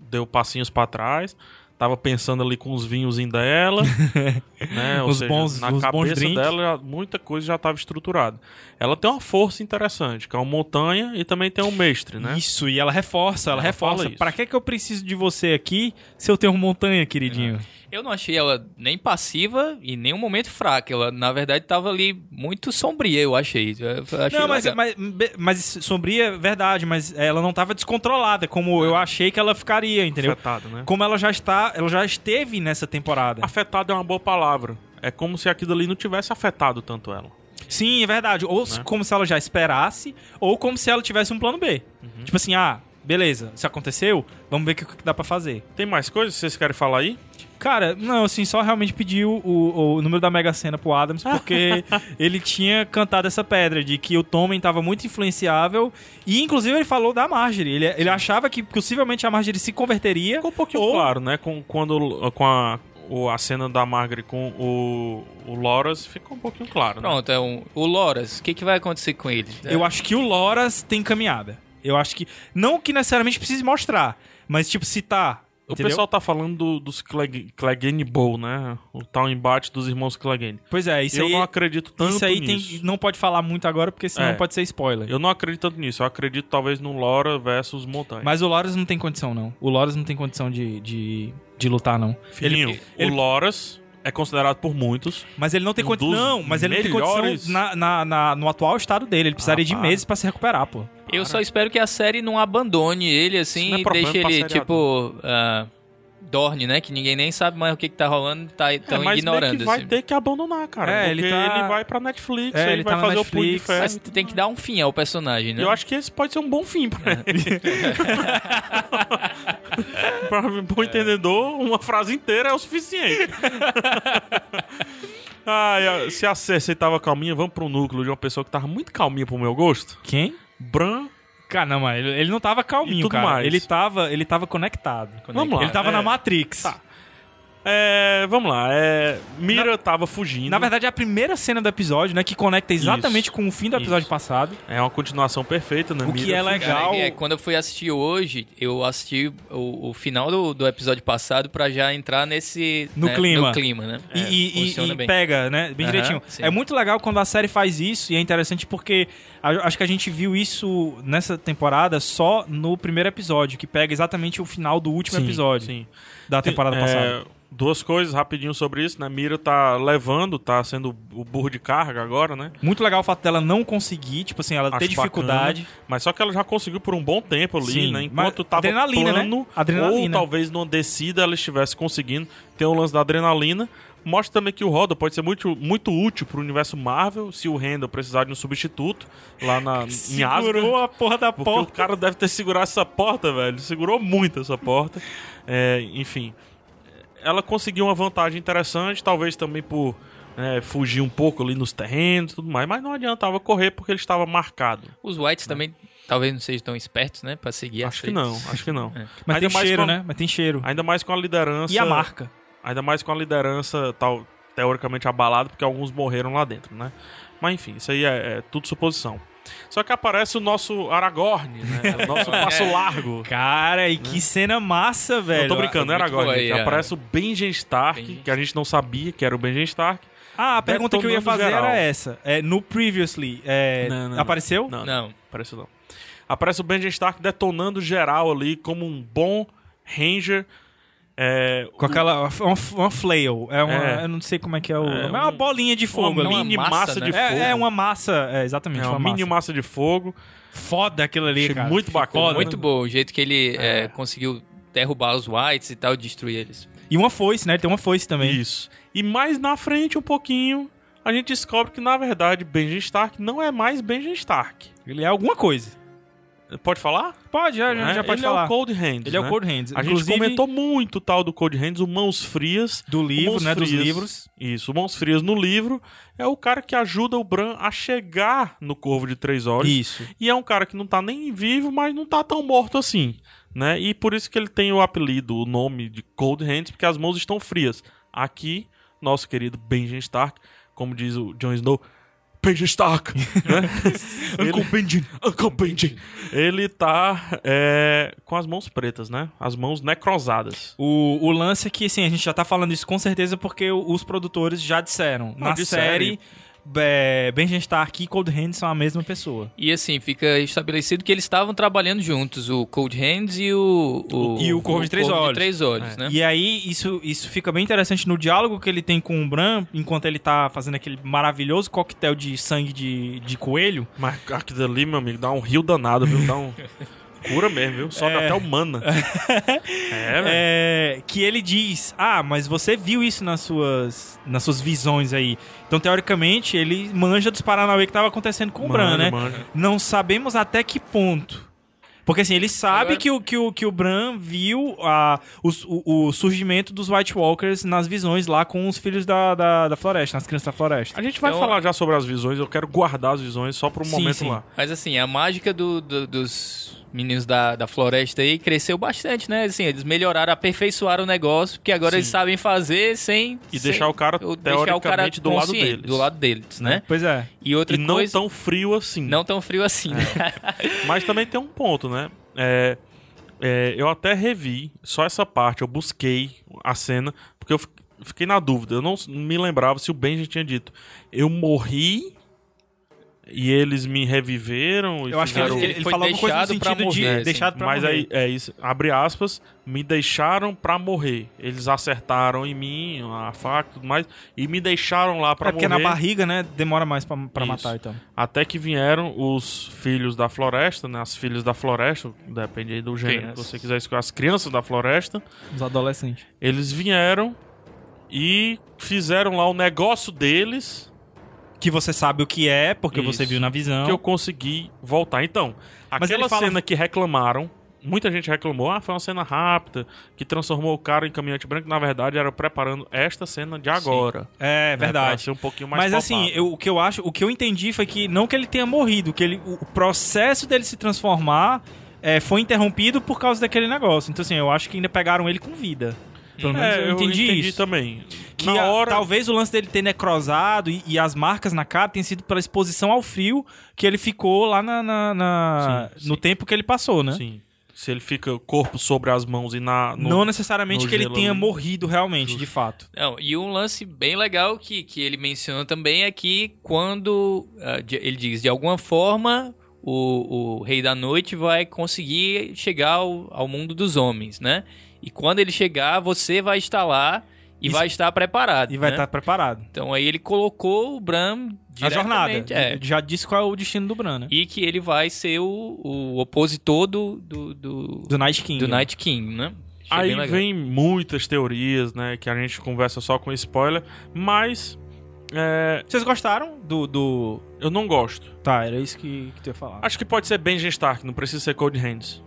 Speaker 1: deu passinhos pra trás, Tava pensando ali com os vinhozinhos dela, [LAUGHS] né? Ou
Speaker 2: Os
Speaker 1: seja,
Speaker 2: bons-
Speaker 1: na
Speaker 2: os bons
Speaker 1: cabeça
Speaker 2: drinks.
Speaker 1: dela já- muita coisa já estava estruturada. Ela tem uma força interessante, que é uma montanha e também tem um mestre, né?
Speaker 2: Isso, e ela reforça, ela,
Speaker 1: Ela
Speaker 2: reforça.
Speaker 1: fala isso.
Speaker 2: Pra que que eu preciso de você aqui se eu tenho montanha, queridinho?
Speaker 1: É.
Speaker 3: Eu não achei ela nem passiva e em nenhum momento fraca. Ela, na verdade, tava ali muito sombria, eu achei. Eu achei
Speaker 2: não, mas,
Speaker 1: é
Speaker 3: legal.
Speaker 2: mas, be- mas isso- sombria é verdade, mas ela não tava descontrolada, como
Speaker 1: Ah.
Speaker 2: eu achei que ela ficaria, entendeu?
Speaker 1: Afetado, né?
Speaker 2: Como ela já está, ela já esteve nessa temporada.
Speaker 1: Afetado é uma boa palavra. É como se aquilo ali não tivesse afetado tanto ela.
Speaker 2: Sim, é verdade. Ou se-
Speaker 1: Né?
Speaker 2: como se ela já esperasse, ou como se ela tivesse um plano B.
Speaker 1: Uhum.
Speaker 2: Tipo assim, ah, beleza, isso aconteceu, vamos ver o que, que dá pra fazer.
Speaker 1: Tem mais coisas que vocês querem falar aí?
Speaker 2: Cara, não, assim, só realmente pediu o, o número da Mega Sena pro
Speaker 1: [LAUGHS]
Speaker 2: Adams, porque ele tinha cantado essa pedra de que o Tommen tava muito influenciável. E, inclusive, ele falou da Marjorie. Ele, ele achava que possivelmente a Marjorie se converteria.
Speaker 1: Ficou um pouquinho claro, né? Com, quando, com a, o- a cena da Margaret com o, o Loras, ficou um pouquinho claro, né?
Speaker 3: Pronto, é um, o Loras, o que, que vai acontecer com ele?
Speaker 1: É.
Speaker 2: Eu acho que o Loras tem caminhada. Eu acho que. Não que necessariamente precise mostrar, mas, tipo, citar.
Speaker 1: O
Speaker 2: entendeu?
Speaker 1: pessoal tá falando do- dos Clegane Clegane Bowl, né? O tal embate dos irmãos Clegane.
Speaker 2: Pois é, isso
Speaker 1: eu
Speaker 2: aí.
Speaker 1: não acredito tanto
Speaker 2: isso aí
Speaker 1: nisso.
Speaker 2: tem, não pode falar muito agora, porque senão
Speaker 1: É.
Speaker 2: pode ser spoiler.
Speaker 1: Eu não acredito tanto nisso. Eu acredito talvez no Lora versus Montanha.
Speaker 2: Mas o Loras não tem condição, não. O Loras não tem condição de, de, de lutar, não.
Speaker 1: Filhinho,
Speaker 2: ele- ele-
Speaker 1: o Loras é considerado por muitos.
Speaker 2: Mas ele não tem
Speaker 1: Um
Speaker 2: condição.
Speaker 1: dos
Speaker 2: Não, mas ele não tem
Speaker 1: melhores.
Speaker 2: condição na, na- na- no atual estado dele. Ele precisaria de
Speaker 1: para.
Speaker 2: meses pra se recuperar, pô.
Speaker 3: Eu só espero que a série não abandone ele,
Speaker 1: Isso
Speaker 3: assim,
Speaker 1: não é
Speaker 3: e
Speaker 1: problema
Speaker 3: deixe
Speaker 1: pra
Speaker 3: ele,
Speaker 1: seriado.
Speaker 3: tipo, ah, dorne, né? Que ninguém nem sabe mais o que, que tá rolando, tá
Speaker 1: É,
Speaker 3: tão
Speaker 1: mas
Speaker 3: ignorando.
Speaker 1: meio que vai
Speaker 3: assim.
Speaker 1: ter que abandonar, cara.
Speaker 2: É, ele
Speaker 1: porque ele,
Speaker 2: tá-
Speaker 1: vai pra Netflix,
Speaker 2: É,
Speaker 1: ele,
Speaker 2: ele
Speaker 1: vai
Speaker 2: tá na
Speaker 1: fazer o punho de
Speaker 2: Netflix.
Speaker 1: ferro.
Speaker 3: Mas tu tem que dar um fim ao personagem, né?
Speaker 1: né? Eu acho que esse pode ser um bom fim pra
Speaker 2: É. [LAUGHS]
Speaker 1: ele. pra um
Speaker 2: É.
Speaker 1: bom entendedor, uma frase inteira é o
Speaker 2: [LAUGHS]
Speaker 1: suficiente. Ai, ai, se a Cersei tava calminha, vamos pro núcleo de uma pessoa que tava muito calminha pro meu gosto.
Speaker 2: Quem?
Speaker 1: Bran.
Speaker 2: Cara, não, mas ele, ele não tava
Speaker 1: E
Speaker 2: calminho,
Speaker 1: tudo
Speaker 2: cara.
Speaker 1: mais.
Speaker 2: Ele tava, ele tava conectado.
Speaker 1: Vamos lá,
Speaker 2: Ele tava
Speaker 1: é.
Speaker 2: na Matrix.
Speaker 1: É, vamos lá. É, Mira tava fugindo.
Speaker 2: Na verdade, é a primeira cena do episódio, né? Que conecta exatamente
Speaker 1: Isso.
Speaker 2: com o fim do episódio
Speaker 1: Isso.
Speaker 2: passado.
Speaker 1: é uma continuação perfeita, né?
Speaker 2: O que
Speaker 1: Mira
Speaker 2: é
Speaker 1: fugindo.
Speaker 2: legal.
Speaker 3: Cara, é, quando eu fui assistir hoje, eu assisti o, o final do, do episódio passado pra já entrar nesse...
Speaker 2: No
Speaker 3: né,
Speaker 2: clima.
Speaker 3: No clima, né?
Speaker 1: É,
Speaker 2: E, e- e-
Speaker 3: funciona
Speaker 2: e
Speaker 3: bem.
Speaker 2: pega, né? Bem
Speaker 3: Aham,
Speaker 2: direitinho.
Speaker 3: sim.
Speaker 2: É muito legal quando a série faz isso e é interessante porque a- acho que a gente viu isso nessa temporada só no primeiro episódio, que pega exatamente o final do último
Speaker 1: Sim,
Speaker 2: episódio
Speaker 1: Sim.
Speaker 2: da temporada
Speaker 1: É,
Speaker 2: passada.
Speaker 1: Duas coisas rapidinho sobre isso, né? Mira tá levando, tá sendo o burro de carga agora, né?
Speaker 2: Muito legal o fato dela não conseguir, tipo assim, ela
Speaker 1: Acho
Speaker 2: ter dificuldade.
Speaker 1: bacana, mas só que ela já conseguiu por um bom tempo ali,
Speaker 2: Sim,
Speaker 1: né? Enquanto
Speaker 2: mas
Speaker 1: tava
Speaker 2: adrenalina,
Speaker 1: plano,
Speaker 2: né? Adrenalina.
Speaker 1: ou talvez numa descida ela estivesse conseguindo. Tem o lance da adrenalina. Mostra também que o Roda pode ser muito, muito útil pro universo Marvel, se o Randall precisar de um substituto lá na, em Asgard.
Speaker 2: Segurou a porra da
Speaker 1: Porque o
Speaker 2: porta.
Speaker 1: cara deve ter segurado essa porta, velho. Segurou muito essa porta. É, enfim, ela conseguiu uma vantagem interessante, talvez também por é, fugir um pouco ali nos terrenos e tudo mais. Mas não adiantava correr porque ele estava marcado.
Speaker 3: Os Whites também talvez não sejam tão espertos, né? Pra seguir
Speaker 1: Né? acho
Speaker 3: essa-
Speaker 1: que não, acho que
Speaker 2: [LAUGHS]
Speaker 1: não.
Speaker 3: É.
Speaker 2: Mas
Speaker 1: ainda
Speaker 2: tem
Speaker 1: mais
Speaker 2: cheiro,
Speaker 1: com a-
Speaker 2: né? Mas tem cheiro.
Speaker 1: Ainda mais com a liderança.
Speaker 2: E a marca.
Speaker 1: Ainda mais com a liderança, tal, teoricamente abalada, porque alguns morreram lá dentro, né? Mas enfim, isso aí é, é tudo suposição. Só que aparece o nosso Aragorn, né? O nosso
Speaker 2: [LAUGHS] É.
Speaker 1: passo largo.
Speaker 2: Cara, e que cena massa, velho.
Speaker 1: Eu Né? tô brincando,
Speaker 3: é
Speaker 1: era
Speaker 3: muito
Speaker 1: agora,
Speaker 3: boa
Speaker 1: gente.
Speaker 3: aí,
Speaker 1: Aparece o Benjen Stark,
Speaker 3: Benjen.
Speaker 1: que a gente não sabia que era o Benjen Stark.
Speaker 2: Ah, a pergunta que eu ia
Speaker 1: Detonando
Speaker 2: fazer
Speaker 1: geral.
Speaker 2: era essa. É, no Previously, é,
Speaker 1: Não, não, não.
Speaker 2: apareceu?
Speaker 3: Não.
Speaker 1: Aparece não. Aparece o Benjen Stark detonando geral ali, como um bom ranger. É,
Speaker 2: Com aquela. Uma, uma flail. É uma,
Speaker 1: É.
Speaker 2: Eu não sei como é que é o.
Speaker 1: É,
Speaker 2: É, uma
Speaker 1: um-
Speaker 2: bolinha de
Speaker 1: uma
Speaker 2: fogo ali.
Speaker 3: uma
Speaker 1: mini
Speaker 3: massa,
Speaker 1: massa,
Speaker 3: né?
Speaker 1: de fogo.
Speaker 2: É, é uma massa. É, exatamente.
Speaker 1: É
Speaker 2: uma
Speaker 1: uma
Speaker 2: massa.
Speaker 1: mini massa de fogo.
Speaker 2: Foda aquilo ali,
Speaker 1: Achei
Speaker 2: cara.
Speaker 1: muito bacana.
Speaker 2: Foda.
Speaker 3: Muito bom o jeito que ele
Speaker 1: É.
Speaker 3: eh, conseguiu derrubar os Whites e tal, destruir eles.
Speaker 2: E uma foice, né? Ele Tem uma foice também.
Speaker 1: Isso. E mais na frente um pouquinho, a gente descobre que, na verdade, Benjen Stark não é mais Benjen Stark.
Speaker 2: Ele é alguma coisa.
Speaker 1: Pode falar?
Speaker 2: Pode, já, já-
Speaker 1: Né?
Speaker 2: já pode
Speaker 1: Ele
Speaker 2: falar.
Speaker 1: é o Cold Hands.
Speaker 2: ele é o
Speaker 1: né?
Speaker 2: Cold Hands.
Speaker 1: A gente
Speaker 2: Inclusive,
Speaker 1: comentou muito o tal do Cold Hands, o Mãos Frias.
Speaker 2: do livro,
Speaker 1: Mãos
Speaker 2: né? Dos
Speaker 1: Frias.
Speaker 2: livros.
Speaker 1: Isso, o Mãos Frias no livro é o cara que ajuda o Bran a chegar no Corvo de Três Olhos.
Speaker 2: Isso.
Speaker 1: E é um cara que não tá nem vivo, mas não tá tão morto assim, né? E por isso que ele tem o apelido, o nome de Cold Hands, porque as mãos estão frias. Aqui, nosso querido Benjen Stark, como diz o Jon Snow, Benji [LAUGHS] Stark. né? Uncle Benji. Uncle Benji. Ele tá é, com as mãos pretas, né? As mãos necrosadas.
Speaker 2: O, o lance é que, assim, a gente já tá falando isso com certeza porque o- os produtores já disseram.
Speaker 1: Não,
Speaker 2: na
Speaker 1: de série.
Speaker 2: série, é, Benjamin Stark e Cold Hand são a mesma pessoa.
Speaker 3: E assim, fica estabelecido que eles estavam trabalhando juntos, o Cold Hands e o.
Speaker 2: E o Corvo de Três Olhos.
Speaker 3: Três
Speaker 1: É.
Speaker 3: Olhos, né?
Speaker 2: E aí, isso, isso fica bem interessante no diálogo que ele tem com o Bran, enquanto ele tá fazendo aquele maravilhoso coquetel de sangue de, de coelho.
Speaker 1: Mas aqui dali, meu amigo, dá um rio danado, viu? Dá [LAUGHS] um... Cura mesmo, viu? Sobe até o mana. [LAUGHS] É, velho.
Speaker 2: É, que ele diz: Ah, mas você viu isso nas suas, nas suas visões aí. Então, teoricamente, ele manja dos Paranauê que tava acontecendo com o Bran,
Speaker 1: Manja,
Speaker 2: né?
Speaker 1: manja.
Speaker 2: Não sabemos até que ponto. Porque assim, ele sabe
Speaker 3: Agora-
Speaker 2: que, o, que, o, que o Bran viu a, os- o, o surgimento dos White Walkers nas visões lá com os filhos da, da, da floresta, nas crianças da floresta.
Speaker 1: A gente vai
Speaker 3: Então-
Speaker 1: falar já sobre as visões, eu quero guardar as visões só para um
Speaker 2: Sim,
Speaker 1: momento
Speaker 2: sim.
Speaker 1: lá.
Speaker 3: Mas assim, a mágica do- do- dos meninos da, da floresta aí cresceu bastante, né? Assim, eles melhoraram, aperfeiçoaram o negócio, porque agora eles sabem fazer sem.
Speaker 1: E
Speaker 3: sem-
Speaker 1: deixar o cara,
Speaker 3: ou
Speaker 1: teoricamente, do lado
Speaker 3: consciente,
Speaker 1: deles.
Speaker 3: Do lado deles, né?
Speaker 2: Pois é.
Speaker 3: E outra
Speaker 1: E não
Speaker 3: coisa.
Speaker 1: tão frio assim.
Speaker 3: Não tão frio assim. né?
Speaker 1: Mas também tem um ponto, né? É, é, eu até revi só essa parte, eu busquei a cena, porque eu fi- fiquei na dúvida. Eu não s- me lembrava se o Benji tinha dito. Eu morri e eles me reviveram. E
Speaker 2: Eu acho que ele,
Speaker 1: fizeram-
Speaker 2: ele,
Speaker 3: Ele foi
Speaker 2: falou alguma coisa no
Speaker 3: deixado pra
Speaker 2: sentido de
Speaker 3: morrer, assim.
Speaker 2: deixado pra
Speaker 1: Mas
Speaker 2: morrer.
Speaker 1: aí, é isso. Abre aspas, me deixaram pra morrer. Eles acertaram em mim, a faca e tudo mais, e me deixaram lá pra
Speaker 2: é porque
Speaker 1: morrer.
Speaker 2: na barriga, né, demora mais pra, pra
Speaker 1: Isso.
Speaker 2: matar, então.
Speaker 1: Até que vieram os filhos da floresta, né? As filhas da floresta, depende aí do gênero que
Speaker 3: Crianças.
Speaker 1: você quiser escolher. As crianças da floresta,
Speaker 2: Os adolescentes.
Speaker 1: eles vieram e fizeram lá o negócio deles
Speaker 2: Que você sabe o que é, porque você
Speaker 1: Isso.
Speaker 2: viu na visão.
Speaker 1: que eu consegui voltar. Então,
Speaker 2: Mas
Speaker 1: aquela
Speaker 2: ele fala-
Speaker 1: cena que reclamaram, muita gente reclamou, ah, foi uma cena rápida, que transformou o cara em caminhante branco. Na verdade, era preparando esta cena de agora.
Speaker 2: É,
Speaker 1: né, pra
Speaker 2: verdade.
Speaker 1: ser um pouquinho mais
Speaker 2: Mas assim,
Speaker 1: palpável.
Speaker 2: eu- o que eu acho, o que eu entendi foi que não que ele tenha morrido, que ele, o o processo dele se transformar é, foi interrompido por causa daquele negócio. Então assim, eu acho que ainda pegaram ele com vida. Pelo menos
Speaker 1: É,
Speaker 2: eu, entendi, isso.
Speaker 1: também.
Speaker 2: Que
Speaker 1: Na
Speaker 2: a-
Speaker 1: hora...
Speaker 2: talvez o lance dele ter necrosado e, e as marcas na cara tenha sido pela exposição ao frio que ele ficou lá na, na- na-
Speaker 1: Sim,
Speaker 2: no
Speaker 1: sim.
Speaker 2: tempo que ele passou, né?
Speaker 1: Sim. Se ele fica corpo sobre as mãos e na. no-
Speaker 2: não necessariamente
Speaker 1: no
Speaker 2: que ele
Speaker 1: gelo
Speaker 2: tenha
Speaker 1: ali.
Speaker 2: morrido realmente, de fato.
Speaker 3: Não, e um lance bem legal que, que ele menciona também é que quando ah, de- ele diz, de alguma forma, o, o Rei da Noite vai conseguir chegar ao, ao mundo dos homens, né? E quando ele chegar, você vai estar lá e
Speaker 2: Isso.
Speaker 3: vai estar
Speaker 1: É,
Speaker 3: preparado.
Speaker 2: E vai tá-
Speaker 3: né?
Speaker 2: estar preparado.
Speaker 3: Então aí ele colocou o Bram
Speaker 2: A jornada.
Speaker 3: diretamente, é,
Speaker 2: Já disse qual é o destino do Bran, né?
Speaker 3: e que ele vai ser o, o opositor do, do, do,
Speaker 2: Do Night King.
Speaker 3: do Night King, né? Achei
Speaker 1: Aí
Speaker 3: bem legal.
Speaker 1: vem muitas teorias, né? Que a gente conversa só com spoiler. Mas. é,
Speaker 2: Vocês gostaram do, do...
Speaker 1: eu não gosto.
Speaker 2: Tá, era isso que, que tu ia falar.
Speaker 1: Acho que pode ser Benji Stark, não precisa ser Cold Hands.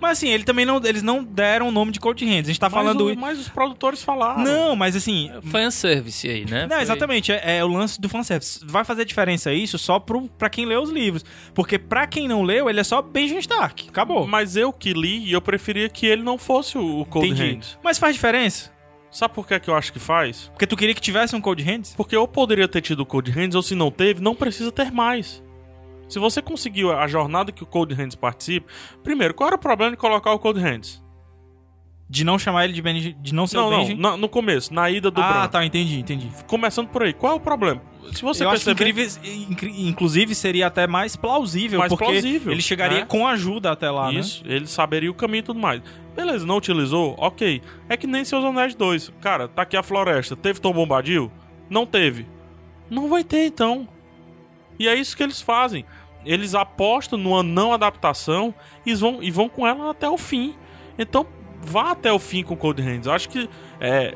Speaker 2: Mas assim, ele também não, eles não deram o nome de Cold Hands. A gente tá falando...
Speaker 1: Mas, o- É, mas os produtores falaram.
Speaker 2: Não, mas assim...
Speaker 3: Fanservice aí, né?
Speaker 2: Não,
Speaker 3: Foi-
Speaker 2: exatamente, é, é o lance do fanservice. Vai fazer diferença isso só pro, pra quem lê os livros. Porque pra quem não leu, ele é só Benjamin Stark. Acabou.
Speaker 1: Mas eu que li, eu preferia que ele não fosse o o Cold
Speaker 2: Entendi.
Speaker 1: Hands.
Speaker 2: Mas faz diferença?
Speaker 1: Sabe por que, que eu acho que faz?
Speaker 2: Porque tu queria que tivesse um Cold Hands?
Speaker 1: Porque ou poderia ter tido o Cold Hands, ou se não teve, não precisa ter mais. Se você conseguiu a jornada que o Cold Hands participa, primeiro, qual era o problema de colocar o Cold Hands?
Speaker 2: De não chamar ele de Benjamin... De não ser
Speaker 1: Não,
Speaker 2: o
Speaker 1: não,
Speaker 2: Benjamin?
Speaker 1: na- no começo, na ida do
Speaker 2: ah,
Speaker 1: Bran.
Speaker 2: tá, entendi, entendi.
Speaker 1: Começando por aí, qual é o problema? Se você
Speaker 2: Eu acho que
Speaker 1: perceber,
Speaker 2: incrível- incri- inclusive seria até mais plausível,
Speaker 1: Mais
Speaker 2: porque
Speaker 1: plausível,
Speaker 2: ele chegaria
Speaker 1: né?
Speaker 2: com ajuda até lá, né?
Speaker 1: isso, ele saberia o caminho e tudo mais. Beleza, não utilizou? Ok. É que nem seus Anéis 2. Cara, tá aqui a floresta. Teve Tom Bombadil? Não teve. Não vai ter, então. E é isso que eles fazem. Eles apostam numa não adaptação e vão, e vão com ela até o fim. Então, vá até o fim com Cold Hands. Acho que é,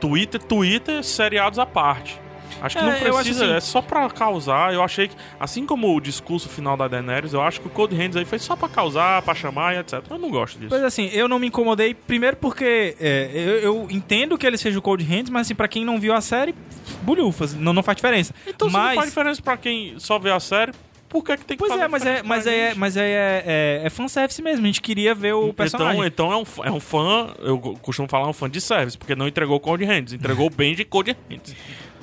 Speaker 1: Twitter, Twitter, seriados à parte. Acho que
Speaker 2: É,
Speaker 1: não
Speaker 2: eu acho
Speaker 1: precisa,
Speaker 2: assim-
Speaker 1: é só pra causar. Eu achei que, assim como o discurso final da Daenerys, eu acho que o Cold Hands aí foi só pra causar, pra chamar e etc. Eu não gosto disso.
Speaker 2: Pois assim, eu não me incomodei, primeiro porque é, eu, eu entendo que ele seja o Cold Hands, mas assim, pra quem não viu a série, bolhufas, não, não faz diferença.
Speaker 1: Então, se não
Speaker 2: mas,
Speaker 1: faz diferença pra quem só vê a série, por que, é que tem que
Speaker 2: Pois
Speaker 1: fazer
Speaker 2: é, mas é,
Speaker 1: diferença
Speaker 2: mas
Speaker 1: pra
Speaker 2: é,
Speaker 1: gente?
Speaker 2: mas é, é, é, é fanservice mesmo, a gente queria ver o personagem.
Speaker 1: Então, então é, um, f- é
Speaker 2: [LAUGHS]
Speaker 1: um fã, eu go- costumo falar, um fã de service, porque não entregou o Cold Hands, entregou o Benji e Cold Hands.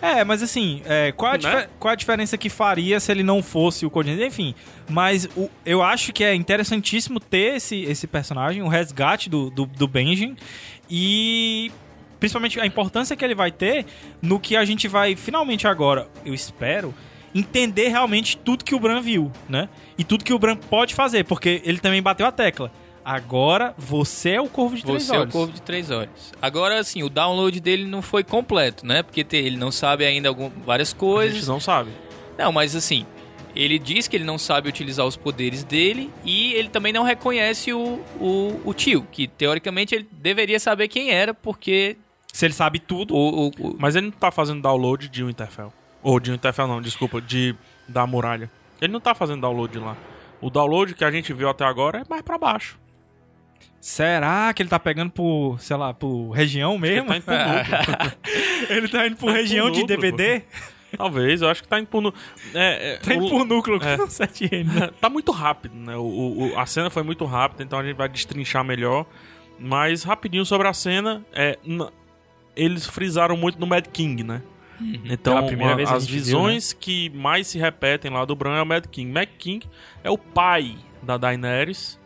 Speaker 2: É, mas assim, é, qual,
Speaker 1: Né?
Speaker 2: a dife- qual a diferença que faria se ele não fosse o Codinome? Enfim, mas o- eu acho que é interessantíssimo ter esse, esse personagem, o resgate do, do, do Benjen, e principalmente a importância que ele vai ter no que a gente vai finalmente agora, eu espero, entender realmente tudo que o Bran viu, né? E tudo que o Bran pode fazer, porque ele também bateu a tecla. Agora você é o Corvo de Três
Speaker 3: Você é o
Speaker 2: Olhos.
Speaker 3: corvo de três olhos. Agora, assim, o download dele não foi completo, né? Porque te- ele não sabe ainda algum- várias
Speaker 1: A
Speaker 3: coisas.
Speaker 1: gente não sabe.
Speaker 3: Não, mas assim, ele diz que ele não sabe utilizar os poderes dele e ele também não reconhece o, o, o tio, que teoricamente ele deveria saber quem era, porque
Speaker 2: Se ele sabe tudo,
Speaker 3: o. o- o-
Speaker 1: Mas ele não tá fazendo download de Winterfell. Ou de Winterfell não, desculpa, de da muralha. Ele não tá fazendo download lá. O download que a gente viu até agora é mais pra baixo.
Speaker 2: será que ele tá pegando por, sei lá, por região mesmo?
Speaker 1: Ele tá indo pro núcleo.
Speaker 2: [LAUGHS] Ele tá indo por
Speaker 1: Tá indo
Speaker 2: região
Speaker 1: pro
Speaker 2: de
Speaker 1: núcleo,
Speaker 2: DVD?
Speaker 1: Talvez, eu acho que tá indo pro nu- é, é,
Speaker 2: Tá indo
Speaker 1: o-
Speaker 2: por núcleo
Speaker 1: É.
Speaker 2: com [LAUGHS] o 7N. né?
Speaker 1: [LAUGHS] tá muito rápido, né? O, o- o- a cena foi muito rápida, então a gente vai destrinchar melhor. Mas rapidinho sobre a cena, é, n- eles frisaram muito no Mad King, né? Então,
Speaker 2: Uhum. Pela primeira
Speaker 1: a-
Speaker 2: vez a
Speaker 1: as
Speaker 2: gente viu, né?
Speaker 1: visões que mais se repetem lá do Bran é o Mad King. Mad King é o pai da Daenerys,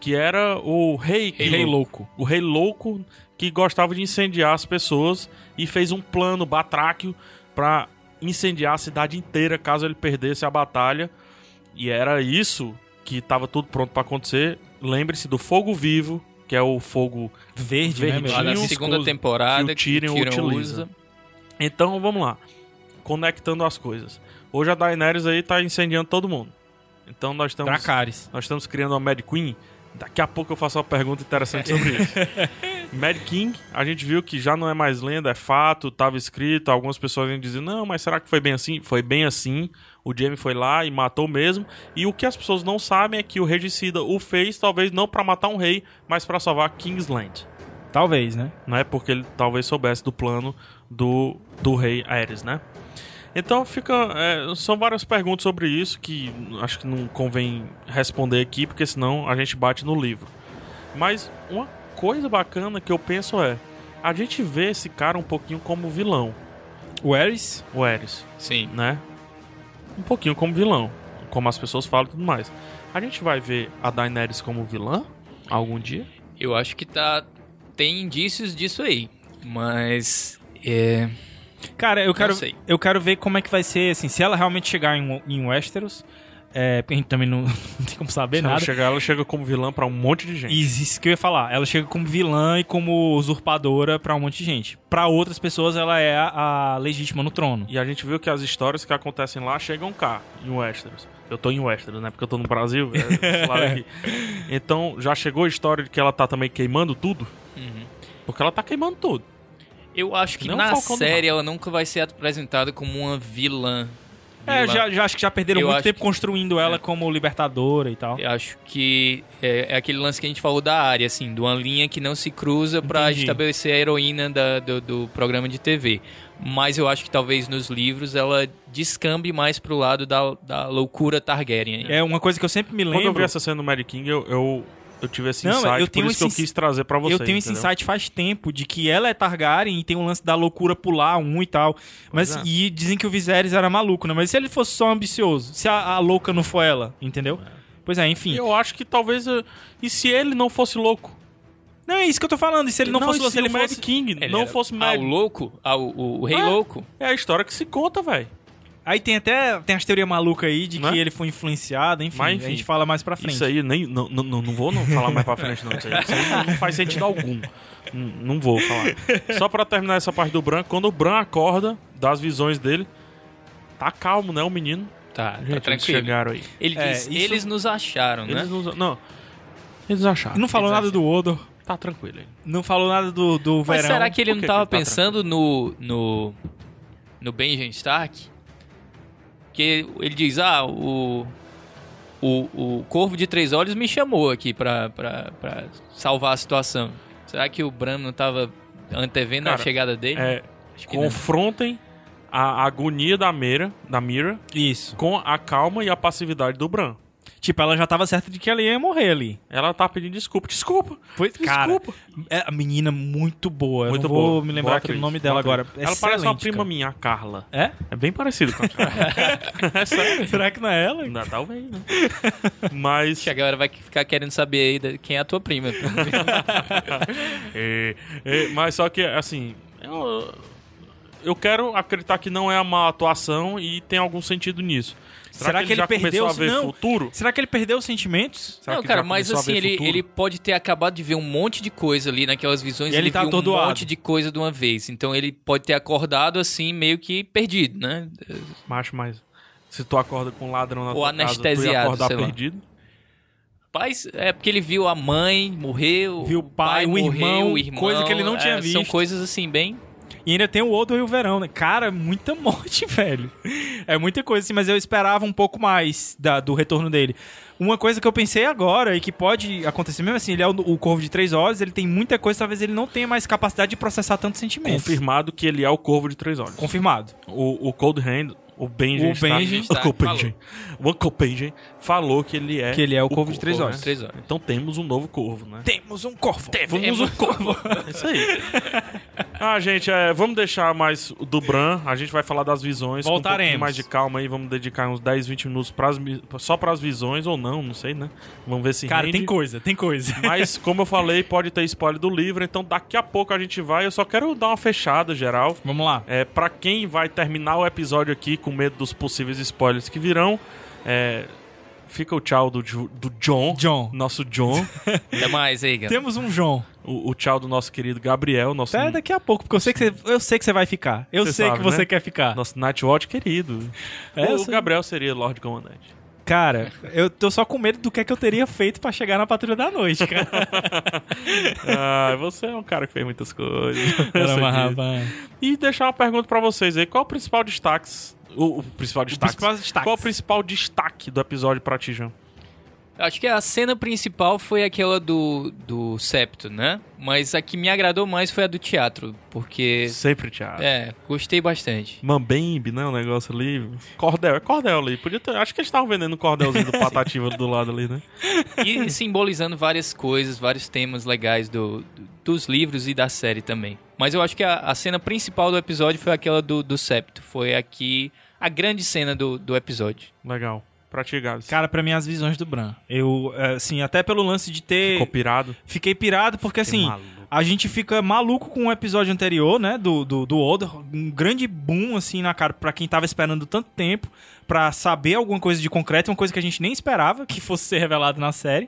Speaker 1: que era o rei,
Speaker 2: Rei é louco.
Speaker 1: o rei louco que gostava de incendiar as pessoas e fez um plano batráquio pra incendiar a cidade inteira caso ele perdesse a batalha. E era isso que tava tudo pronto pra acontecer. Lembre-se do fogo vivo, que é o fogo.
Speaker 2: Verde,
Speaker 1: Verdinho.
Speaker 2: né,
Speaker 3: Lá na
Speaker 1: tinha um
Speaker 3: segunda
Speaker 1: escudo que
Speaker 3: temporada
Speaker 1: o Tyrion utiliza. Então, vamos lá. Conectando as coisas. Hoje a Daenerys aí tá incendiando todo mundo. Então nós estamos
Speaker 2: Dracarys.
Speaker 1: nós estamos criando uma Mad Queen. Daqui a pouco eu faço uma pergunta interessante sobre isso. Mad King, a gente viu que já não é mais lenda, é fato, estava escrito. Algumas pessoas ainda dizem, não, mas será que foi bem assim? Foi bem assim. O Jamie foi lá e matou mesmo. E o que as pessoas não sabem é que o regicida o fez, talvez não para matar um rei, mas para salvar Kingsland.
Speaker 2: Talvez, né?
Speaker 1: Né? Porque ele talvez soubesse do plano do, do rei Ares, né? Então fica. é, são várias perguntas sobre isso que acho que não convém responder aqui, porque senão a gente bate no livro. Mas uma coisa bacana que eu penso é. A gente vê esse cara um pouquinho como vilão,
Speaker 2: O Ares.
Speaker 1: o Ares,
Speaker 3: Sim.
Speaker 1: né? Um pouquinho como vilão, como as pessoas falam e tudo mais. A gente vai ver a Daenerys como vilã algum dia?
Speaker 3: Eu acho que tá. Tem indícios disso aí. Mas. É.
Speaker 2: Cara, eu quero,
Speaker 3: sei.
Speaker 2: eu quero ver como é que vai ser, assim, se ela realmente chegar em, em Westeros. É, porque a gente também não, [LAUGHS] não tem como saber
Speaker 1: Se ela
Speaker 2: nada.
Speaker 1: chegar, ela chega como vilã pra um monte de gente.
Speaker 2: Isso, isso que eu ia falar. Ela chega como vilã e como usurpadora pra um monte de gente. Pra outras pessoas, ela é a, a legítima no trono.
Speaker 1: E a gente viu que as histórias que acontecem lá chegam cá, em Westeros. Eu tô em Westeros, né? Porque eu tô no Brasil. é, claro
Speaker 2: [LAUGHS]
Speaker 1: aqui. Então, já chegou a história de que ela tá também queimando tudo?
Speaker 3: Uhum.
Speaker 1: Porque ela tá queimando tudo.
Speaker 3: Eu acho que
Speaker 1: Não
Speaker 3: na
Speaker 1: Falcão do
Speaker 3: série ela nunca vai ser apresentada como uma vilã.
Speaker 2: É,
Speaker 3: Vilã.
Speaker 2: já, já acho que já perderam
Speaker 3: Eu
Speaker 2: muito
Speaker 3: acho
Speaker 2: tempo
Speaker 3: que-
Speaker 2: construindo
Speaker 1: é.
Speaker 2: ela como libertadora e tal.
Speaker 3: Eu acho que é, é aquele lance que a gente falou da área, assim, de uma linha que não se cruza pra
Speaker 2: Entendi.
Speaker 3: estabelecer a heroína da- do, do programa de TV. Mas eu acho que talvez nos livros ela descambe mais pro lado da, da loucura Targaryen.
Speaker 2: É uma coisa que eu sempre me
Speaker 1: Quando eu vi
Speaker 2: lembro.
Speaker 1: essa cena do Mad King, eu, eu, eu tive esse
Speaker 2: Não,
Speaker 1: insight,
Speaker 2: eu
Speaker 1: por
Speaker 2: tenho
Speaker 1: isso que eu
Speaker 2: esse
Speaker 1: quis trazer pra vocês.
Speaker 2: eu tenho esse
Speaker 1: entendeu?
Speaker 2: insight faz tempo de que ela é Targaryen e tem um lance da loucura pular um e tal. Mas
Speaker 1: Pois é.
Speaker 2: e dizem que o Viserys era maluco, né? Mas e se ele fosse só ambicioso, se a, a louca não for ela, entendeu? Pois é, enfim.
Speaker 1: Eu acho que talvez... eu- E se ele não fosse louco?
Speaker 2: Não, é isso que eu tô falando. E se ele não, fosse
Speaker 1: e
Speaker 2: louco,
Speaker 1: se
Speaker 2: se ele
Speaker 1: o Mad
Speaker 2: fosse.
Speaker 1: King
Speaker 3: Ele
Speaker 1: não
Speaker 3: era-
Speaker 1: fosse
Speaker 3: ah,
Speaker 1: Mad...
Speaker 3: o louco, ah, o, o- o rei
Speaker 1: É.
Speaker 3: louco.
Speaker 1: É a história que se conta, velho.
Speaker 2: Aí tem até tem as teorias malucas aí de
Speaker 1: Né?
Speaker 2: que ele foi influenciado, enfim,
Speaker 1: Mas, enfim.
Speaker 2: A gente fala mais pra frente.
Speaker 1: Isso aí, nem, não, não, não não vou não falar mais pra frente, não. Isso aí, isso aí não faz sentido algum. Não, não vou falar. Só pra terminar essa parte do Bran, quando o Bran acorda das visões dele, tá calmo, né, o menino?
Speaker 3: Tá,
Speaker 1: Gente,
Speaker 3: tá
Speaker 1: eles
Speaker 3: tranquilo.
Speaker 1: chegaram aí.
Speaker 3: Ele
Speaker 2: É,
Speaker 3: diz,
Speaker 2: isso-
Speaker 3: eles nos acharam, né?
Speaker 1: Eles não... Não. Eles acharam.
Speaker 2: Não falou nada do Odo,
Speaker 1: Tá tranquilo aí.
Speaker 2: não falou nada do, do
Speaker 3: Mas
Speaker 2: verão.
Speaker 3: será que ele
Speaker 1: Por
Speaker 3: não
Speaker 1: que
Speaker 3: tava
Speaker 1: que ele tá
Speaker 3: pensando no, no. no Benjamin Stark? Que ele diz, ah, o. O, o Corvo de Três Olhos me chamou aqui pra, pra, pra salvar a situação. Será que o Bran não tava antevendo a
Speaker 1: Cara,
Speaker 3: chegada dele?
Speaker 1: É,
Speaker 3: Acho que não.
Speaker 1: confrontem a agonia da Mira, da Mira
Speaker 2: Isso.
Speaker 1: com a calma e a passividade do Bran.
Speaker 2: Tipo, ela já tava certa de que ela ia morrer ali.
Speaker 1: Ela tá pedindo desculpa. Desculpa.
Speaker 2: Pois, cara,
Speaker 1: Desculpa.
Speaker 2: é a menina muito boa. Eu
Speaker 1: Muito
Speaker 2: não
Speaker 1: boa.
Speaker 2: vou me lembrar
Speaker 1: Boa
Speaker 2: aqui do
Speaker 1: atriz,
Speaker 2: nome dela
Speaker 1: boa
Speaker 2: agora.
Speaker 1: atriz. Ela parece uma
Speaker 2: Excelente,
Speaker 1: prima
Speaker 2: cara.
Speaker 1: minha, a Carla.
Speaker 2: É?
Speaker 1: É bem parecido com a Carla. é sério.
Speaker 2: [LAUGHS] Será que não é ela?
Speaker 1: Não, talvez, né? [LAUGHS] Mas.
Speaker 3: Que a galera vai ficar querendo saber aí da- quem é a
Speaker 1: [LAUGHS]
Speaker 3: tua prima.
Speaker 1: É, é, mas só que, assim, eu, eu quero acreditar que não é uma atuação e tem algum sentido nisso.
Speaker 2: Será que ele
Speaker 1: já
Speaker 2: perdeu-
Speaker 1: começou a ver
Speaker 2: não.
Speaker 1: futuro?
Speaker 2: Será que ele perdeu os sentimentos?
Speaker 1: Será
Speaker 3: não,
Speaker 1: que
Speaker 3: cara,
Speaker 1: já
Speaker 3: mas
Speaker 1: começou a
Speaker 3: assim,
Speaker 1: ver
Speaker 3: ele,
Speaker 1: futuro?
Speaker 3: ele pode ter acabado de ver um monte de coisa ali naquelas visões.
Speaker 2: E ele tá
Speaker 3: viu um
Speaker 2: atordoado.
Speaker 3: monte de coisa de uma vez. Então ele pode ter acordado assim, meio que perdido, né?
Speaker 1: Macho, mas se tu acorda com um ladrão na
Speaker 3: Ou
Speaker 1: tua casa, tu ia
Speaker 3: anestesiado,
Speaker 1: acordar
Speaker 3: sei lá.
Speaker 1: perdido.
Speaker 3: Mas é porque ele viu a mãe morrer, o
Speaker 2: Viu o pai, o
Speaker 3: morreu,
Speaker 2: irmão,
Speaker 3: o irmão,
Speaker 2: coisa que ele não tinha
Speaker 3: é, São
Speaker 2: visto.
Speaker 3: coisas assim, bem.
Speaker 2: E ainda tem o Odo e o Verão, né? Cara, muita [LAUGHS] morte, velho. É muita coisa, assim, mas eu esperava um pouco mais da- do retorno dele. Uma coisa que eu pensei agora e que pode acontecer mesmo assim, ele é o, o Corvo de Três Olhos, ele tem muita coisa, talvez ele não tenha mais capacidade de processar tantos sentimentos.
Speaker 1: Confirmado que ele é o Corvo de Três Olhos.
Speaker 2: Confirmado.
Speaker 1: O, o Cold Hand, o Benji
Speaker 2: O
Speaker 1: está-
Speaker 2: Benji
Speaker 3: está-
Speaker 1: [LAUGHS] o Copenhagen, o Copenhagen falou que ele é
Speaker 2: Que ele é o Corvo de Três
Speaker 1: Corvo,
Speaker 2: Olhos.
Speaker 1: né?
Speaker 3: Três horas.
Speaker 1: Então temos um novo Corvo, né?
Speaker 2: Temos um Corvo.
Speaker 3: é
Speaker 1: Vamos o corvo. É isso aí. [LAUGHS] Ah, gente, é, vamos deixar mais o do Bran. A gente vai falar das visões. com
Speaker 2: Voltaremos.
Speaker 1: um pouquinho mais de calma aí. Vamos dedicar uns 10, 20 minutos pras, mi- só para as visões ou não, não sei, né? Vamos ver se
Speaker 2: Cara,
Speaker 1: rende.
Speaker 2: tem coisa, tem coisa. [LAUGHS]
Speaker 1: Mas, como eu falei, pode ter spoiler do livro. Então, daqui a pouco a gente vai. Eu só quero dar uma fechada geral.
Speaker 2: Vamos lá.
Speaker 1: É, para quem vai terminar o episódio aqui com medo dos possíveis spoilers que virão, é, fica o tchau do, Ju- do John,
Speaker 2: John.
Speaker 1: nosso John,
Speaker 3: [LAUGHS] Até mais aí, galera.
Speaker 2: Temos um João.
Speaker 1: o, o tchau do nosso querido Gabriel, nosso
Speaker 2: Até daqui a pouco, porque eu sei que você, eu sei que você vai ficar. Eu
Speaker 1: Você
Speaker 2: sei
Speaker 1: sabe,
Speaker 2: que você
Speaker 1: né?
Speaker 2: quer
Speaker 1: [LAUGHS]
Speaker 2: ficar.
Speaker 1: Nosso Nightwatch querido.
Speaker 2: É, eu
Speaker 1: o
Speaker 2: sei.
Speaker 1: Gabriel seria Lorde Comandante.
Speaker 2: Cara, eu tô só com medo do que é que eu teria feito pra chegar na patrulha da noite, cara.
Speaker 1: ah, você é um cara que fez muitas coisas.
Speaker 2: [LAUGHS]
Speaker 1: Eu sei
Speaker 2: Caramba,
Speaker 1: disso.
Speaker 2: rapaz.
Speaker 1: e deixar uma pergunta pra vocês aí. Qual o principal destaque... O, o principal destaque.
Speaker 2: principal destaque.
Speaker 1: Qual o principal destaque do episódio pra ti, João?
Speaker 2: um
Speaker 3: Acho que a cena principal foi aquela do, do septo, né? Mas a que me agradou mais foi a do teatro, porque.
Speaker 1: Sempre, Thiago.
Speaker 3: É, gostei bastante.
Speaker 1: Mambembe, né? O negócio ali. Cordel, é cordel ali. Podia ter- acho que eles estavam vendendo um cordelzinho
Speaker 2: [LAUGHS]
Speaker 1: do Patativa do lado ali, né?
Speaker 3: E simbolizando várias coisas, vários temas legais do, do- dos livros e da série também. Mas eu acho que a, a cena principal do episódio foi aquela do, do septo. Foi aqui a grande cena do, do episódio.
Speaker 1: Legal. Pra ti, Gabs.
Speaker 2: Cara, pra mim, as visões do Bran. Eu, assim, até pelo lance de ter.
Speaker 1: Ficou pirado.
Speaker 2: Fiquei pirado, porque
Speaker 1: Fiquei
Speaker 2: assim.
Speaker 1: maluco.
Speaker 2: A gente fica maluco com o episódio anterior, né? Do, do, do Odo. Um grande boom, assim, na cara, pra quem tava esperando tanto tempo, pra saber alguma coisa de concreto, uma coisa que a gente nem esperava que fosse ser revelado na série.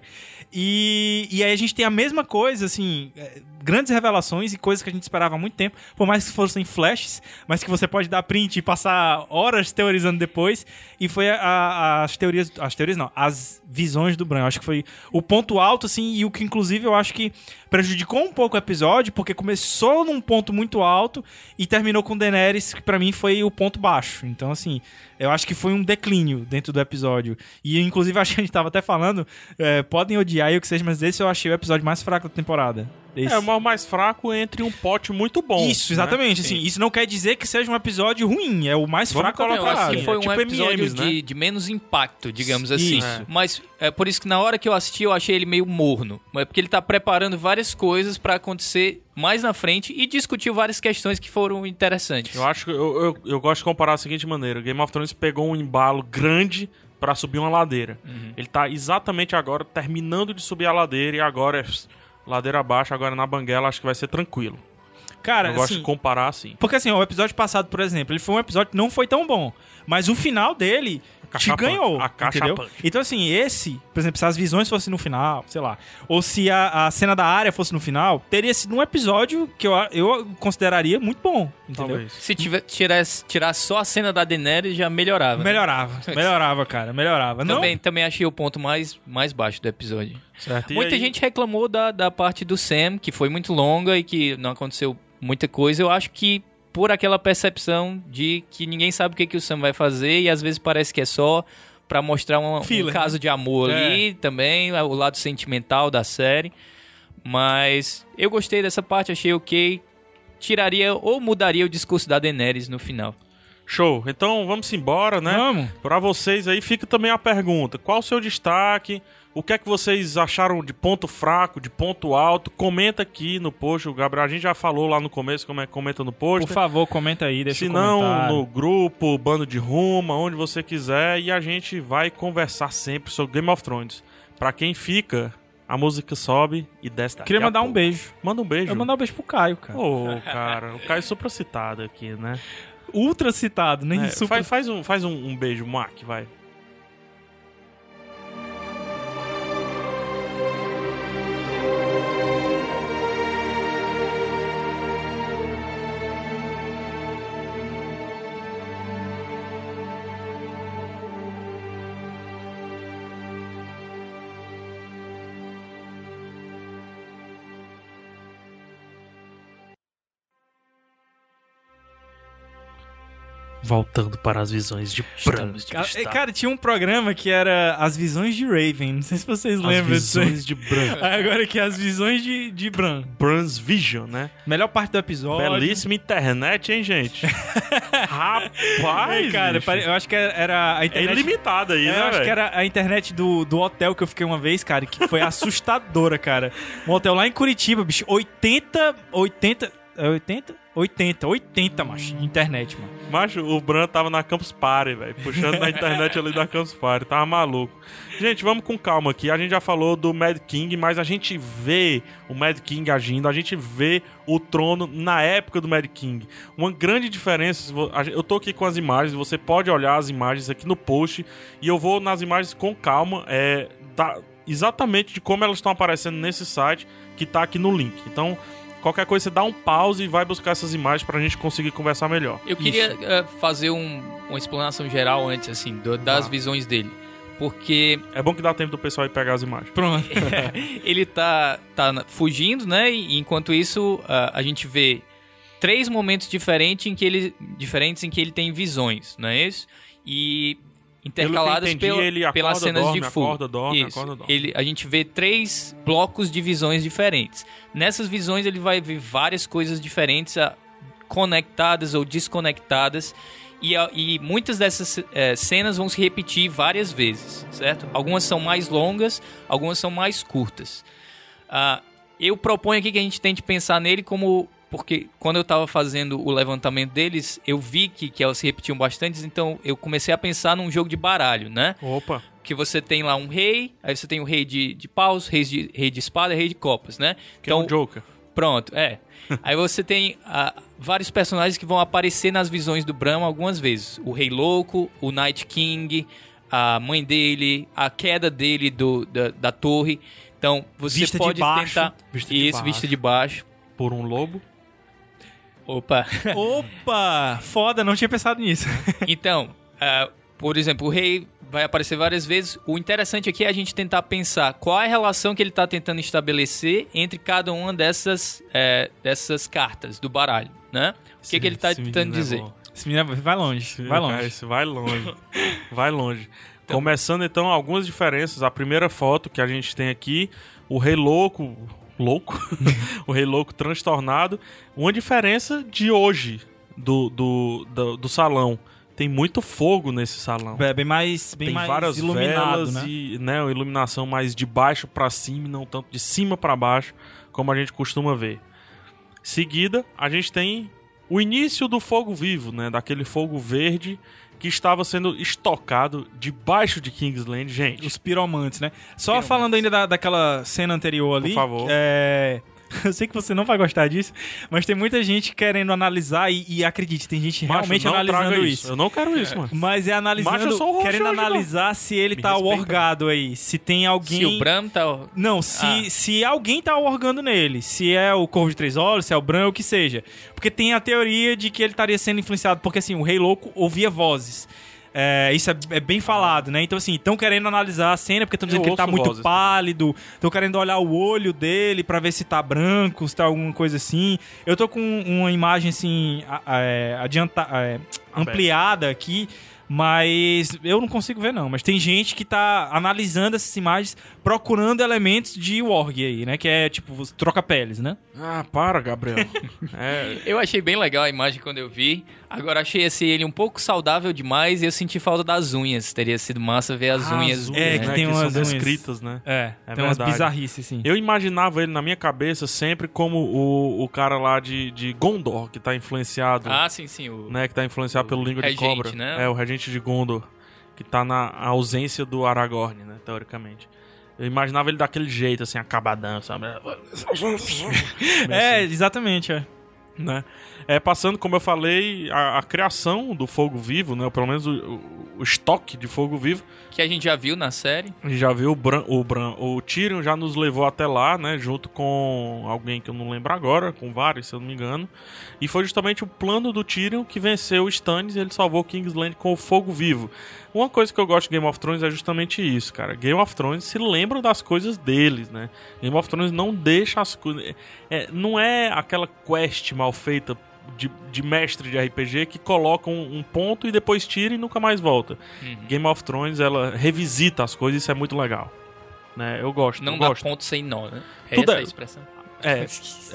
Speaker 2: E, e aí a gente tem a mesma coisa, assim, eh, grandes revelações e coisas que a gente esperava há muito tempo, por mais que fossem flashes, mas que você pode dar print e passar horas teorizando depois. E foi a- a- as teorias. As teorias não, as visões do Bran. Eu acho que foi o ponto alto, assim, e o que, inclusive, eu acho que prejudicou um pouco o episódio, porque começou num ponto muito alto e terminou com Daenerys, que pra mim foi o ponto baixo. Então, assim, eu acho que foi um declínio dentro do episódio. E, inclusive, [LAUGHS] acho que a gente tava até falando, é, podem odiar e o que seja, mas esse eu achei o episódio mais fraco da temporada. Esse.
Speaker 1: É, o mal mais fraco entre um pote muito bom.
Speaker 2: Isso,
Speaker 1: né?
Speaker 2: exatamente. Assim, isso não quer dizer que seja um episódio ruim, é o mais
Speaker 1: Vamos
Speaker 2: fraco da
Speaker 1: Qual
Speaker 3: Não, eu acho
Speaker 2: temporada.
Speaker 3: que
Speaker 1: é
Speaker 3: foi um
Speaker 1: tipo
Speaker 3: episódio
Speaker 1: M&Ms,
Speaker 3: de,
Speaker 1: né?
Speaker 3: de menos impacto, digamos
Speaker 2: Isso.
Speaker 3: assim.
Speaker 1: É.
Speaker 3: Mas é por isso que na hora que eu assisti eu achei ele meio morno. Mas porque ele tá preparando várias coisas pra acontecer mais na frente e discutiu várias questões que foram interessantes.
Speaker 1: Eu acho que eu, eu, eu gosto de comparar da seguinte maneira: Game of Thrones pegou um embalo grande pra subir uma ladeira.
Speaker 2: Uhum.
Speaker 1: Ele tá exatamente agora terminando de subir a ladeira e agora é pss, ladeira abaixo, agora na banguela, acho que vai ser tranquilo.
Speaker 2: Cara,
Speaker 1: né? eu gosto
Speaker 2: assim,
Speaker 1: de comparar assim.
Speaker 2: porque assim, ó, o episódio passado, por exemplo, ele foi um episódio que não foi tão bom, mas o final dele te
Speaker 1: Acachapante.
Speaker 2: ganhou, entendeu?
Speaker 1: Acachapante.
Speaker 2: Então assim, esse, por exemplo, se as visões fossem no final, sei lá, ou se a, a cena da área fosse no final, teria sido um episódio que eu, eu consideraria muito bom, entendeu?
Speaker 1: Talvez.
Speaker 3: Se tiver, tirasse, tirar só a cena da Daenerys, já melhorava. né?
Speaker 2: Melhorava,
Speaker 3: [LAUGHS]
Speaker 2: melhorava, cara, melhorava. Não,
Speaker 3: Também, também achei o ponto mais, mais baixo do episódio.
Speaker 1: Certo. E
Speaker 3: Muita
Speaker 1: aí-
Speaker 3: gente reclamou da, da parte do Sam, que foi muito longa e que não aconteceu muita coisa. Eu acho que por aquela percepção de que ninguém sabe o que, que o Sam vai fazer e às vezes parece que é só pra mostrar uma-
Speaker 2: Filler,
Speaker 3: um caso de amor
Speaker 2: É.
Speaker 3: ali também, o lado sentimental da série. Mas eu gostei dessa parte, achei ok. Tiraria ou mudaria o discurso da Daenerys no final.
Speaker 1: Show. Então vamos embora, né?
Speaker 2: Vamos.
Speaker 1: Pra vocês aí fica também a pergunta: qual o seu destaque? O que é que vocês acharam de ponto fraco, de ponto alto? Comenta aqui no post. O Gabriel, a gente já falou lá no começo como é que comenta no post.
Speaker 2: Por favor, comenta aí, deixa
Speaker 1: Se
Speaker 2: um
Speaker 1: não,
Speaker 2: comentário.
Speaker 1: no grupo, bando de ruma, onde você quiser. E a gente vai conversar sempre sobre Game of Thrones. Pra quem fica, a música sobe e desce daqui
Speaker 2: Queria
Speaker 1: a
Speaker 2: mandar um
Speaker 1: pouco.
Speaker 2: beijo.
Speaker 1: Manda um beijo.
Speaker 2: Eu mandar um beijo pro Caio, cara.
Speaker 1: Ô, cara, o Caio supracitado aqui, né?
Speaker 2: Ultra citado, nem
Speaker 1: É,
Speaker 2: super...
Speaker 1: faz, faz um, faz um, um beijo, Mark, vai. Voltando para as visões de Bran.
Speaker 3: Estamos de
Speaker 2: Cara,
Speaker 3: destaque.
Speaker 2: Cara, tinha um programa que era As Visões de Raven. Não sei se vocês
Speaker 1: As
Speaker 2: lembram disso. aí.
Speaker 1: visões de Bran.
Speaker 2: [LAUGHS] Agora que é As Visões de, de Bran.
Speaker 1: Bran's Vision, né?
Speaker 2: Melhor parte do episódio.
Speaker 1: Belíssima internet, hein,
Speaker 2: [LAUGHS]
Speaker 1: gente? Rapaz!
Speaker 2: Ai, cara,
Speaker 1: bicho.
Speaker 2: pare- eu acho que era a
Speaker 1: é
Speaker 2: internet...
Speaker 1: ilimitada aí,
Speaker 2: É,
Speaker 1: né?
Speaker 2: eu acho
Speaker 1: velho?
Speaker 2: que era a internet do, do hotel que eu fiquei uma vez, cara, que foi [LAUGHS] assustadora, cara. Um hotel lá em Curitiba, bicho. 80, 80, é 80? 80, 80, macho, de internet, mano.
Speaker 1: Macho, o Bran tava na Campus Party, velho. Puxando na internet ali da Campus Party. Tava maluco. Gente, vamos com calma aqui. A gente já falou do Mad King, mas a gente vê o Mad King agindo. A gente vê o trono na época do Mad King. Uma grande diferença... se vo- a gen- Eu tô aqui com as imagens. Você pode olhar as imagens aqui no post. E eu vou nas imagens com calma. É... da- Exatamente de como elas estão aparecendo nesse site que tá aqui no link. Então, qualquer coisa, você dá um pause e vai buscar essas imagens pra gente conseguir conversar melhor.
Speaker 3: Eu queria eh, fazer um- uma explanação geral antes, assim, do- das visões dele. Porque
Speaker 1: É bom que dá tempo do pessoal ir pegar as imagens.
Speaker 2: Pronto.
Speaker 3: ele tá, tá na- fugindo, né? E enquanto isso, a, a gente vê três momentos diferentes em que ele, diferentes em que ele tem visões, não é isso? E intercaladas
Speaker 1: Pelo que eu entendi,
Speaker 3: pela-
Speaker 1: ele acorda,
Speaker 3: pelas cenas
Speaker 1: dorme,
Speaker 3: de fuga.
Speaker 1: acorda, dorme,
Speaker 3: isso.
Speaker 1: acorda, dorme.
Speaker 3: Ele, a gente vê três blocos de visões diferentes. Nessas visões ele vai ver várias coisas diferentes, a- conectadas ou desconectadas. E, a- e muitas dessas eh, cenas vão se repetir várias vezes, certo? Algumas são mais longas, algumas são mais curtas. Ah, eu proponho aqui que a gente tente pensar nele como. Porque quando eu estava fazendo o levantamento deles, eu vi que, que elas se repetiam bastante, então eu comecei a pensar num jogo de baralho, né?
Speaker 1: Opa.
Speaker 3: Que você tem lá um rei, aí você tem o rei de, de paus, rei de, rei de espada, rei de copas, né?
Speaker 1: Que é um Joker.
Speaker 3: Pronto, é.
Speaker 1: [LAUGHS]
Speaker 3: Aí você tem ah, vários personagens que vão aparecer nas visões do Bram algumas vezes. O Rei Louco, o Night King, a mãe dele, a queda dele do, da, da torre. Então, você
Speaker 2: Vista de
Speaker 3: pode
Speaker 2: baixo.
Speaker 3: tentar...
Speaker 1: Vista de
Speaker 3: Isso,
Speaker 1: baixo.
Speaker 3: vista de baixo.
Speaker 1: Por um lobo. [LAUGHS]
Speaker 3: Opa.
Speaker 2: [LAUGHS] Opa! Foda, não tinha pensado nisso.
Speaker 3: Então, ah, por exemplo, o rei vai aparecer várias vezes. O interessante aqui é a gente tentar pensar qual é a relação que ele está tentando estabelecer entre cada uma dessas, eh, dessas cartas do baralho, né? O que, que ele está
Speaker 1: Esse menino
Speaker 3: tentando
Speaker 1: é
Speaker 3: dizer?
Speaker 1: bom.
Speaker 2: Esse menino vai longe, vai
Speaker 1: Cara,
Speaker 2: longe.
Speaker 1: esse vai
Speaker 3: [LAUGHS]
Speaker 1: longe. vai longe. Começando então algumas diferenças. A primeira foto que a gente tem aqui, o rei louco. Louco? [LAUGHS] o rei louco transtornado. Uma diferença de hoje do, do, do, do salão. Tem muito fogo nesse salão.
Speaker 2: É bem mais, bem
Speaker 1: tem
Speaker 2: mais
Speaker 1: várias
Speaker 2: iluminado,
Speaker 1: velas
Speaker 2: né?
Speaker 1: e né, uma iluminação mais de baixo pra cima e não tanto de cima pra baixo, como a gente costuma ver. Seguida, a gente tem o início do fogo vivo, né, daquele fogo verde que estava sendo estocado debaixo de Kingsland, gente.
Speaker 2: Os piromantes, né? Só
Speaker 3: Piromantes.
Speaker 2: falando ainda da, daquela cena anterior ali.
Speaker 1: favor.
Speaker 2: É... [LAUGHS] Eu sei que você não vai gostar disso, mas tem muita gente querendo analisar e, e acredite, tem gente
Speaker 1: Macho,
Speaker 2: realmente
Speaker 1: não
Speaker 2: analisando
Speaker 1: traga
Speaker 2: isso.
Speaker 1: Eu não quero isso, mano.
Speaker 2: Mas é analisando,
Speaker 1: Macho, eu sou o roxo
Speaker 2: querendo
Speaker 1: hoje,
Speaker 2: analisar se ele
Speaker 1: Me
Speaker 2: tá
Speaker 1: respeita.
Speaker 2: orgado aí, se tem alguém...
Speaker 3: Se o Bram tá
Speaker 2: Não, se,
Speaker 3: Ah.
Speaker 2: se alguém tá orgando nele, se é o Corvo de Três Olhos, se é o Bran, o que seja. Porque tem a teoria de que ele estaria sendo influenciado, porque assim, o Rei Louco ouvia vozes. É, isso é, é bem falado, né? Então, assim, estão querendo analisar a cena, porque estão dizendo
Speaker 1: Eu
Speaker 2: que ele tá
Speaker 1: ouço
Speaker 2: muito
Speaker 1: vozes. né?
Speaker 2: pálido, estão querendo olhar o olho dele pra ver se tá branco, se tá alguma coisa assim. Eu tô com uma imagem, assim, a- a- é, adianta, é,
Speaker 1: Aberta.
Speaker 2: ampliada aqui Mas eu não consigo ver, não. Mas tem gente que tá analisando essas imagens, procurando elementos de Warg aí, né? Que é tipo, você troca peles, né?
Speaker 1: Ah, para,
Speaker 2: [LAUGHS]
Speaker 1: Gabriel. É,
Speaker 3: Eu achei bem legal a imagem quando eu vi. Agora achei esse ele um pouco saudável demais e eu senti falta das unhas. Teria sido massa ver
Speaker 1: Ah,
Speaker 3: as unhas.
Speaker 2: é,
Speaker 3: né?
Speaker 2: que tem
Speaker 1: são
Speaker 2: umas unhas.
Speaker 1: descritas, né?
Speaker 2: É,
Speaker 1: É
Speaker 2: tem umas
Speaker 1: verdade.
Speaker 2: bizarrices, assim.
Speaker 1: Eu imaginava ele na minha cabeça sempre como o, o cara lá de, de Gondor, que tá influenciado,
Speaker 3: Ah, sim, sim. O...
Speaker 1: né? Que tá influenciado pelo Língua
Speaker 3: regente,
Speaker 1: de Cobra.
Speaker 3: né?
Speaker 1: É, o regente de Gondor, que tá na ausência do Aragorn, né? Teoricamente. Eu imaginava ele daquele jeito, assim, acabadão, sabe? [LAUGHS]
Speaker 2: É, exatamente, é.
Speaker 1: né? É, passando, como eu falei, a, a criação do fogo vivo, né? Ou pelo menos o, o- o estoque de fogo vivo.
Speaker 3: Que a gente já viu na série.
Speaker 1: A gente já viu o Bran, o Bran, o Tyrion já nos levou até lá, né? Junto com alguém que eu não lembro agora, com vários, se eu não me engano. E foi justamente o plano do Tyrion que venceu o Stannis e ele salvou Kingsland com o fogo vivo. Uma coisa que eu gosto de Game of Thrones é justamente isso, cara. Game of Thrones se lembra das coisas deles, né? Game of Thrones não deixa as coisas. é, não é aquela quest mal feita de, de mestre de RPG que coloca um, um ponto e depois tira e nunca mais volta.
Speaker 3: Uhum.
Speaker 1: Game of Thrones ela revisita as coisas, isso é muito legal. Né? Eu gosto,
Speaker 3: Não
Speaker 1: eu
Speaker 3: dá
Speaker 1: gosto.
Speaker 3: ponto sem nó, né? É
Speaker 1: Tudo
Speaker 3: essa
Speaker 1: é-
Speaker 3: a expressão.
Speaker 1: É,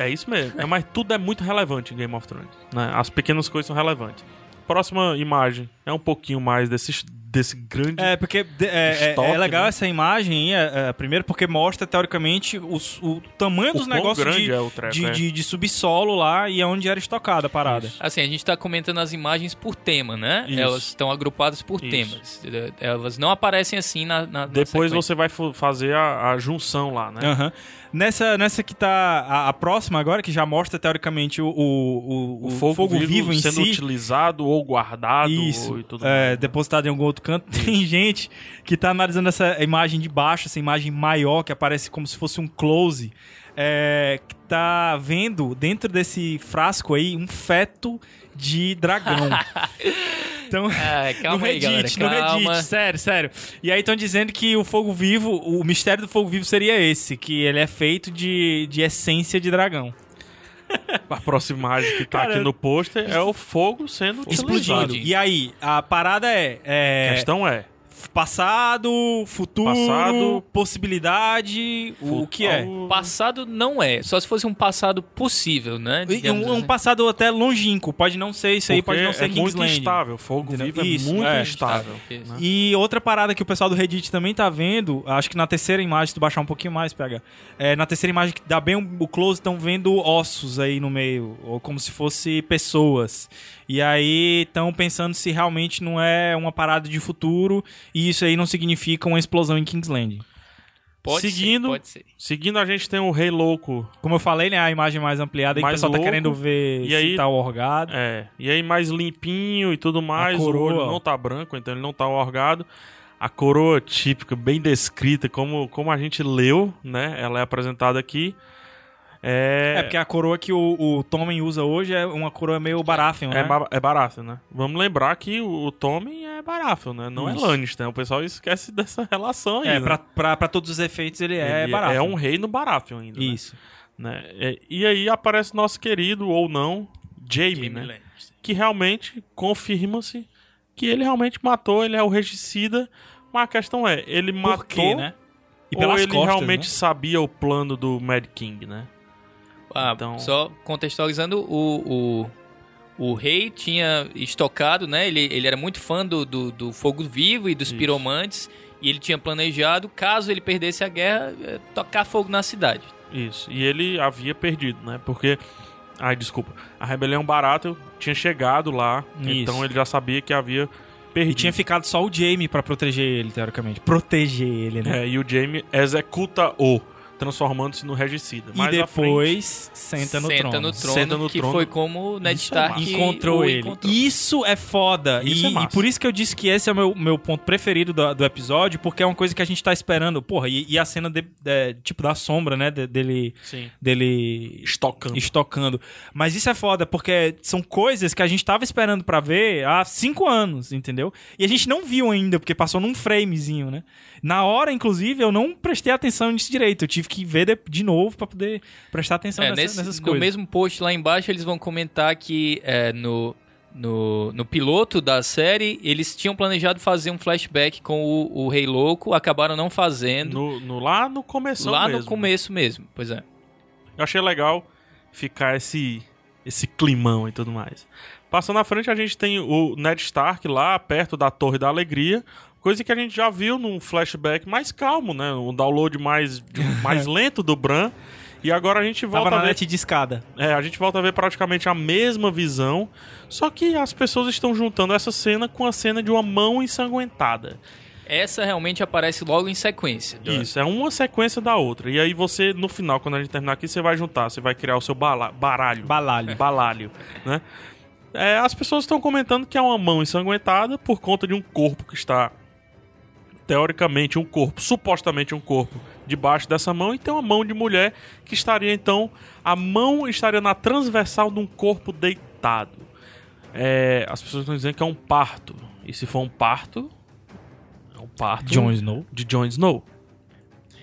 Speaker 1: é isso mesmo. É, mas tudo é muito relevante em Game of Thrones. né? As pequenas coisas são relevantes. Próxima imagem é um pouquinho mais desse, desse grande.
Speaker 2: É, porque de- é, é-
Speaker 1: Estoque,
Speaker 2: é legal
Speaker 1: né?
Speaker 2: essa imagem aí, é, é, primeiro porque mostra, teoricamente, os- o tamanho
Speaker 1: o
Speaker 2: dos
Speaker 1: quão
Speaker 2: negócios
Speaker 1: grande
Speaker 2: de,
Speaker 1: é o trap.
Speaker 2: de,
Speaker 1: é.
Speaker 2: de- de subsolo lá e é onde era estocada a parada.
Speaker 3: Assim, a gente tá comentando as imagens por tema, né?
Speaker 1: Isso.
Speaker 3: Elas estão agrupadas por
Speaker 1: Isso.
Speaker 3: temas. Elas não aparecem assim na. na- na
Speaker 1: Depois
Speaker 3: sequência.
Speaker 1: você vai fu- fazer a, a junção lá, né?
Speaker 2: Aham. Nessa, nessa que tá a, a próxima agora, que já mostra teoricamente o, o, o-
Speaker 1: O fogo, vivo,
Speaker 2: em
Speaker 1: sendo
Speaker 2: si,
Speaker 1: utilizado ou guardado
Speaker 2: isso,
Speaker 1: e tudo
Speaker 2: é,
Speaker 1: mais.
Speaker 2: depositado em algum outro canto, tem gente que tá analisando essa imagem de baixo, essa imagem maior, que aparece como se fosse um close, é, que tá vendo dentro desse frasco aí um feto de dragão. então...
Speaker 3: Ah, calma
Speaker 2: no
Speaker 3: aí, galera.
Speaker 2: Reddit, no
Speaker 3: Calma.
Speaker 2: Reddit, sério, sério. E aí estão dizendo que o fogo vivo, o mistério do fogo vivo seria esse, que ele é feito de, de essência de dragão.
Speaker 1: A próxima imagem que tá
Speaker 2: Cara,
Speaker 1: aqui no pôster é o fogo sendo utilizado.
Speaker 2: Explodindo. E aí, a parada é,
Speaker 1: A
Speaker 2: é,
Speaker 1: questão é,
Speaker 2: passado, futuro,
Speaker 1: Passado.
Speaker 2: possibilidade, o- o que é?
Speaker 1: um
Speaker 3: Passado não é. Só se fosse um passado possível, né?
Speaker 2: E
Speaker 3: Digamos
Speaker 2: Um, um
Speaker 3: assim.
Speaker 2: passado até longínquo, pode não ser isso aí,
Speaker 1: Porque
Speaker 2: pode não ser
Speaker 1: é muito
Speaker 2: Kingsland.
Speaker 1: instável. Fogo
Speaker 2: Entendeu?
Speaker 1: vivo
Speaker 2: Isso,
Speaker 1: é muito
Speaker 2: é,
Speaker 1: instável.
Speaker 3: instável,
Speaker 1: né?
Speaker 2: E outra parada que o pessoal do Reddit também tá vendo, acho que na terceira imagem, se tu baixar um pouquinho mais, pega. é, na terceira imagem que dá bem o o close, estão vendo ossos aí no meio, ou como se fosse pessoas. E aí estão pensando se realmente não é uma parada de futuro, e isso aí não significa uma explosão em Kingsland.
Speaker 3: Pode ser,
Speaker 1: Seguindo-
Speaker 3: pode ser.
Speaker 1: Seguindo, a gente tem o Rei Louco.
Speaker 2: Como eu falei, né, a imagem mais ampliada, aí que o
Speaker 1: Mais
Speaker 2: pessoal
Speaker 1: louco,
Speaker 2: tá querendo ver
Speaker 1: e
Speaker 2: se
Speaker 1: aí-
Speaker 2: tá orgado.
Speaker 1: É. E aí, mais limpinho e tudo mais. O
Speaker 2: coroa.
Speaker 1: olho não tá branco, então ele não tá orgado. A coroa típica, bem descrita, como, como a gente leu, né? Ela é apresentada aqui.
Speaker 2: É,
Speaker 1: É.
Speaker 2: porque a coroa que o, o Tommen usa hoje é uma coroa meio Baratheon, né?
Speaker 1: É, ba- é Baratheon, né? Vamos lembrar que o o Tommen é Baratheon, né? Não
Speaker 2: Isso.
Speaker 1: é Lannister. O pessoal esquece [LAUGHS] dessa relação aí,
Speaker 2: É,
Speaker 1: né?
Speaker 2: pra, pra, pra todos os efeitos ele é
Speaker 1: Ele
Speaker 2: Baratheon.
Speaker 1: É um reino Baratheon ainda, né?
Speaker 2: Isso.
Speaker 1: né? É, E aí aparece nosso querido ou não Jamie, né? Que realmente confirma-se que ele realmente matou, ele é o regicida. Mas a questão é, ele matou
Speaker 2: Por quê, né? E
Speaker 1: ou
Speaker 2: pelas
Speaker 1: ele
Speaker 2: costas,
Speaker 1: realmente
Speaker 2: né?
Speaker 1: sabia o plano do Mad King, né?
Speaker 3: Ah,
Speaker 1: Então-
Speaker 3: Só contextualizando, o, o, o rei tinha estocado, né? Ele, ele era muito fã do, do, do fogo vivo e dos
Speaker 1: Isso.
Speaker 3: piromantes. E ele tinha planejado, caso ele perdesse a guerra, eh, tocar fogo na cidade.
Speaker 1: Isso. E ele havia perdido, né? Porque... Ai, desculpa. A Rebelião Barata tinha chegado lá,
Speaker 2: Isso.
Speaker 1: então ele já sabia que havia perdido.
Speaker 2: E tinha ficado só o Jamie pra proteger ele, teoricamente. Proteger ele, né?
Speaker 1: É, e o Jamie executa-o, transformando-se no regicida.
Speaker 2: E
Speaker 1: Mais à frente-
Speaker 2: depois senta no trono.
Speaker 1: Senta no
Speaker 3: que
Speaker 1: trono.
Speaker 3: foi como o Ned
Speaker 1: Isso é
Speaker 3: Stark
Speaker 1: massa.
Speaker 2: Encontrou
Speaker 3: o
Speaker 2: ele.
Speaker 3: encontrou.
Speaker 2: Isso é foda.
Speaker 1: Isso
Speaker 2: e,
Speaker 1: é massa.
Speaker 2: e por isso que eu disse que esse é o meu, meu ponto preferido do, do episódio, porque é uma coisa que a gente tá esperando. Porra, e, e a cena de- é, tipo da sombra, né? de- dele.
Speaker 1: Sim.
Speaker 2: dele
Speaker 1: Estocando.
Speaker 2: estocando. Mas isso é foda, porque são coisas que a gente tava esperando pra ver há cinco anos, entendeu? E a gente não viu ainda, porque passou num framezinho, né? Na hora, inclusive, eu não prestei atenção nisso direito. Eu tive que ver de, de novo pra poder prestar atenção
Speaker 3: É,
Speaker 2: nessa-
Speaker 3: nesse-
Speaker 2: nessas
Speaker 3: no
Speaker 2: coisas.
Speaker 3: mesmo post lá embaixo, eles vão comentar que é, no, no, no piloto da série, eles tinham planejado fazer um flashback com o, o Rei Louco, acabaram não fazendo.
Speaker 1: No, no- lá no começo
Speaker 3: lá
Speaker 1: mesmo.
Speaker 3: no começo mesmo, pois é.
Speaker 1: Eu achei legal ficar esse, esse climão e tudo mais. Passando na frente, a gente tem o Ned Stark lá perto da Torre da Alegria. Coisa que a gente já viu num flashback mais calmo, né? Um download mais,
Speaker 2: [LAUGHS]
Speaker 1: de- mais lento do Bran. E agora a gente volta
Speaker 2: Tava na
Speaker 1: a ver
Speaker 2: net de escada.
Speaker 1: é, a gente volta a ver praticamente a mesma visão, só que as pessoas estão juntando essa cena com a cena de uma mão ensanguentada.
Speaker 3: Essa realmente aparece logo em sequência.
Speaker 1: Isso, é uma sequência da outra. E aí você, no final, quando a gente terminar aqui, você vai juntar, você vai criar o seu bala- baralho.
Speaker 2: Balalho.
Speaker 1: Balalho, né? É, as pessoas estão comentando que é uma mão ensanguentada por conta de um corpo que está, teoricamente, um corpo, supostamente um corpo, debaixo dessa mão, e tem uma mão de mulher que estaria, então, a mão estaria na transversal de um corpo deitado. É, as pessoas estão dizendo que é um parto. E se for um parto, é um parto
Speaker 2: Jon Snow.
Speaker 1: de Jon Snow.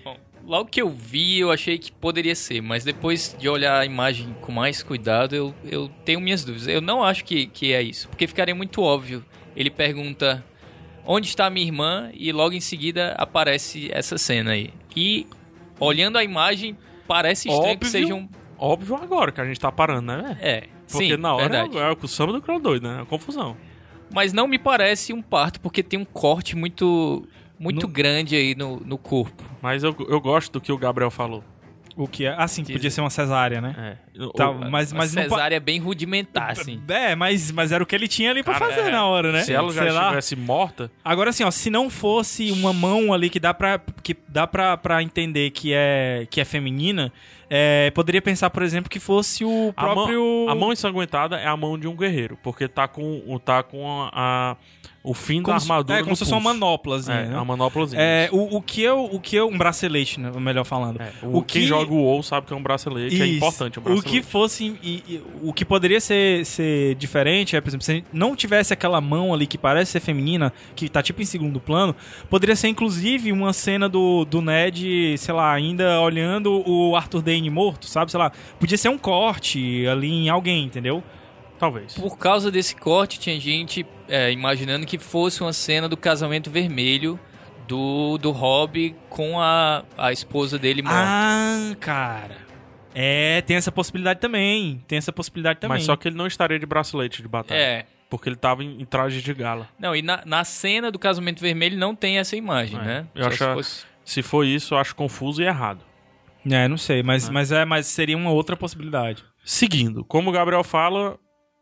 Speaker 3: Bom, logo que eu vi, eu achei que poderia ser, mas depois de olhar a imagem com mais cuidado, eu, eu tenho minhas dúvidas. Eu não acho que, que é isso, porque ficaria muito óbvio. Ele pergunta onde está minha irmã e logo em seguida aparece essa cena aí. E olhando a imagem, parece estranho que
Speaker 1: Óbvio.
Speaker 3: seja um.
Speaker 1: Óbvio agora que a gente tá parando, né?
Speaker 3: É,
Speaker 1: Porque
Speaker 3: sim,
Speaker 1: na hora
Speaker 3: verdade.
Speaker 1: é o samba do Crow doido, né? É a confusão.
Speaker 3: Mas não me parece um parto, porque tem um corte muito, muito
Speaker 2: No-
Speaker 3: grande aí no, no corpo.
Speaker 1: Mas eu, eu gosto do que o Gabriel falou.
Speaker 2: O que é. Assim,
Speaker 3: Dizem.
Speaker 2: podia ser uma cesárea, né?
Speaker 1: É. O-
Speaker 2: Tá,
Speaker 1: o-
Speaker 2: mas,
Speaker 3: Mas
Speaker 2: mas não. pa-
Speaker 3: cesárea é bem rudimentar,
Speaker 1: [LAUGHS]
Speaker 3: assim.
Speaker 2: É, mas, mas era o que ele tinha ali pra
Speaker 1: Cara,
Speaker 2: fazer
Speaker 1: é.
Speaker 2: na hora, né?
Speaker 1: Se ela já
Speaker 2: Sei lá.
Speaker 1: estivesse morta,
Speaker 2: Agora assim, ó, se não fosse uma mão ali que dá pra, que dá pra, pra entender que é, que é feminina, é, poderia pensar, por exemplo, que fosse o
Speaker 1: a mão-
Speaker 2: próprio...
Speaker 1: a mão ensanguentada é a mão de um guerreiro, porque tá com, o- tá com a, a- o fim
Speaker 2: como
Speaker 1: da
Speaker 2: se-
Speaker 1: armadura.
Speaker 2: É, como
Speaker 1: no
Speaker 2: se fosse uma
Speaker 1: pulso.
Speaker 2: manopla,
Speaker 1: É,
Speaker 2: né?
Speaker 1: a manopla.
Speaker 2: É, o, o que eu, o que eu, um bracelete, né, melhor falando.
Speaker 1: É, o,
Speaker 2: o
Speaker 1: quem
Speaker 2: que-
Speaker 1: joga o WoW sabe que é um bracelete, é
Speaker 2: Isso.
Speaker 1: importante um
Speaker 2: O
Speaker 1: bracelete.
Speaker 2: que fosse. e- e- o que poderia ser, ser diferente é, por exemplo, se não tivesse aquela mão ali que parece ser feminina, que tá tipo em segundo plano, poderia ser inclusive uma cena do, do Ned, sei lá, ainda olhando o Arthur Dane morto, sabe? Sei lá. Podia ser um corte ali em alguém, entendeu?
Speaker 1: Talvez.
Speaker 3: Por causa desse corte, tinha gente é, imaginando que fosse uma cena do casamento vermelho do, do Rob com a, a esposa dele morta.
Speaker 2: Ah, cara. É, tem essa possibilidade também. Tem essa possibilidade também.
Speaker 1: Mas só que ele não estaria de bracelete de batalha.
Speaker 3: é.
Speaker 1: Porque ele tava em, em traje de gala.
Speaker 3: Não, e na, na cena do casamento vermelho não tem essa imagem,
Speaker 1: É,
Speaker 3: né?
Speaker 1: eu
Speaker 3: Só
Speaker 1: acho-
Speaker 3: se fosse-
Speaker 1: Se for isso, eu acho confuso e errado.
Speaker 2: É, não sei, mas,
Speaker 1: Ah.
Speaker 2: mas, é, mas seria uma outra possibilidade.
Speaker 1: Seguindo, como o Gabriel fala,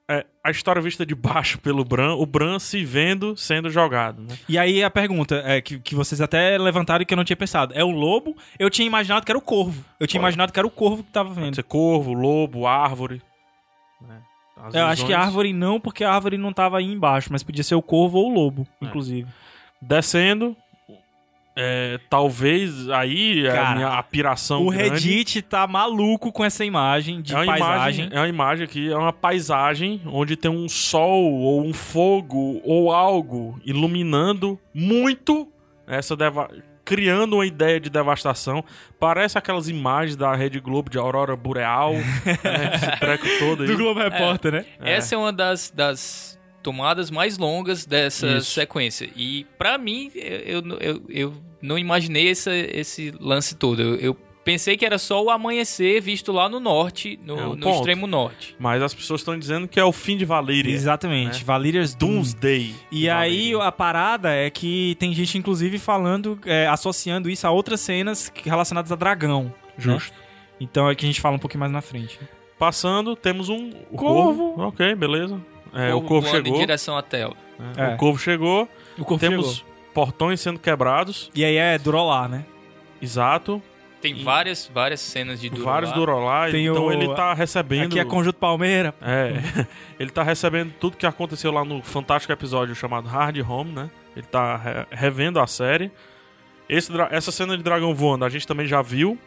Speaker 1: é, a história vista de baixo pelo Bran, o Bran se vendo sendo jogado, né?
Speaker 2: E aí a pergunta é, que, que vocês até levantaram e que eu não tinha pensado. É o lobo? Eu tinha imaginado que era o corvo. Eu tinha
Speaker 1: Olha.
Speaker 2: imaginado que era o corvo que tava
Speaker 1: Pode
Speaker 2: vendo.
Speaker 1: ser corvo, lobo, árvore. né? As
Speaker 2: Eu acho
Speaker 1: visões.
Speaker 2: que a árvore não, porque a árvore não tava aí embaixo, mas podia ser o corvo ou o lobo,
Speaker 1: É.
Speaker 2: inclusive.
Speaker 1: Descendo, é, talvez aí é a
Speaker 2: Cara,
Speaker 1: minha apiração
Speaker 2: o
Speaker 1: grande.
Speaker 2: Reddit tá maluco com essa imagem de
Speaker 1: é uma
Speaker 2: paisagem.
Speaker 1: Imagem, é uma imagem aqui, é uma paisagem onde tem um sol ou um fogo ou algo iluminando muito essa deva- criando uma ideia de devastação. Parece aquelas imagens da Rede Globo de aurora
Speaker 2: [LAUGHS]
Speaker 1: boreal, né, esse treco todo aí.
Speaker 2: Do Globo Repórter, né?
Speaker 1: É.
Speaker 3: Essa é uma das, das tomadas mais longas dessa
Speaker 1: Isso.
Speaker 3: sequência. E pra mim, eu, eu- eu, eu não imaginei essa, esse lance todo. Eu, eu pensei que era só o amanhecer visto lá no norte, no,
Speaker 1: É, um
Speaker 3: no
Speaker 1: ponto.
Speaker 3: extremo norte.
Speaker 1: Mas as pessoas estão dizendo que é o fim de Valyria. É.
Speaker 2: Exatamente. Valeria's Doom.
Speaker 1: Doomsday. de
Speaker 2: hum. E aí
Speaker 1: Valyria.
Speaker 2: a parada é que tem gente, inclusive, falando, é, associando isso a outras cenas que- relacionadas a dragão. né?
Speaker 1: Justo.
Speaker 2: Então é que a gente fala um pouquinho mais na frente.
Speaker 1: Passando, temos um o
Speaker 2: Corvo.
Speaker 1: Ok, beleza. É, o
Speaker 3: Corvo
Speaker 1: corvo
Speaker 3: voando
Speaker 1: chegou.
Speaker 3: Em direção à tela.
Speaker 1: né?
Speaker 2: É.
Speaker 1: O corvo chegou.
Speaker 2: O corvo
Speaker 1: Temos
Speaker 2: chegou.
Speaker 1: portões sendo quebrados.
Speaker 2: E aí é Durolá, né?
Speaker 1: Exato.
Speaker 3: Tem
Speaker 1: E-
Speaker 3: várias, várias cenas de Durolá.
Speaker 1: Vários Durolai.
Speaker 2: Tem
Speaker 1: Então
Speaker 2: o-
Speaker 1: ele tá recebendo.
Speaker 2: Aqui é Conjunto Palmeira.
Speaker 1: É. [LAUGHS] ele tá recebendo tudo que aconteceu lá no fantástico episódio chamado Hard Home, né? Ele tá re- revendo a série. Esse dra- essa cena de dragão voando a gente também já viu.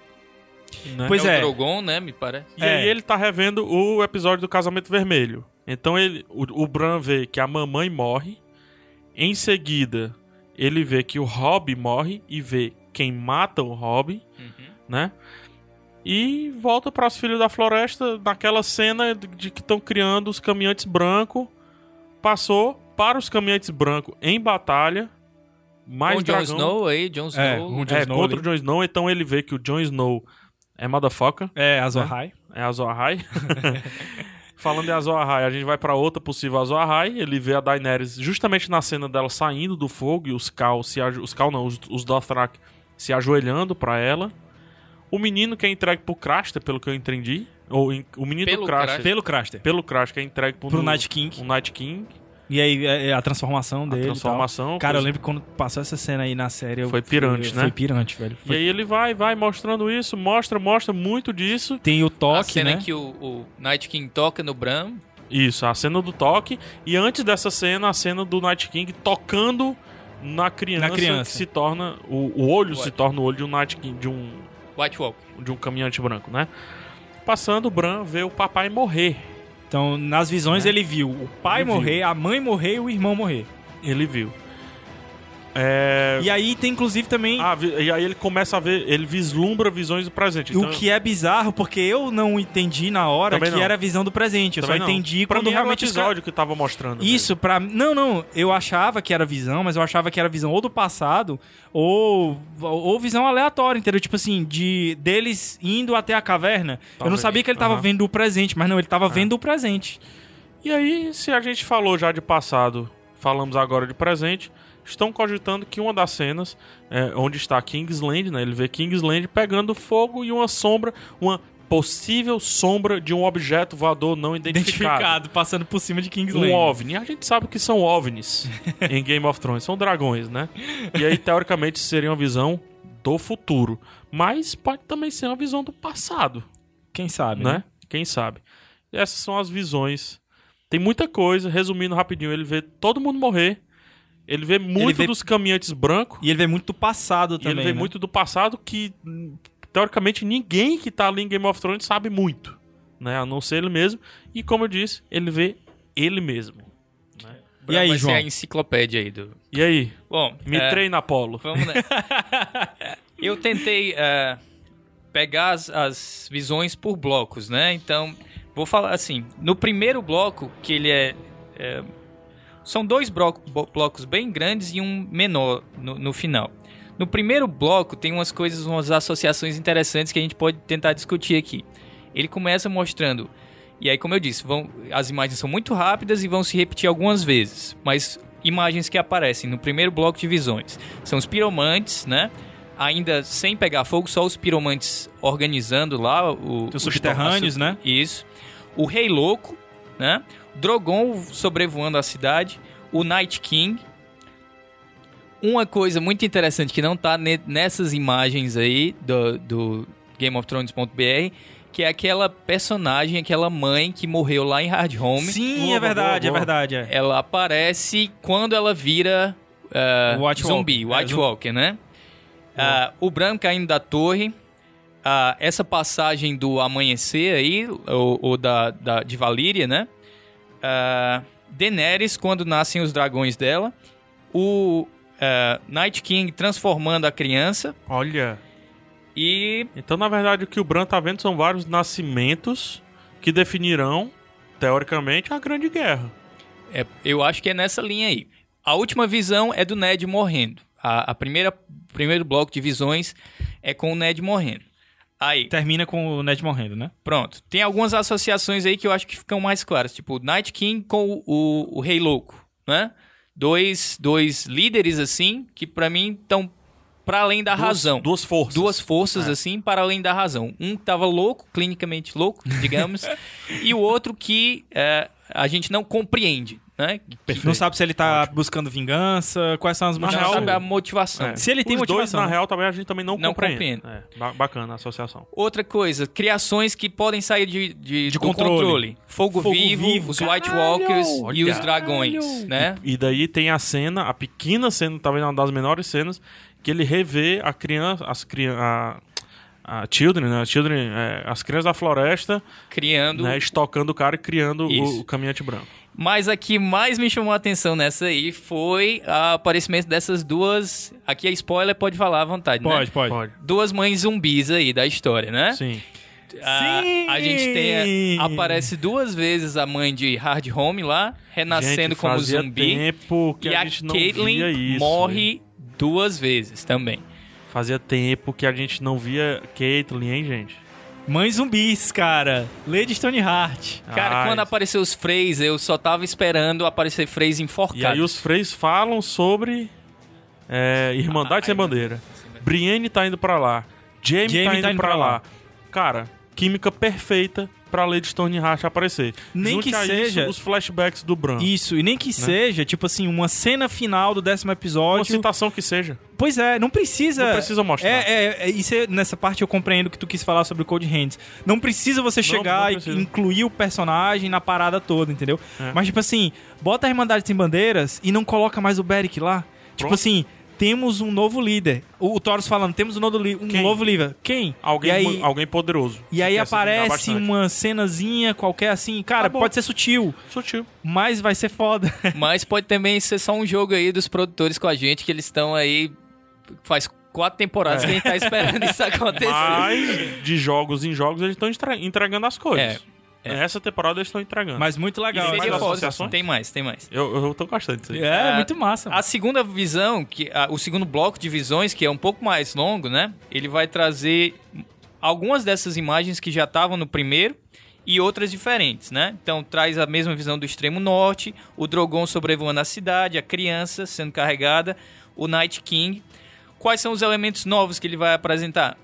Speaker 1: né?
Speaker 2: Pois
Speaker 3: é,
Speaker 2: é.
Speaker 3: o Drogon, né, me parece.
Speaker 1: E
Speaker 2: É.
Speaker 1: aí ele tá revendo o episódio do Casamento Vermelho. Então ele, o, o Bran vê que a mamãe morre. Em seguida, ele vê que o Rob morre e vê quem mata o Rob,
Speaker 3: Uhum.
Speaker 1: né? E volta para os Filhos da Floresta naquela cena de de que estão criando os caminhantes brancos passou para os caminhantes brancos em batalha. Mais
Speaker 3: Com o Jon
Speaker 1: dragão.
Speaker 3: Snow aí, Jon Snow.
Speaker 2: É, um Jon
Speaker 1: é,
Speaker 2: Snow
Speaker 1: contra
Speaker 2: ali.
Speaker 1: o Jon Snow, então ele vê que o Jon Snow é motherfucker,
Speaker 2: É, Azor Ahai.
Speaker 1: é Azor Ahai. [LAUGHS] Falando em Azor Ahai, a gente vai pra outra possível Azor Ahai, ele vê a Daenerys justamente na cena dela saindo do fogo e os Cal se ajo- os Cal não, os, os Dothraki se ajoelhando pra ela. O menino que é entregue pro Craster, pelo que eu entendi, ou em- o menino
Speaker 3: Pelo
Speaker 1: do Craster,
Speaker 3: Craster.
Speaker 2: Pelo Craster.
Speaker 1: pelo Craster que é entregue pro,
Speaker 2: Pro Night King.
Speaker 1: o Night King,
Speaker 2: E aí é, é a transformação
Speaker 1: a
Speaker 2: dele. e tal.
Speaker 1: transformação.
Speaker 2: Cara, eu
Speaker 1: coisa-
Speaker 2: lembro que quando passou essa cena aí na série. eu-
Speaker 1: Foi pirante,
Speaker 2: foi-
Speaker 1: né?
Speaker 2: Foi pirante, velho.
Speaker 1: E
Speaker 2: Foi-
Speaker 1: aí ele vai, vai mostrando isso, mostra, mostra muito disso.
Speaker 2: Tem o
Speaker 3: A
Speaker 2: toque,
Speaker 3: cena
Speaker 2: né?
Speaker 3: que o, o Night King toca no Bram.
Speaker 1: Isso, a cena do toque. E antes dessa cena, a cena do Night King tocando na criança.
Speaker 2: Na criança.
Speaker 1: Que se torna. O, o olho se
Speaker 3: Ótimo.
Speaker 1: torna o olho de um Night King, de um,
Speaker 3: White Walker.
Speaker 1: de um caminhante branco, né? Passando, o Bran vê o papai morrer.
Speaker 2: Então, nas visões ele viu o pai
Speaker 1: Né? Ele viu.
Speaker 2: morrer, a mãe morrer e o irmão morrer.
Speaker 1: Ele viu. É.
Speaker 2: E aí tem inclusive também
Speaker 1: ah, vi- e aí ele começa a ver, ele vislumbra visões do presente. Então,
Speaker 2: o que é bizarro, porque eu não entendi na hora
Speaker 1: Também
Speaker 2: que
Speaker 1: não.
Speaker 2: era a visão do presente. Eu só
Speaker 1: também não.
Speaker 2: entendi
Speaker 1: pra
Speaker 2: quando
Speaker 1: mim é era
Speaker 2: realmente
Speaker 1: o
Speaker 2: os caras-
Speaker 1: episódio que tava mostrando.
Speaker 2: Uhum. Isso, pra. Não, não. Eu achava que era visão, mas eu achava que era visão ou do passado ou, ou visão aleatória, entendeu? Tipo assim, de deles indo até a caverna. Eu não
Speaker 1: Talvez.
Speaker 2: sabia que ele tava
Speaker 1: Aham. É.
Speaker 2: vendo o presente, mas não, ele tava vendo o presente.
Speaker 1: E aí, se a gente falou já de passado, falamos agora de presente, estão cogitando que uma das cenas, é, onde está Kingsland, né? Ele vê Kingsland pegando fogo e uma sombra, uma possível sombra de um objeto voador não identificado.
Speaker 2: Identificado, passando por cima de Kingsland.
Speaker 1: Um OVNI. E A gente sabe que são OVNIs em Game of Thrones. São dragões, né? E aí, teoricamente, seria uma visão do futuro. Mas pode também ser uma visão do passado
Speaker 2: Quem sabe, né?
Speaker 1: né? Quem sabe? Essas são as visões. Tem muita coisa. Resumindo rapidinho, ele vê todo mundo morrer. Ele vê muito
Speaker 2: vê-
Speaker 1: dos caminhantes brancos.
Speaker 2: E ele vê muito do passado
Speaker 1: E ele
Speaker 2: também.
Speaker 1: vê
Speaker 2: né?
Speaker 1: muito do passado que, hum, teoricamente, ninguém que tá ali em Game of Thrones sabe muito. Né? A não ser ele mesmo. E como eu disse, ele vê ele mesmo.
Speaker 2: E aí,
Speaker 3: vai
Speaker 2: João?
Speaker 1: é
Speaker 3: ser a enciclopédia aí do...
Speaker 1: E aí?
Speaker 3: Bom,
Speaker 1: Me
Speaker 3: é,
Speaker 1: treina, Apolo.
Speaker 3: Vamos nessa. Eu tentei é, pegar as, as visões por blocos, né? Então, vou falar assim. No primeiro bloco, que ele é... é, são dois bro- bo- blocos bem grandes e um menor no, no final. No primeiro bloco, tem umas coisas, umas associações interessantes que a gente pode tentar discutir aqui. Ele começa mostrando... E aí, como eu disse, vão, as imagens são muito rápidas e vão se repetir algumas vezes. Mas imagens que aparecem no primeiro bloco de visões são os piromantes, né? Ainda sem pegar fogo, só os piromantes organizando lá o, tá
Speaker 2: Os subterrâneos, né?
Speaker 3: Isso. O Rei Louco, né? Drogon sobrevoando a cidade. O Night King. Uma coisa muito interessante que não tá ne- nessas imagens aí do, do GameOfThrones.br, que é aquela personagem, aquela mãe que morreu lá em Hard Home.
Speaker 2: Sim,
Speaker 1: Boa,
Speaker 2: é verdade,
Speaker 1: boa, boa.
Speaker 2: é verdade. É.
Speaker 3: Ela aparece quando ela vira ah,
Speaker 2: White
Speaker 3: zumbi,
Speaker 2: Walker. É,
Speaker 3: White
Speaker 2: zumbi.
Speaker 3: Walker, né? Ah, o Bran caindo da torre. ah, essa passagem do amanhecer aí, ou, ou da, da- de Valíria, né? Ah, Daenerys, quando nascem os dragões dela. O ah, Night King transformando a criança.
Speaker 1: Olha.
Speaker 3: E
Speaker 1: Então, na verdade, o que o Bran tá vendo são vários nascimentos que definirão, teoricamente, a Grande Guerra.
Speaker 3: É, eu acho que é nessa linha aí. A última visão é do Ned morrendo. A, a primeira primeiro bloco de visões é com o Ned morrendo. Aí,
Speaker 2: Termina com o Ned morrendo, né?
Speaker 3: pronto. Tem algumas associações aí que eu acho que ficam mais claras, tipo o Night King com o, o, o Rei Louco, né? Dois, dois líderes assim que pra mim estão para além da
Speaker 1: Duas-
Speaker 3: razão
Speaker 1: Duas forças.
Speaker 3: duas forças
Speaker 1: É.
Speaker 3: assim para além da razão. Um que tava louco, clinicamente louco,
Speaker 1: [LAUGHS]
Speaker 3: digamos, e o outro que é, a gente não compreende, né?
Speaker 2: Não sabe se ele tá buscando vingança, quais são as
Speaker 1: Na
Speaker 3: Não
Speaker 1: real,
Speaker 3: sabe
Speaker 2: motivações.
Speaker 3: a motivação.
Speaker 1: É.
Speaker 2: Se ele tem
Speaker 1: Os dois,
Speaker 2: motivação.
Speaker 1: na
Speaker 2: né?
Speaker 1: real, também a gente também não,
Speaker 3: Não
Speaker 1: compreende. É, ba- bacana a associação.
Speaker 3: Outra coisa, criações que podem sair de, de,
Speaker 2: De
Speaker 3: do
Speaker 2: controle.
Speaker 3: Fogo,
Speaker 2: Fogo
Speaker 3: vivo,
Speaker 2: vivo,
Speaker 3: os
Speaker 2: caralho!
Speaker 3: White Walkers e
Speaker 1: Olha.
Speaker 3: os dragões, né?
Speaker 1: E daí tem a cena, a pequena cena, talvez uma das menores cenas, que ele revê a criança, as crianças. A, a Children, né? As Children, é, as crianças da floresta,
Speaker 3: Criando.
Speaker 1: né? Estocando o cara e criando o,
Speaker 3: Isso.
Speaker 1: o caminhante branco.
Speaker 3: Mas a que mais me chamou a atenção nessa aí foi o aparecimento dessas duas. Aqui é spoiler, pode falar à vontade, né?
Speaker 2: Pode, pode.
Speaker 1: Pode.
Speaker 3: Duas mães zumbis aí da história, né?
Speaker 1: Sim.
Speaker 3: a,
Speaker 2: Sim!
Speaker 3: a gente tem. a- aparece duas vezes a mãe de Hard Home lá, renascendo
Speaker 1: Gente,
Speaker 3: como
Speaker 1: fazia
Speaker 3: zumbi.
Speaker 1: Tempo que
Speaker 3: e
Speaker 1: a,
Speaker 3: a,
Speaker 1: gente não via
Speaker 3: Caitlyn
Speaker 1: isso.
Speaker 3: morre duas vezes também.
Speaker 1: Fazia tempo que a gente não via Caitlyn, hein, gente?
Speaker 2: Mãe zumbis, cara. Lady Stoneheart.
Speaker 3: Cara,
Speaker 1: Ai,
Speaker 3: quando apareceu os Freys, eu só tava esperando aparecer Freys enforcado.
Speaker 1: E aí os Freys falam sobre é, Irmandade
Speaker 3: Ah,
Speaker 1: Sem
Speaker 3: aí-
Speaker 1: Bandeira. Brienne tá indo pra lá. Jamie, tá indo, pra, lá. Cara, química perfeita pra Lady Stoneheart aparecer.
Speaker 2: Nem
Speaker 1: Junte
Speaker 2: que
Speaker 1: a isso
Speaker 2: seja-
Speaker 1: os flashbacks do Bran.
Speaker 2: Isso, e nem
Speaker 1: Né?
Speaker 2: que seja, tipo assim, uma cena final do décimo
Speaker 1: Uma
Speaker 2: episódio.
Speaker 1: citação que seja.
Speaker 2: Pois é, não precisa.
Speaker 1: Não precisa mostrar.
Speaker 2: É, é, é, isso é- nessa parte eu compreendo que tu quis falar sobre o Cold Hands. Não precisa você chegar
Speaker 1: não precisa.
Speaker 2: e incluir o personagem na parada toda, entendeu?
Speaker 1: É.
Speaker 2: Mas, tipo assim, bota a Irmandade Sem Bandeiras e não coloca mais o Beric lá. Tipo
Speaker 1: Pronto.
Speaker 2: assim, temos um novo líder. O, o Taurus falando, temos um novo, li- um
Speaker 1: Quem?
Speaker 2: novo líder. Quem?
Speaker 1: Alguém,
Speaker 2: e aí,
Speaker 1: mu- alguém poderoso.
Speaker 2: e aí
Speaker 1: Que quer se vingar
Speaker 2: aparece
Speaker 1: bastante.
Speaker 2: uma cenazinha qualquer assim. Cara,
Speaker 1: Acabou.
Speaker 2: pode ser sutil, [LAUGHS]
Speaker 1: Sutil.
Speaker 2: mas vai ser foda. [LAUGHS]
Speaker 3: Mas pode também ser só um jogo aí dos produtores com a gente, que eles estão aí. Faz quatro temporadas que a gente
Speaker 1: [LAUGHS]
Speaker 3: tá esperando isso acontecer.
Speaker 1: Mas de jogos em jogos eles estão estra- entregando as coisas. Essa temporada eles estão entregando.
Speaker 2: É, mas muito
Speaker 3: E
Speaker 2: legal.
Speaker 1: mais
Speaker 3: seria
Speaker 2: Mas-
Speaker 3: foda.
Speaker 1: associações?
Speaker 3: Tem mais, tem mais.
Speaker 1: Eu, eu tô gostando disso aí.
Speaker 2: É,
Speaker 3: Ah,
Speaker 2: muito massa.
Speaker 3: A segunda visão, que a- o segundo bloco de visões, que é um pouco mais longo, né? Ele vai trazer algumas dessas imagens que já estavam no primeiro e outras diferentes, né? Então traz a mesma visão do extremo norte, o Drogon sobrevoando a cidade, a criança sendo carregada, o Night King. Quais são os elementos novos que ele vai apresentar?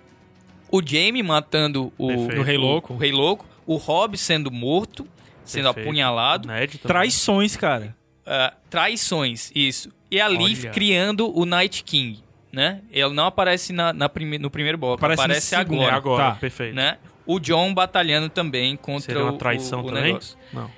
Speaker 3: O Jaime matando o,
Speaker 1: Perfeito.
Speaker 2: O Rei Louco.
Speaker 3: o Rei Louco, o Rob sendo morto, sendo
Speaker 1: Perfeito.
Speaker 3: apunhalado.
Speaker 1: Ned também.
Speaker 2: Traições, cara.
Speaker 3: Ah, traições, isso. E a Leaf
Speaker 1: Olha.
Speaker 3: criando o Night King, né? Ele não aparece na, na prime- no primeiro bloco,
Speaker 2: Aparece
Speaker 3: aparece,
Speaker 2: no segundo.
Speaker 1: É
Speaker 3: agora,
Speaker 1: agora,
Speaker 2: Tá.
Speaker 1: perfeito.
Speaker 3: né? O John batalhando também contra
Speaker 1: Seria uma
Speaker 3: o-
Speaker 1: traição
Speaker 3: o, o
Speaker 1: também?
Speaker 3: negócio.
Speaker 1: Não.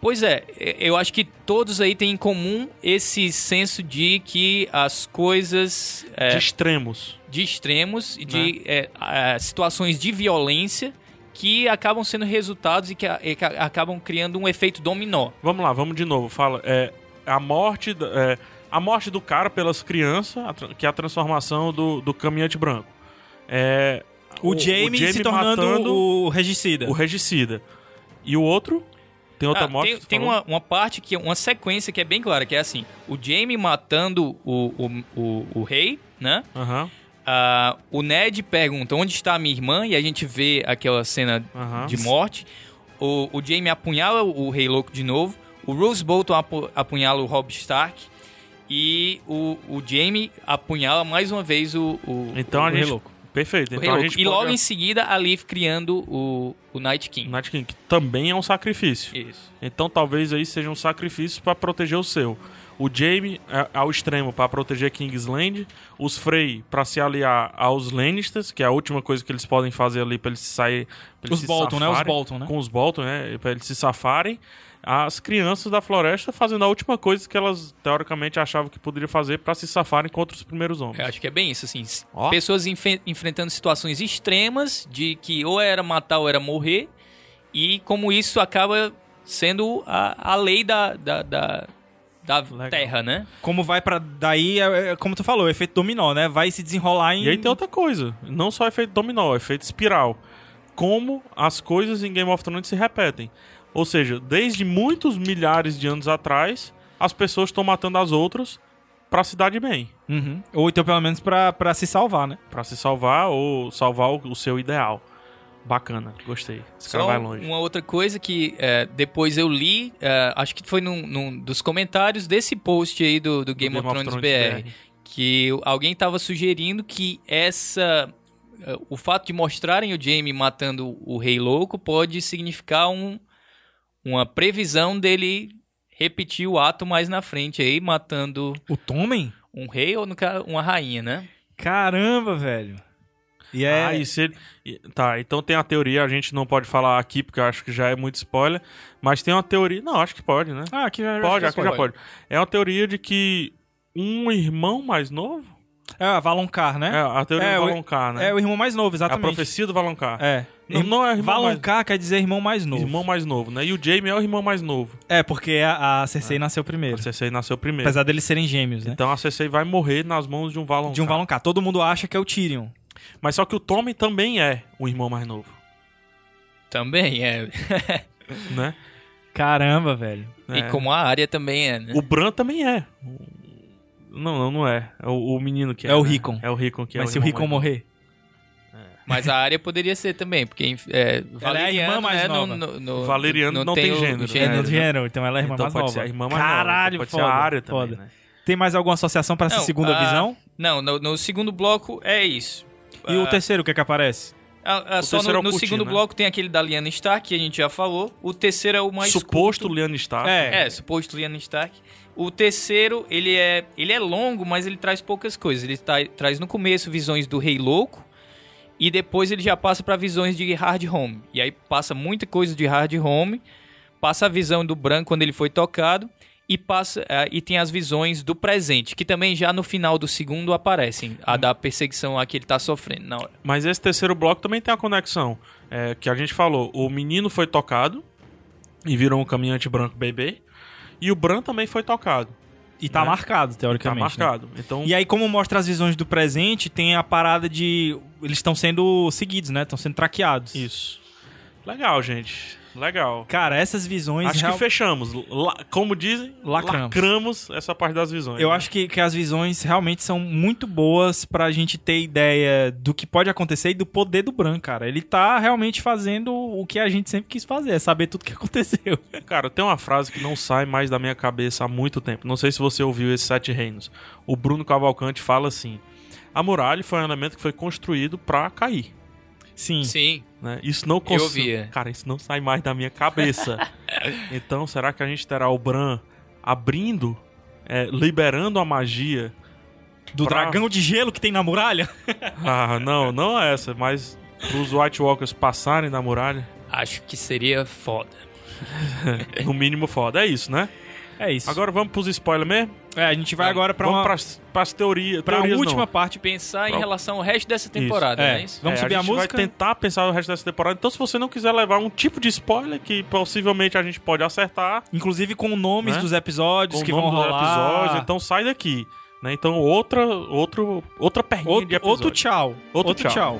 Speaker 3: Pois é, e- eu acho que todos aí têm em comum esse senso de que as coisas é,
Speaker 1: De
Speaker 3: de,
Speaker 1: extremos.
Speaker 3: extremos e
Speaker 1: Né?
Speaker 3: de é, ah, situações de violência que acabam sendo resultados e que, a- e que a- acabam criando um efeito dominó.
Speaker 1: Vamos lá, vamos de novo. Fala. É, a morte. da- é, a morte do cara pelas crianças, a tra- que é a transformação do, do caminhante branco. É,
Speaker 2: O, Jamie, se tornando
Speaker 1: matando
Speaker 2: o regicida.
Speaker 1: o regicida. E o outro? Tem outra
Speaker 3: Ah,
Speaker 1: morte?
Speaker 3: tem
Speaker 1: Então tá que tu
Speaker 3: tem
Speaker 1: falou?
Speaker 3: uma, uma parte que é uma sequência que é bem clara, que é assim: o Jamie matando o, o, o, o rei, né?
Speaker 1: Aham,
Speaker 3: Ah, o Ned pergunta onde está a minha irmã, e a gente vê aquela cena
Speaker 1: aham.
Speaker 3: de morte. O, o Jamie apunhala o, o Rei Louco de novo. O Rose Bolton apu- apunhala o Robb Stark. E o, o Jamie apunhala mais uma vez o, o,
Speaker 1: Então
Speaker 3: o,
Speaker 1: a
Speaker 2: Rei
Speaker 1: gente.
Speaker 2: Louco.
Speaker 1: Perfeito.
Speaker 3: o Rei
Speaker 1: Então a
Speaker 3: Louco.
Speaker 1: gente
Speaker 3: E
Speaker 1: pode-
Speaker 3: logo em seguida a Leaf criando o, o Night King.
Speaker 1: Night King, que também é um sacrifício.
Speaker 3: Isso.
Speaker 1: Então talvez aí seja um sacrifício para proteger o seu. O Jaime ao extremo para proteger Kingsland, os Frey para se aliar aos Lannisters, que é a última coisa que eles podem fazer ali para eles sair, pra eles
Speaker 2: Os
Speaker 1: se
Speaker 2: Bolton, né? Os
Speaker 1: safarem,
Speaker 2: Bolton, né?
Speaker 1: Com os Bolton, né? Para eles se safarem. As crianças da floresta fazendo a última coisa que elas teoricamente achavam que poderiam fazer para se safarem contra os primeiros homens.
Speaker 3: Eu acho que é bem isso, assim. S-
Speaker 1: Ó.
Speaker 3: Pessoas enfe- enfrentando situações extremas de que ou era matar ou era morrer. E como isso acaba sendo a, a lei da, da, da, da
Speaker 1: Legal.
Speaker 3: terra, né?
Speaker 2: Como vai pra. Daí, é, é, como tu falou, é efeito dominó, né? Vai se desenrolar em.
Speaker 1: E aí então? tem outra coisa, não só efeito dominó, efeito espiral. Como as coisas em Game of Thrones se repetem. Ou seja, desde muitos milhares de anos atrás, as pessoas estão matando as outras pra se dar de bem,
Speaker 2: Uhum. Ou então, pelo menos, pra, pra se salvar, né?
Speaker 1: Pra se salvar ou salvar o o seu ideal. Bacana, gostei. Esse cara
Speaker 3: Só um
Speaker 1: vai longe.
Speaker 3: uma outra coisa que é, depois eu li, é, acho que foi num, num dos comentários desse post aí do, do Game,
Speaker 1: Do
Speaker 3: of, Thrones, BR, que alguém estava sugerindo que essa é, o fato de mostrarem o Jaime matando o Rei Louco pode significar um, uma previsão dele repetir o ato mais na frente aí, matando
Speaker 2: O Tommen?
Speaker 3: um rei ou no caso, uma rainha, né?
Speaker 2: Caramba, velho. E é.
Speaker 1: Ah, e se ele- e- Tá, então tem a teoria, a gente não pode falar aqui porque eu acho que já é muito spoiler, mas tem uma teoria. Não, acho que pode, né?
Speaker 2: Ah, aqui já.
Speaker 1: Pode,
Speaker 2: já-
Speaker 1: aqui já pode. É uma teoria de que um irmão mais novo.
Speaker 2: É, a Valoncar,
Speaker 1: É,
Speaker 2: né?
Speaker 1: a teoria
Speaker 2: É,
Speaker 1: do
Speaker 2: o-
Speaker 1: Valoncar, né?
Speaker 2: É o irmão mais novo,
Speaker 1: a
Speaker 2: exatamente.
Speaker 1: profecia do Valoncar.
Speaker 2: É.
Speaker 1: Não, não é o irmão mais,
Speaker 2: Valoncar quer dizer irmão mais novo.
Speaker 1: irmão mais novo, né? E o Jamie é o irmão mais novo.
Speaker 2: É, porque a, a Cersei nasceu primeiro.
Speaker 1: A Cersei nasceu primeiro.
Speaker 2: Apesar deles serem gêmeos, é, né? tá.
Speaker 1: Então a Cersei vai morrer nas mãos de um Valoncar.
Speaker 2: De um Valoncar. Todo mundo acha que é o Tyrion.
Speaker 1: Mas só que o Tommy também é o irmão mais novo,
Speaker 3: Também é.
Speaker 1: né?
Speaker 2: Caramba, velho.
Speaker 1: É.
Speaker 3: E como a área também é, né?
Speaker 1: O Bran também é. Não, não, não é. É o, o menino que é.
Speaker 2: É o
Speaker 1: né?
Speaker 2: Rickon.
Speaker 1: É o Rickon que é.
Speaker 2: Mas se o Rickon
Speaker 1: irmão mais-
Speaker 2: morrer.
Speaker 3: Mas a área poderia ser também, porque enfim, é, Valeriano,
Speaker 2: irmã mais
Speaker 3: né,
Speaker 2: nova.
Speaker 3: No, no- no-
Speaker 1: Valeriano não tem
Speaker 3: o
Speaker 1: gênero, né?
Speaker 2: É,
Speaker 1: É,
Speaker 2: não
Speaker 1: né?
Speaker 2: gênero, então ela é a irmã
Speaker 1: então
Speaker 2: mais
Speaker 1: pode
Speaker 2: nova.
Speaker 1: ser a irmã mais
Speaker 2: Caralho,
Speaker 1: nova. então Pode
Speaker 2: foda,
Speaker 1: ser a área também,
Speaker 2: foda. ah,
Speaker 1: né?
Speaker 2: Tem mais alguma associação pra essa
Speaker 3: Não,
Speaker 2: segunda
Speaker 3: a-
Speaker 2: visão?
Speaker 3: Não, no, no segundo bloco é isso.
Speaker 2: E o
Speaker 3: Ah,
Speaker 2: terceiro, o que é que aparece?
Speaker 3: ah, ah,
Speaker 1: o
Speaker 3: só
Speaker 1: terceiro é
Speaker 3: no,
Speaker 1: o
Speaker 3: no
Speaker 1: Coutinho,
Speaker 3: segundo
Speaker 1: né?
Speaker 3: bloco tem aquele da Lyanna Stark, que a gente já falou. O terceiro é o mais
Speaker 1: Suposto Leandro Stark.
Speaker 3: É, suposto Lyanna Stark. O terceiro, ele é, ele é longo, mas ele traz poucas coisas. Ele tra- traz no começo visões do Rei Louco e depois ele já passa pra visões de Hard Home. E aí passa muita coisa de Hard Home, passa a visão do Bran quando ele foi tocado e passa eh, e tem as visões do presente, que também já no final do segundo aparecem,
Speaker 1: Hum.
Speaker 3: a da perseguição lá que ele tá sofrendo na hora.
Speaker 1: Mas esse terceiro bloco também tem a conexão. é, que a gente falou, o menino foi tocado e virou um caminhante branco bebê. E o Bran também foi tocado.
Speaker 2: E tá
Speaker 1: né?
Speaker 2: marcado,
Speaker 1: Tá
Speaker 2: teoricamente. né?
Speaker 1: marcado. Então,
Speaker 2: E aí, como mostra as visões do presente, tem a parada de. Eles estão sendo seguidos, né? Estão sendo traqueados.
Speaker 1: isso. Legal, gente. Legal.
Speaker 2: Cara, essas visões.
Speaker 1: Acho
Speaker 2: real-
Speaker 1: que fechamos. La- como dizem,
Speaker 2: Lacramos.
Speaker 1: lacramos essa parte das visões.
Speaker 2: Eu acho que, que as visões realmente são muito boas pra gente ter ideia do que pode acontecer e do poder do Bran, cara. Ele tá realmente fazendo o que a gente sempre quis fazer, é saber tudo que [LAUGHS] aconteceu.
Speaker 1: Cara, tem uma frase que não sai mais da minha cabeça há muito tempo. Não sei se você ouviu esses Sete Reinos. O Bruno Cavalcante fala assim: A muralha foi um elemento que foi construído pra cair.
Speaker 2: Sim.
Speaker 3: Sim.
Speaker 1: né? Isso não
Speaker 3: Eu
Speaker 1: cons-
Speaker 3: via.
Speaker 1: Cara, isso não sai mais da minha cabeça. então, será que a gente terá o Bran abrindo, é, liberando a magia?
Speaker 2: Do
Speaker 1: Pra-
Speaker 2: dragão de gelo que tem na muralha? [LAUGHS]
Speaker 1: Ah, não, não essa, mas pros White Walkers passarem da muralha,
Speaker 3: Acho que seria foda.
Speaker 1: no mínimo foda. É isso, né?
Speaker 2: É isso.
Speaker 1: Agora vamos pros spoilers mesmo?
Speaker 2: é, a gente vai agora pra
Speaker 1: vamos
Speaker 2: uma.
Speaker 1: pras, pras teoria-
Speaker 2: pra
Speaker 1: teorias.
Speaker 2: última
Speaker 1: não.
Speaker 2: parte.
Speaker 3: Pensar em
Speaker 1: Pronto.
Speaker 3: relação ao resto dessa temporada,
Speaker 2: é.
Speaker 3: não é isso?
Speaker 2: Vamos
Speaker 1: É,
Speaker 2: subir a
Speaker 1: gente
Speaker 2: música?
Speaker 1: vai tentar pensar o resto dessa temporada. Então, se você não quiser levar um tipo de spoiler que possivelmente a gente pode acertar,
Speaker 2: Inclusive com nomes
Speaker 1: Né?
Speaker 2: dos episódios
Speaker 1: com
Speaker 2: que
Speaker 1: o nome
Speaker 2: vão
Speaker 1: do
Speaker 2: rolar.
Speaker 1: episódio, então sai daqui. Né? Então, outra, outro, outra perninha de
Speaker 2: Outro,
Speaker 1: episódio.
Speaker 2: outro tchau.
Speaker 1: Outro tchau.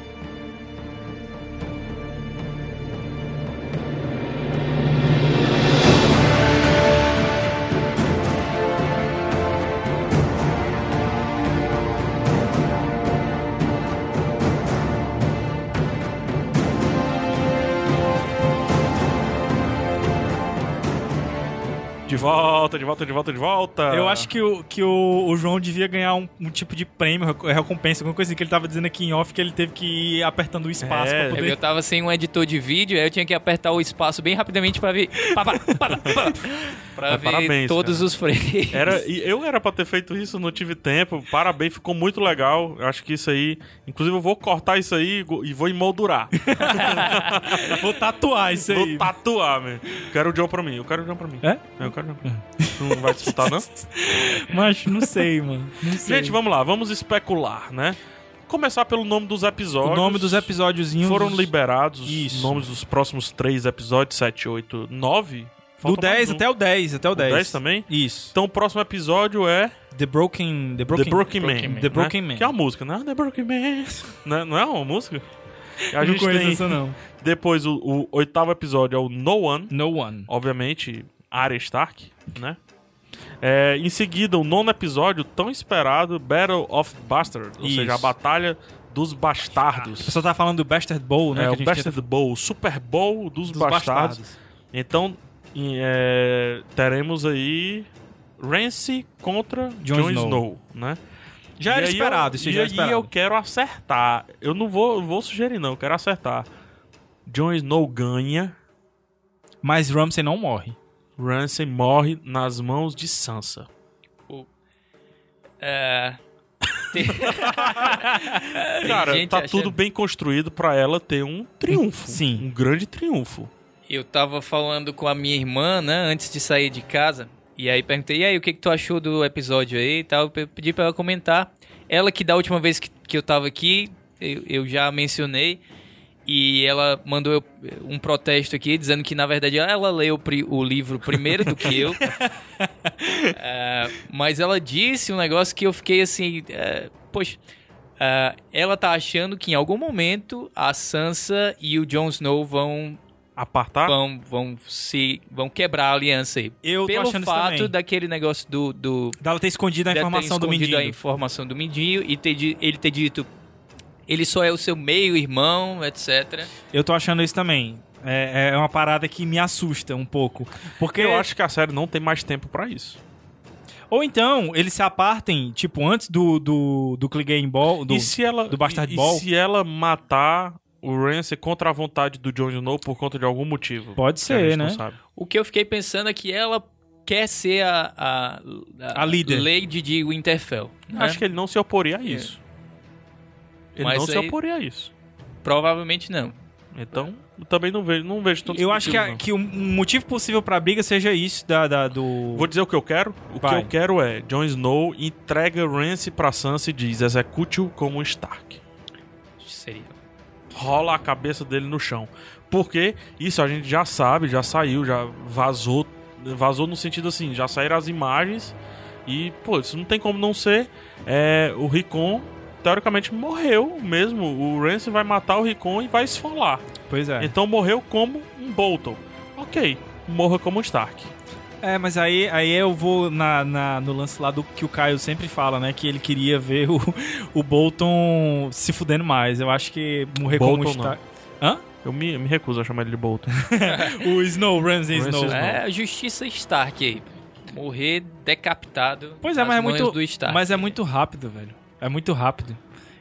Speaker 1: De volta, de volta, de volta, de volta.
Speaker 2: Eu acho que, o, que o, o João devia ganhar um, um tipo de prêmio, reco- recompensa, alguma coisa assim, que ele tava dizendo aqui em off que ele teve que ir apertando o espaço
Speaker 1: É.
Speaker 2: pra
Speaker 3: Eu,
Speaker 2: poder.
Speaker 3: eu tava sem um editor de vídeo, aí eu tinha que apertar o espaço bem rapidamente pra ver. [LAUGHS] Pá, pá, pá, pá, pá, pra
Speaker 1: É,
Speaker 3: ver
Speaker 1: parabéns,
Speaker 3: todos
Speaker 1: cara.
Speaker 3: os frames.
Speaker 1: Era, e eu era pra ter feito isso, não tive tempo. Parabéns, ficou muito legal. Eu Acho que isso aí. Inclusive, eu vou cortar isso aí e go- e vou emoldurar.
Speaker 2: Vou Tá tatuar
Speaker 1: [LAUGHS]
Speaker 2: isso
Speaker 1: vou
Speaker 2: aí.
Speaker 1: tatuar, meu. Quero o John pra mim. Eu quero o John pra mim.
Speaker 2: É?
Speaker 1: Eu quero o John pra mim. Tu não vai disputar, não? [LAUGHS]
Speaker 2: Mas não sei, mano. Não sei.
Speaker 1: Gente, vamos lá, vamos especular, né? Começar pelo nome dos episódios.
Speaker 2: O nome um dos episódios
Speaker 1: Foram liberados os
Speaker 2: Isso.
Speaker 1: nomes dos próximos três episódios, 7, 8, 9.
Speaker 2: Do 10 até o 10, até o 10.
Speaker 1: 10 também?
Speaker 2: Isso.
Speaker 1: um. Então o próximo episódio é
Speaker 2: The Broken. The Broken.
Speaker 1: The Broken Man.
Speaker 2: The
Speaker 1: né?
Speaker 2: Broken Man.
Speaker 1: Que é uma música, né? The Broken Man. Né? Não é uma música? A
Speaker 2: Eu não
Speaker 1: gente
Speaker 2: conheço
Speaker 1: tem
Speaker 2: essa, não.
Speaker 1: depois o, o oitavo episódio é o No One,
Speaker 2: No One.
Speaker 1: obviamente Arya Stark, né? É, em seguida, o nono episódio, tão esperado, Battle of Bastards, ou
Speaker 2: Isso.
Speaker 1: seja, a Batalha dos Bastardos.
Speaker 2: O pessoal tá falando do Bastard Bowl,
Speaker 1: É,
Speaker 2: né? que
Speaker 1: o
Speaker 2: a gente
Speaker 1: Bastard
Speaker 2: tenta-
Speaker 1: Bowl, o Super Bowl dos,
Speaker 2: dos
Speaker 1: bastardos.
Speaker 2: bastardos.
Speaker 1: Então, em, é, teremos aí Rance contra Jon
Speaker 2: Jon
Speaker 1: Snow.
Speaker 2: Snow.
Speaker 1: né?
Speaker 2: Já
Speaker 1: E
Speaker 2: era
Speaker 1: aí
Speaker 2: esperado,
Speaker 1: eu,
Speaker 2: isso
Speaker 1: e
Speaker 2: já era
Speaker 1: aí
Speaker 2: esperado.
Speaker 1: eu quero acertar. Eu não vou, vou sugerir, não. Eu quero acertar. Jon Snow ganha.
Speaker 2: Mas Ramsay não morre.
Speaker 1: Ramsay morre nas mãos de Sansa. [LAUGHS]
Speaker 3: É, tem- Tem
Speaker 1: Cara,
Speaker 3: gente
Speaker 1: tá
Speaker 3: achando-
Speaker 1: tudo bem construído pra ela ter um triunfo.
Speaker 2: Sim.
Speaker 1: Um grande triunfo.
Speaker 3: Eu tava falando com a minha irmã, né, antes de sair de casa. E aí perguntei, e aí, o que, que tu achou do episódio aí e tal? Eu pedi pra ela comentar. Ela que da última vez que, que eu tava aqui, eu, eu já mencionei. E ela mandou eu- um protesto aqui, dizendo que, na verdade, ela leu o pri- o livro primeiro do que eu. É, mas ela disse um negócio que eu fiquei assim... é, poxa, ah, ela tá achando que em algum momento a Sansa e o Jon Snow vão,
Speaker 1: Apartar?
Speaker 3: vão, vão se vão quebrar a aliança aí.
Speaker 2: Ah. Eu
Speaker 3: Pelo
Speaker 2: tô achando
Speaker 3: fato
Speaker 2: isso também.
Speaker 3: daquele negócio do, do
Speaker 2: Dela ter escondido a
Speaker 3: dela ter
Speaker 2: informação do
Speaker 3: escondido
Speaker 2: menino.
Speaker 3: a informação do Mindinho e ter di- ele ter dito ele só é o seu meio irmão, etc.
Speaker 2: Eu tô achando isso também. É, é uma parada que me assusta um pouco. Porque
Speaker 1: Eu acho que a série não tem mais tempo pra isso.
Speaker 2: Ou então, eles se apartem, tipo, antes do, do, do Click Game Ball. Do...
Speaker 1: e se ela,
Speaker 2: do Bastard
Speaker 1: e-
Speaker 2: Ball?
Speaker 1: E se ela matar o Ramsay contra a vontade do Jon Snow por conta de algum motivo?
Speaker 2: Pode
Speaker 1: que a gente
Speaker 2: ser,
Speaker 1: não
Speaker 2: né?
Speaker 1: sabe.
Speaker 3: O que eu fiquei pensando é que ela quer ser a a,
Speaker 2: A líder.
Speaker 3: Lady de Winterfell. né?
Speaker 1: Acho que ele não se oporia a isso. Ele
Speaker 3: Mas
Speaker 1: não se
Speaker 3: aí-
Speaker 1: oporia a isso.
Speaker 3: provavelmente não.
Speaker 1: Então, eu também não vejo, não vejo tanto
Speaker 2: Eu acho que,
Speaker 1: motivo,
Speaker 2: a-
Speaker 1: não.
Speaker 2: que um motivo possível pra briga seja isso, da, da- do...
Speaker 1: Vou dizer o que eu quero. O
Speaker 2: Vai.
Speaker 1: que eu quero é Jon Snow entrega Ramsay pra Sansa e diz execute-o como Stark.
Speaker 3: Seria.
Speaker 1: Rola a cabeça dele no chão. Porque isso a gente já sabe, já saiu, já vazou. Vazou no sentido assim, já saíram as imagens e, pô, isso não tem como não ser. É, o Ricon, teoricamente, morreu mesmo. O Ramsay vai matar o Ricon e vai esfolar.
Speaker 2: Pois é.
Speaker 1: Então morreu como um Bolton. Ok, morra como um Stark.
Speaker 2: É, mas aí, aí eu vou na, na- no lance lá do que o Caio sempre fala, né? Que ele queria ver o, o Bolton se fudendo mais. Eu acho que morrer como
Speaker 1: Bolton,
Speaker 2: está...
Speaker 1: Eu me, eu me recuso a chamar ele de Bolton.
Speaker 2: O Snow, Ramsay
Speaker 1: Ramsay
Speaker 2: Snow.
Speaker 1: Snow.
Speaker 3: É a justiça Stark aí. Morrer decapitado.
Speaker 2: Pois é,
Speaker 3: nas
Speaker 2: mas é
Speaker 3: mãos
Speaker 2: muito-
Speaker 3: do Stark.
Speaker 2: Mas é muito rápido, velho. É muito rápido.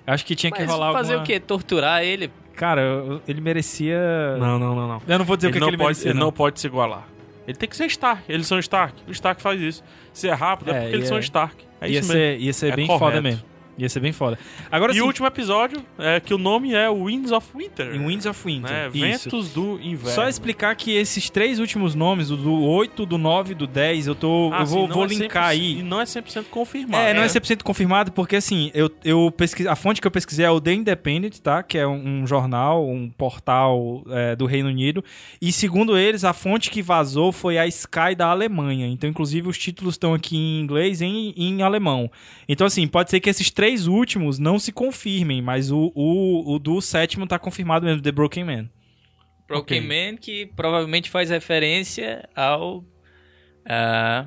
Speaker 2: Eu acho que tinha que
Speaker 3: Mas
Speaker 2: rolar
Speaker 3: fazer
Speaker 2: alguma...
Speaker 3: o quê? Torturar ele?
Speaker 2: Cara, eu- ele merecia...
Speaker 1: Não, não, não, não.
Speaker 2: Eu É. não vou dizer o
Speaker 1: ele,
Speaker 2: que,
Speaker 1: não
Speaker 2: que ele
Speaker 1: pode,
Speaker 2: merecia,
Speaker 1: ele
Speaker 2: não.
Speaker 1: não pode se igualar. Ele tem que ser Stark. Eles são Stark. O Stark faz isso. Se é rápido, é,
Speaker 2: É,
Speaker 1: porque eles
Speaker 2: ia-
Speaker 1: são Stark. É
Speaker 2: ia,
Speaker 1: isso mesmo.
Speaker 2: ser, ia ser
Speaker 1: É
Speaker 2: bem
Speaker 1: correto.
Speaker 2: foda mesmo. Ia ser bem foda. Agora
Speaker 1: E
Speaker 2: sim,
Speaker 1: o último episódio é que o nome é Winds of Winter.
Speaker 2: em Winds of Winter.
Speaker 1: né?
Speaker 2: Isso.
Speaker 1: Ventos do Inverno.
Speaker 2: Só explicar que esses três últimos nomes, o do 8, do 9 e do 10, eu tô.
Speaker 1: Ah,
Speaker 2: eu vou,
Speaker 1: sim, não
Speaker 2: vou
Speaker 1: é 100%
Speaker 2: linkar
Speaker 1: E
Speaker 2: aí.
Speaker 1: não é 100% confirmado.
Speaker 2: É, não é
Speaker 1: né?
Speaker 2: 100% confirmado, porque assim, eu, eu pesquisei, a fonte que eu pesquisei é o The Independent, tá? Que é um, um jornal, um portal é, do Reino Unido. E segundo eles, a fonte que vazou foi a Sky da Alemanha. Então, inclusive, os títulos estão aqui em inglês e em, em alemão. Então, assim, pode ser que esses três últimos não se confirmem, mas o, o, o do sétimo tá confirmado mesmo, The Broken Man.
Speaker 3: Broken
Speaker 1: Ok.
Speaker 3: Man, que provavelmente faz referência ao. ah,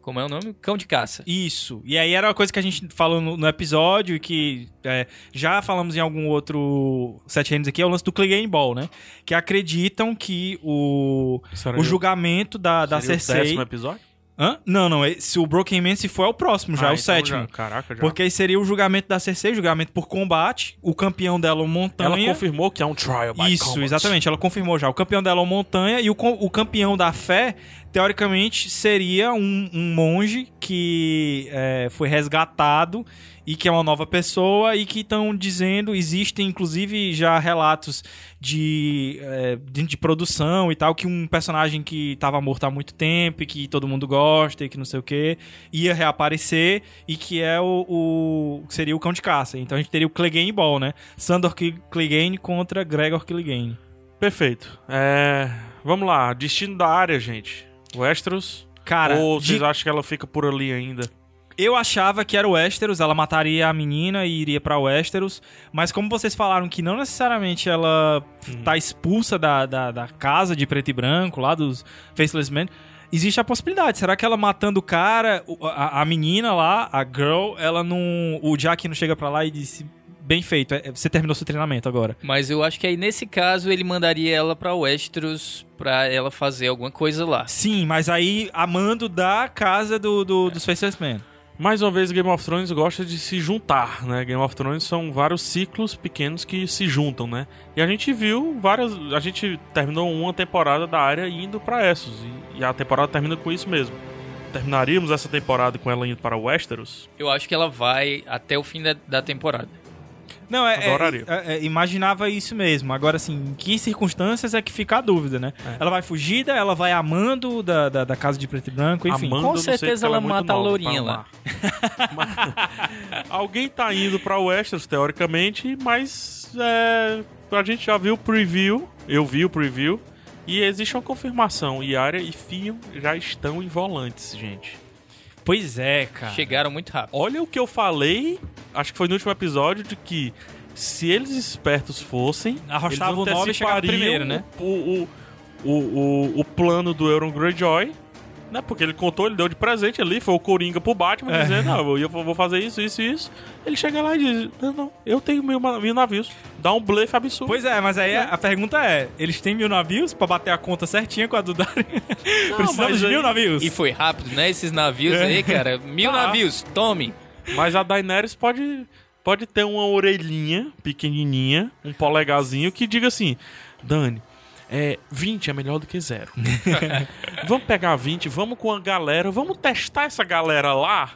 Speaker 3: como é o nome? Cão de caça.
Speaker 2: Isso. E aí era uma coisa que a gente falou no, no episódio e que é, já falamos em algum outro Sete Reinos aqui, é o lance do Clay Game Ball, né? Que acreditam que o,
Speaker 1: Será
Speaker 2: o
Speaker 1: que
Speaker 2: julgamento da, da
Speaker 1: seria O
Speaker 2: Cersei...
Speaker 1: décimo episódio?
Speaker 2: Hã? Não, não. é- Se o Broken Man se for, é o próximo, já
Speaker 1: Ah,
Speaker 2: é o
Speaker 1: então
Speaker 2: sétimo.
Speaker 1: já- Caraca, já.
Speaker 2: Porque aí seria o julgamento da Cersei, julgamento por combate, o campeão dela, o
Speaker 1: Ela
Speaker 2: Montanha...
Speaker 1: confirmou que é um trial by
Speaker 2: Isso,
Speaker 1: combat.
Speaker 2: exatamente. Ela confirmou já. O campeão dela é o Montanha e o, co- o campeão da fé, teoricamente, seria um, um monge que é, foi resgatado e que é uma nova pessoa e que estão dizendo, existem inclusive já relatos de, é, de, de produção e tal, que um personagem que estava morto há muito tempo e que todo mundo gosta e que não sei o que, ia reaparecer e que é o, o- que seria o cão de caça. Então a gente teria o Clegane Ball, né? Sandor Cl- Clegane contra Gregor Clegane.
Speaker 1: Perfeito. É, Vamos lá, destino da área, gente. Westeros.
Speaker 2: Cara,
Speaker 1: Ou
Speaker 2: de-
Speaker 1: vocês acham que ela fica por ali ainda?
Speaker 2: eu achava que era o Westeros, ela mataria a menina e iria pra Westeros, mas como vocês falaram que não necessariamente ela tá expulsa da, da, da casa de preto e branco, lá dos Faceless Men, existe a possibilidade. Será que ela matando o cara, o- a, a menina lá, a girl, ela não. O Jack não chega pra lá e disse: bem feito, é- você terminou seu treinamento agora.
Speaker 3: Mas eu acho que aí nesse caso ele mandaria ela pra Westeros pra ela fazer alguma coisa lá.
Speaker 2: Sim, mas aí amando da casa do, do- dos Faceless Men.
Speaker 1: Mais uma vez, Game of Thrones gosta de se juntar, né? Game of Thrones são vários ciclos pequenos que se juntam, né? E a gente viu várias. A gente terminou uma temporada da área indo pra Essos. E, e a temporada termina com isso mesmo. Terminaríamos essa temporada com ela indo para Westeros?
Speaker 3: Eu acho que ela vai até o fim da, da temporada.
Speaker 2: Não, é, é-
Speaker 1: Adoraria.
Speaker 2: é- é- imaginava isso mesmo. Agora, assim, em que circunstâncias é que fica a dúvida, né?
Speaker 1: É.
Speaker 2: Ela vai fugida, ela vai amando da, da, da casa de preto e branco, enfim.
Speaker 1: Amando,
Speaker 3: com
Speaker 1: eu não sei, porque
Speaker 3: certeza ela
Speaker 1: é muito
Speaker 3: mata a
Speaker 1: nova pra
Speaker 3: lourinha lá.
Speaker 1: amar. Mas- [LAUGHS] Alguém tá indo pra Westeros, teoricamente, mas é, a gente já viu o preview, eu vi o preview, e existe uma confirmação. E área e Fio já estão em volantes, gente.
Speaker 2: Pois é, cara.
Speaker 3: Chegaram muito rápido.
Speaker 1: Olha o que eu falei, acho que foi no último episódio, de que se eles espertos fossem,
Speaker 2: Arrostava
Speaker 1: eles
Speaker 2: o nove e chegava
Speaker 1: antecipariam
Speaker 2: primeiro, né?
Speaker 1: O, o, o, o, o plano do Euron Greyjoy, né? Porque ele contou, ele deu de presente ali, foi o Coringa pro Batman,
Speaker 2: É.
Speaker 1: dizendo, não, eu vou vou fazer isso, isso e isso. Ele chega lá e diz, não, não, eu tenho mil, ma- mil navios. Dá um blefe absurdo.
Speaker 2: Pois é, mas aí a pergunta é: eles têm mil navios pra bater a conta certinha com a do Dario? [LAUGHS] Precisamos
Speaker 1: mas
Speaker 2: de mil
Speaker 1: aí-
Speaker 2: navios.
Speaker 3: E foi rápido, né? Esses navios
Speaker 2: É. [LAUGHS]
Speaker 3: aí, cara. Mil
Speaker 2: Tá.
Speaker 1: Ah.
Speaker 3: navios, tome.
Speaker 1: Mas a Daenerys pode, pode ter uma orelhinha pequenininha, um polegazinho, que diga assim: Dani, é, 20 é melhor do que
Speaker 2: [LAUGHS]
Speaker 1: zero. vamos pegar 20, vamos com a galera, vamos testar essa galera lá.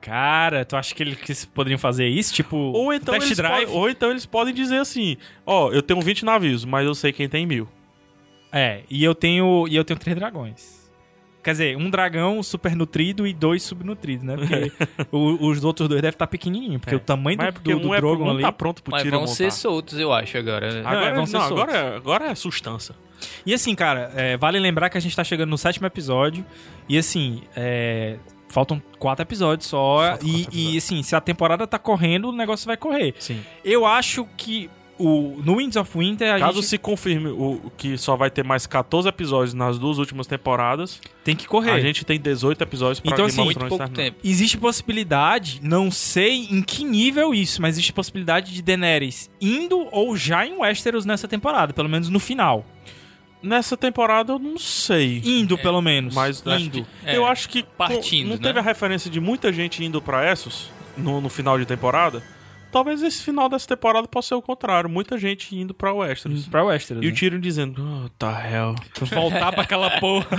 Speaker 2: Cara, tu acha que eles que poderiam fazer isso? Tipo,
Speaker 1: Ou então,
Speaker 2: test
Speaker 1: eles
Speaker 2: drive?
Speaker 1: po- ou então eles podem dizer assim: Ó, eu tenho 20 navios, mas eu sei quem tem mil.
Speaker 2: É, e eu tenho. E eu tenho três dragões. Quer dizer, um dragão super nutrido e dois subnutridos,
Speaker 1: [LAUGHS]
Speaker 2: né? Porque o- os outros dois devem estar pequenininhos, porque
Speaker 1: É.
Speaker 2: o tamanho
Speaker 1: Mas é
Speaker 2: do,
Speaker 1: porque
Speaker 2: do, do
Speaker 1: um, é,
Speaker 2: Drogon
Speaker 1: um
Speaker 2: ali.
Speaker 1: tá pronto pro
Speaker 3: Mas
Speaker 1: tiro
Speaker 3: vão
Speaker 1: montar.
Speaker 3: ser soltos, eu acho, agora. né?
Speaker 2: Ah,
Speaker 1: Agora,
Speaker 2: É,
Speaker 1: não,
Speaker 2: vão ser soltos.
Speaker 1: agora, é- agora é sustância.
Speaker 2: E assim, cara, é, vale lembrar que a gente tá chegando no sétimo episódio. E assim, é, faltam quatro episódios só.
Speaker 1: Faltam
Speaker 2: e,
Speaker 1: quatro
Speaker 2: e,
Speaker 1: episódios.
Speaker 2: assim, se a temporada tá correndo, o negócio vai correr.
Speaker 1: Sim.
Speaker 2: Eu acho que o, no Winds of Winter a
Speaker 1: Caso
Speaker 2: gente
Speaker 1: se confirme o, que só vai ter mais 14 episódios nas duas últimas temporadas,
Speaker 2: tem que correr.
Speaker 1: A gente tem 18 episódios pra
Speaker 2: Então,
Speaker 1: Game
Speaker 2: assim,
Speaker 1: of
Speaker 3: muito
Speaker 1: Thrones
Speaker 3: pouco
Speaker 1: terminar.
Speaker 3: tempo.
Speaker 2: Existe possibilidade, não sei em que nível isso, mas existe possibilidade de Daenerys indo ou já em Westeros nessa temporada, pelo menos no final.
Speaker 1: Nessa temporada eu não sei.
Speaker 2: Indo, pelo menos.
Speaker 1: É, Mas acho
Speaker 2: indo.
Speaker 1: que-
Speaker 3: É,
Speaker 1: eu acho que pô,
Speaker 3: partindo,
Speaker 1: não
Speaker 3: né?
Speaker 1: teve a referência de muita gente indo pra Essos no, no final de temporada. Talvez esse final dessa temporada possa ser o contrário, muita gente indo pra Westeros.
Speaker 3: Hum.
Speaker 2: Pra Westeros.
Speaker 1: E o
Speaker 2: né?
Speaker 1: Tyrion dizendo, oh, tá hell,
Speaker 2: tipo Voltar pra aquela
Speaker 1: [LAUGHS]
Speaker 2: porra.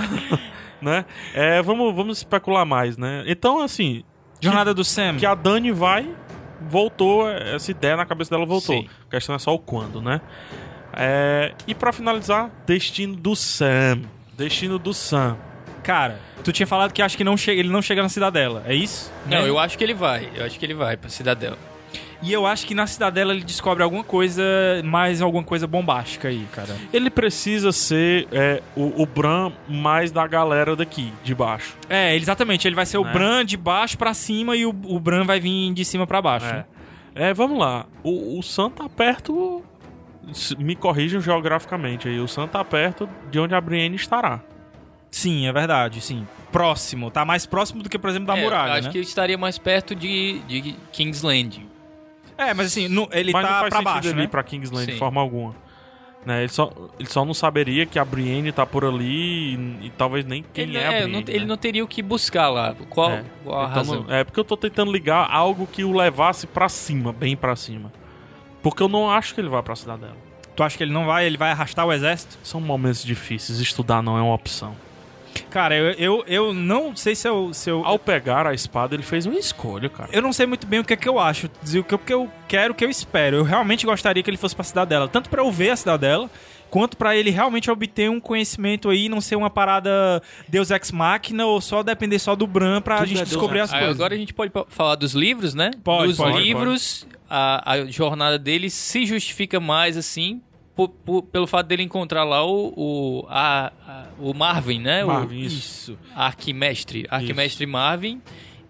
Speaker 1: né? É, vamos, vamos especular mais, né? Então, assim,
Speaker 2: Jornada do Sam.
Speaker 1: que a Dani vai, voltou, essa ideia na cabeça dela voltou.
Speaker 3: Sim.
Speaker 1: A questão é só o quando, né? É, e pra finalizar, destino do Sam. Destino do Sam.
Speaker 2: Cara, tu tinha falado que acho que não chega, ele não chega na cidadela, é isso?
Speaker 3: Não,
Speaker 2: Né?
Speaker 3: eu acho que ele vai. Eu acho que ele vai pra Cidadela.
Speaker 2: E eu acho que na cidadela ele descobre alguma coisa, mais alguma coisa bombástica aí, cara.
Speaker 1: Ele precisa ser é, o, o Bran mais da galera daqui, de baixo.
Speaker 2: É, exatamente, ele vai ser o
Speaker 1: Né?
Speaker 2: Bran de baixo pra cima e o, o Bran vai vir de cima pra baixo.
Speaker 1: É. É, vamos lá. O, o Sam tá perto. se- Me corrijam geograficamente aí. O Sam tá perto de onde a Brienne estará.
Speaker 2: Sim, é verdade, sim. Próximo, tá mais próximo do que, por exemplo, da
Speaker 3: É, eu
Speaker 2: muralha,
Speaker 3: acho
Speaker 2: né?
Speaker 3: que eu estaria mais perto de, de Kingsland.
Speaker 2: É, mas assim, não- ele
Speaker 1: Mas não
Speaker 2: tá
Speaker 1: faz
Speaker 2: pra
Speaker 1: sentido
Speaker 2: baixo,
Speaker 1: ele
Speaker 2: né?
Speaker 1: ir pra Kingsland de
Speaker 3: Sim.
Speaker 1: forma alguma. Né, ele, só, ele só não saberia que a Brienne tá por ali e, e talvez nem quem
Speaker 3: ele,
Speaker 1: é, a
Speaker 3: é,
Speaker 1: Brienne.
Speaker 3: não,
Speaker 1: né?
Speaker 3: ele não teria o que buscar lá. Qual,
Speaker 1: É.
Speaker 3: qual a
Speaker 1: Então,
Speaker 3: razão?
Speaker 1: não- é porque eu tô tentando ligar algo que o levasse pra cima, bem pra cima. Porque eu não acho que ele vá pra cidadela.
Speaker 2: Tu acha que ele não vai, ele vai arrastar o exército?
Speaker 1: São momentos difíceis, estudar não é uma opção.
Speaker 2: Cara, eu, eu, eu não sei se eu, se eu...
Speaker 1: Ao pegar a espada, ele fez uma escolha, cara.
Speaker 2: Eu não sei muito bem o que é que eu acho, dizer o que, o que eu quero, o que eu espero. Eu realmente gostaria que ele fosse pra Cidadela, tanto pra eu ver a Cidadela, quanto pra ele realmente obter um conhecimento aí, não ser uma parada Deus Ex Machina ou só depender só do Bran pra
Speaker 1: Tudo
Speaker 2: gente
Speaker 1: é Deus
Speaker 2: descobrir
Speaker 1: Ex
Speaker 2: as
Speaker 3: Aí
Speaker 2: coisas.
Speaker 3: agora a gente pode pa- falar dos livros, né?
Speaker 2: Pode,
Speaker 3: dos
Speaker 2: pode,
Speaker 3: livros, A, a jornada dele se justifica mais, assim, po- po- pelo fato dele encontrar lá o, o, a- a- o Marvin, né?
Speaker 1: Marvin,
Speaker 3: O
Speaker 1: isso.
Speaker 3: Arquimestre. Arquimestre Marvin.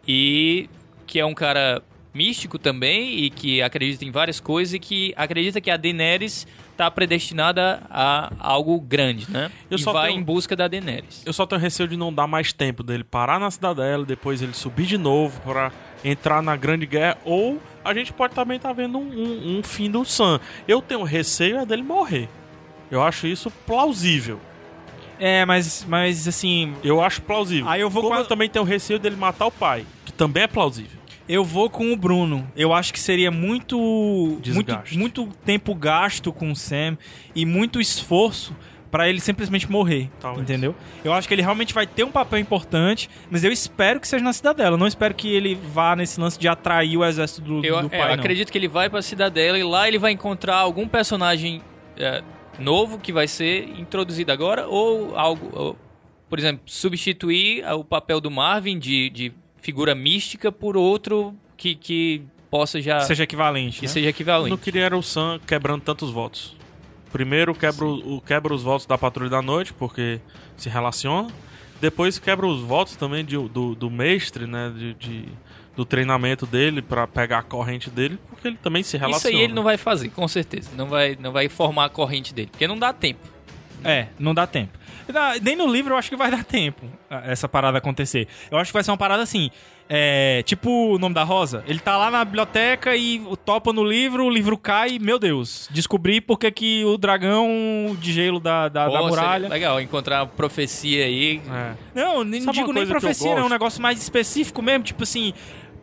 Speaker 3: E que é um cara místico também e que acredita em várias coisas e que acredita que a Daenerys está predestinada a algo grande, né?
Speaker 1: Eu
Speaker 3: e
Speaker 1: só
Speaker 3: vai
Speaker 1: tenho-
Speaker 3: em busca da Daenerys.
Speaker 1: Eu só tenho receio de não dar mais tempo dele parar na cidadela, depois ele subir de novo pra entrar na Grande Guerra, ou a gente pode também estar vendo um, um- um fim do Sam. Eu tenho receio é dele morrer. Eu acho isso plausível.
Speaker 2: É, mas, mas assim,
Speaker 1: Eu acho plausível.
Speaker 2: Aí eu vou
Speaker 1: Como
Speaker 2: com a-
Speaker 1: eu também tenho receio dele matar o pai, que também é plausível.
Speaker 2: Eu vou com o Bruno. Eu acho que seria muito muito,
Speaker 1: Desgaste.
Speaker 2: muito tempo gasto com o Sam e muito esforço pra ele simplesmente morrer,
Speaker 1: Talvez.
Speaker 2: entendeu? Eu acho que ele realmente vai ter um papel importante, mas eu espero que seja na cidadela. Eu não espero que ele vá nesse lance de atrair o exército do,
Speaker 3: Eu,
Speaker 2: do
Speaker 3: é,
Speaker 2: pai.
Speaker 3: eu
Speaker 2: não.
Speaker 3: acredito que ele vai pra Cidadela e lá ele vai encontrar algum personagem é, novo que vai ser introduzido agora ou algo, ou, por exemplo, substituir o papel do Marvin de, de figura mística por outro que, que possa já
Speaker 2: Que seja equivalente.
Speaker 3: que
Speaker 2: né?
Speaker 3: seja
Speaker 1: Eu não
Speaker 3: equivalente.
Speaker 1: queria era o Sam quebrando tantos votos. Primeiro quebra, o, o- quebra os votos da Patrulha da Noite, porque se relaciona. Depois quebra os votos também de- do, do mestre, né? De, de- do treinamento dele pra pegar a corrente dele, porque ele também se relaciona.
Speaker 3: Isso aí ele não vai fazer, com certeza. Não vai, não vai formar a corrente dele, porque não dá tempo.
Speaker 2: É, não dá tempo. Na- Nem no livro eu acho que vai dar tempo a- essa parada acontecer. Eu acho que vai ser uma parada assim. é, tipo o nome da Rosa. Ele tá lá na biblioteca e o- topa no livro, o livro cai, meu Deus. Descobri porque que o dragão de gelo da, da, da
Speaker 3: Ou seja,
Speaker 2: muralha.
Speaker 3: legal, encontrar a profecia aí.
Speaker 1: É.
Speaker 2: Não, nem- não
Speaker 1: Sabe uma
Speaker 2: digo nem
Speaker 1: coisa que eu
Speaker 2: profecia, não. É um
Speaker 1: gosto?
Speaker 2: negócio mais específico mesmo. Tipo assim,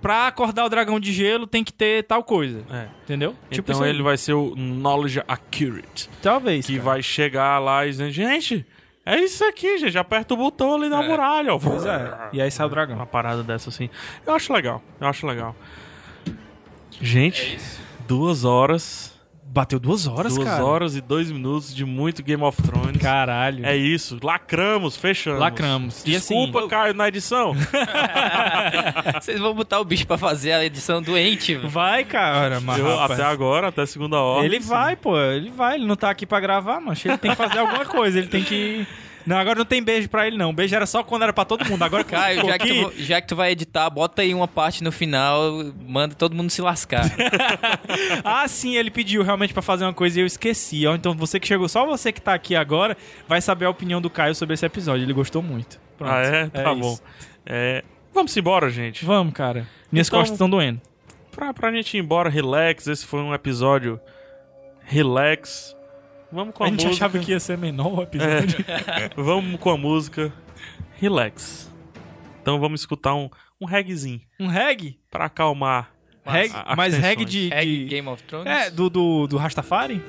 Speaker 2: pra acordar o dragão de gelo tem que ter tal coisa.
Speaker 1: É.
Speaker 2: Entendeu? tipo
Speaker 1: então
Speaker 2: isso aí.
Speaker 1: ele vai ser o Knowledge Accurate.
Speaker 2: Talvez.
Speaker 1: Que
Speaker 2: cara.
Speaker 1: vai chegar lá e dizer, gente, é isso aqui, gente. Aperta o botão ali na
Speaker 3: É.
Speaker 1: muralha, ó. [LAUGHS]
Speaker 2: Pois é. E aí sai o dragão.
Speaker 1: Uma parada dessa assim. Eu acho legal, eu acho legal.
Speaker 2: É
Speaker 1: Gente, duas horas.
Speaker 2: Bateu duas horas,
Speaker 1: duas
Speaker 2: cara.
Speaker 1: horas e dois minutos de muito Game of Thrones.
Speaker 2: Caralho.
Speaker 1: É isso, lacramos, fechamos.
Speaker 2: Lacramos. E assim-
Speaker 1: Desculpa, Caio, na edição.
Speaker 2: É.
Speaker 3: Vocês vão botar o bicho pra fazer a edição
Speaker 2: [LAUGHS]
Speaker 3: doente. velho.
Speaker 2: Vai, cara, [LAUGHS] mas.
Speaker 1: Eu,
Speaker 2: rapaz,
Speaker 1: até agora, até segunda hora.
Speaker 2: Ele vai, pô, ele vai, ele não tá aqui pra gravar, mancho. Ele tem que fazer alguma coisa, ele tem que. Não, agora não tem beijo pra ele, não. Beijo era só quando era pra todo mundo. Agora que
Speaker 3: Caio,
Speaker 2: ficou
Speaker 3: já que,
Speaker 2: aqui,
Speaker 3: tu, já que tu vai editar, bota aí uma parte no final, manda todo mundo se lascar.
Speaker 2: Ah, sim, ele pediu realmente pra fazer uma coisa e eu esqueci. Ó, então você que chegou, só você que tá aqui agora, vai saber a opinião do Caio sobre esse episódio. Ele gostou muito. Pronto.
Speaker 1: Ah, é? Tá
Speaker 2: isso.
Speaker 1: bom. É, vamos embora, gente.
Speaker 2: Vamos, cara. Minhas
Speaker 1: Então-
Speaker 2: costas estão doendo.
Speaker 1: Pra, pra gente ir embora, relax. Esse foi um episódio relax. Vamos com
Speaker 2: A,
Speaker 1: a,
Speaker 2: gente
Speaker 1: música. É.
Speaker 2: achava que ia ser menor o episódio.
Speaker 1: Vamos com a música relax. Então vamos escutar um, um reggaezinho
Speaker 2: Um reggae?
Speaker 1: pra acalmar.
Speaker 2: reggae
Speaker 1: as
Speaker 2: mas
Speaker 1: tensões.
Speaker 2: É
Speaker 3: É
Speaker 2: reggae de. É,
Speaker 3: Egg
Speaker 2: de-
Speaker 3: Game of Thrones.
Speaker 2: É, do, do, do Rastafari?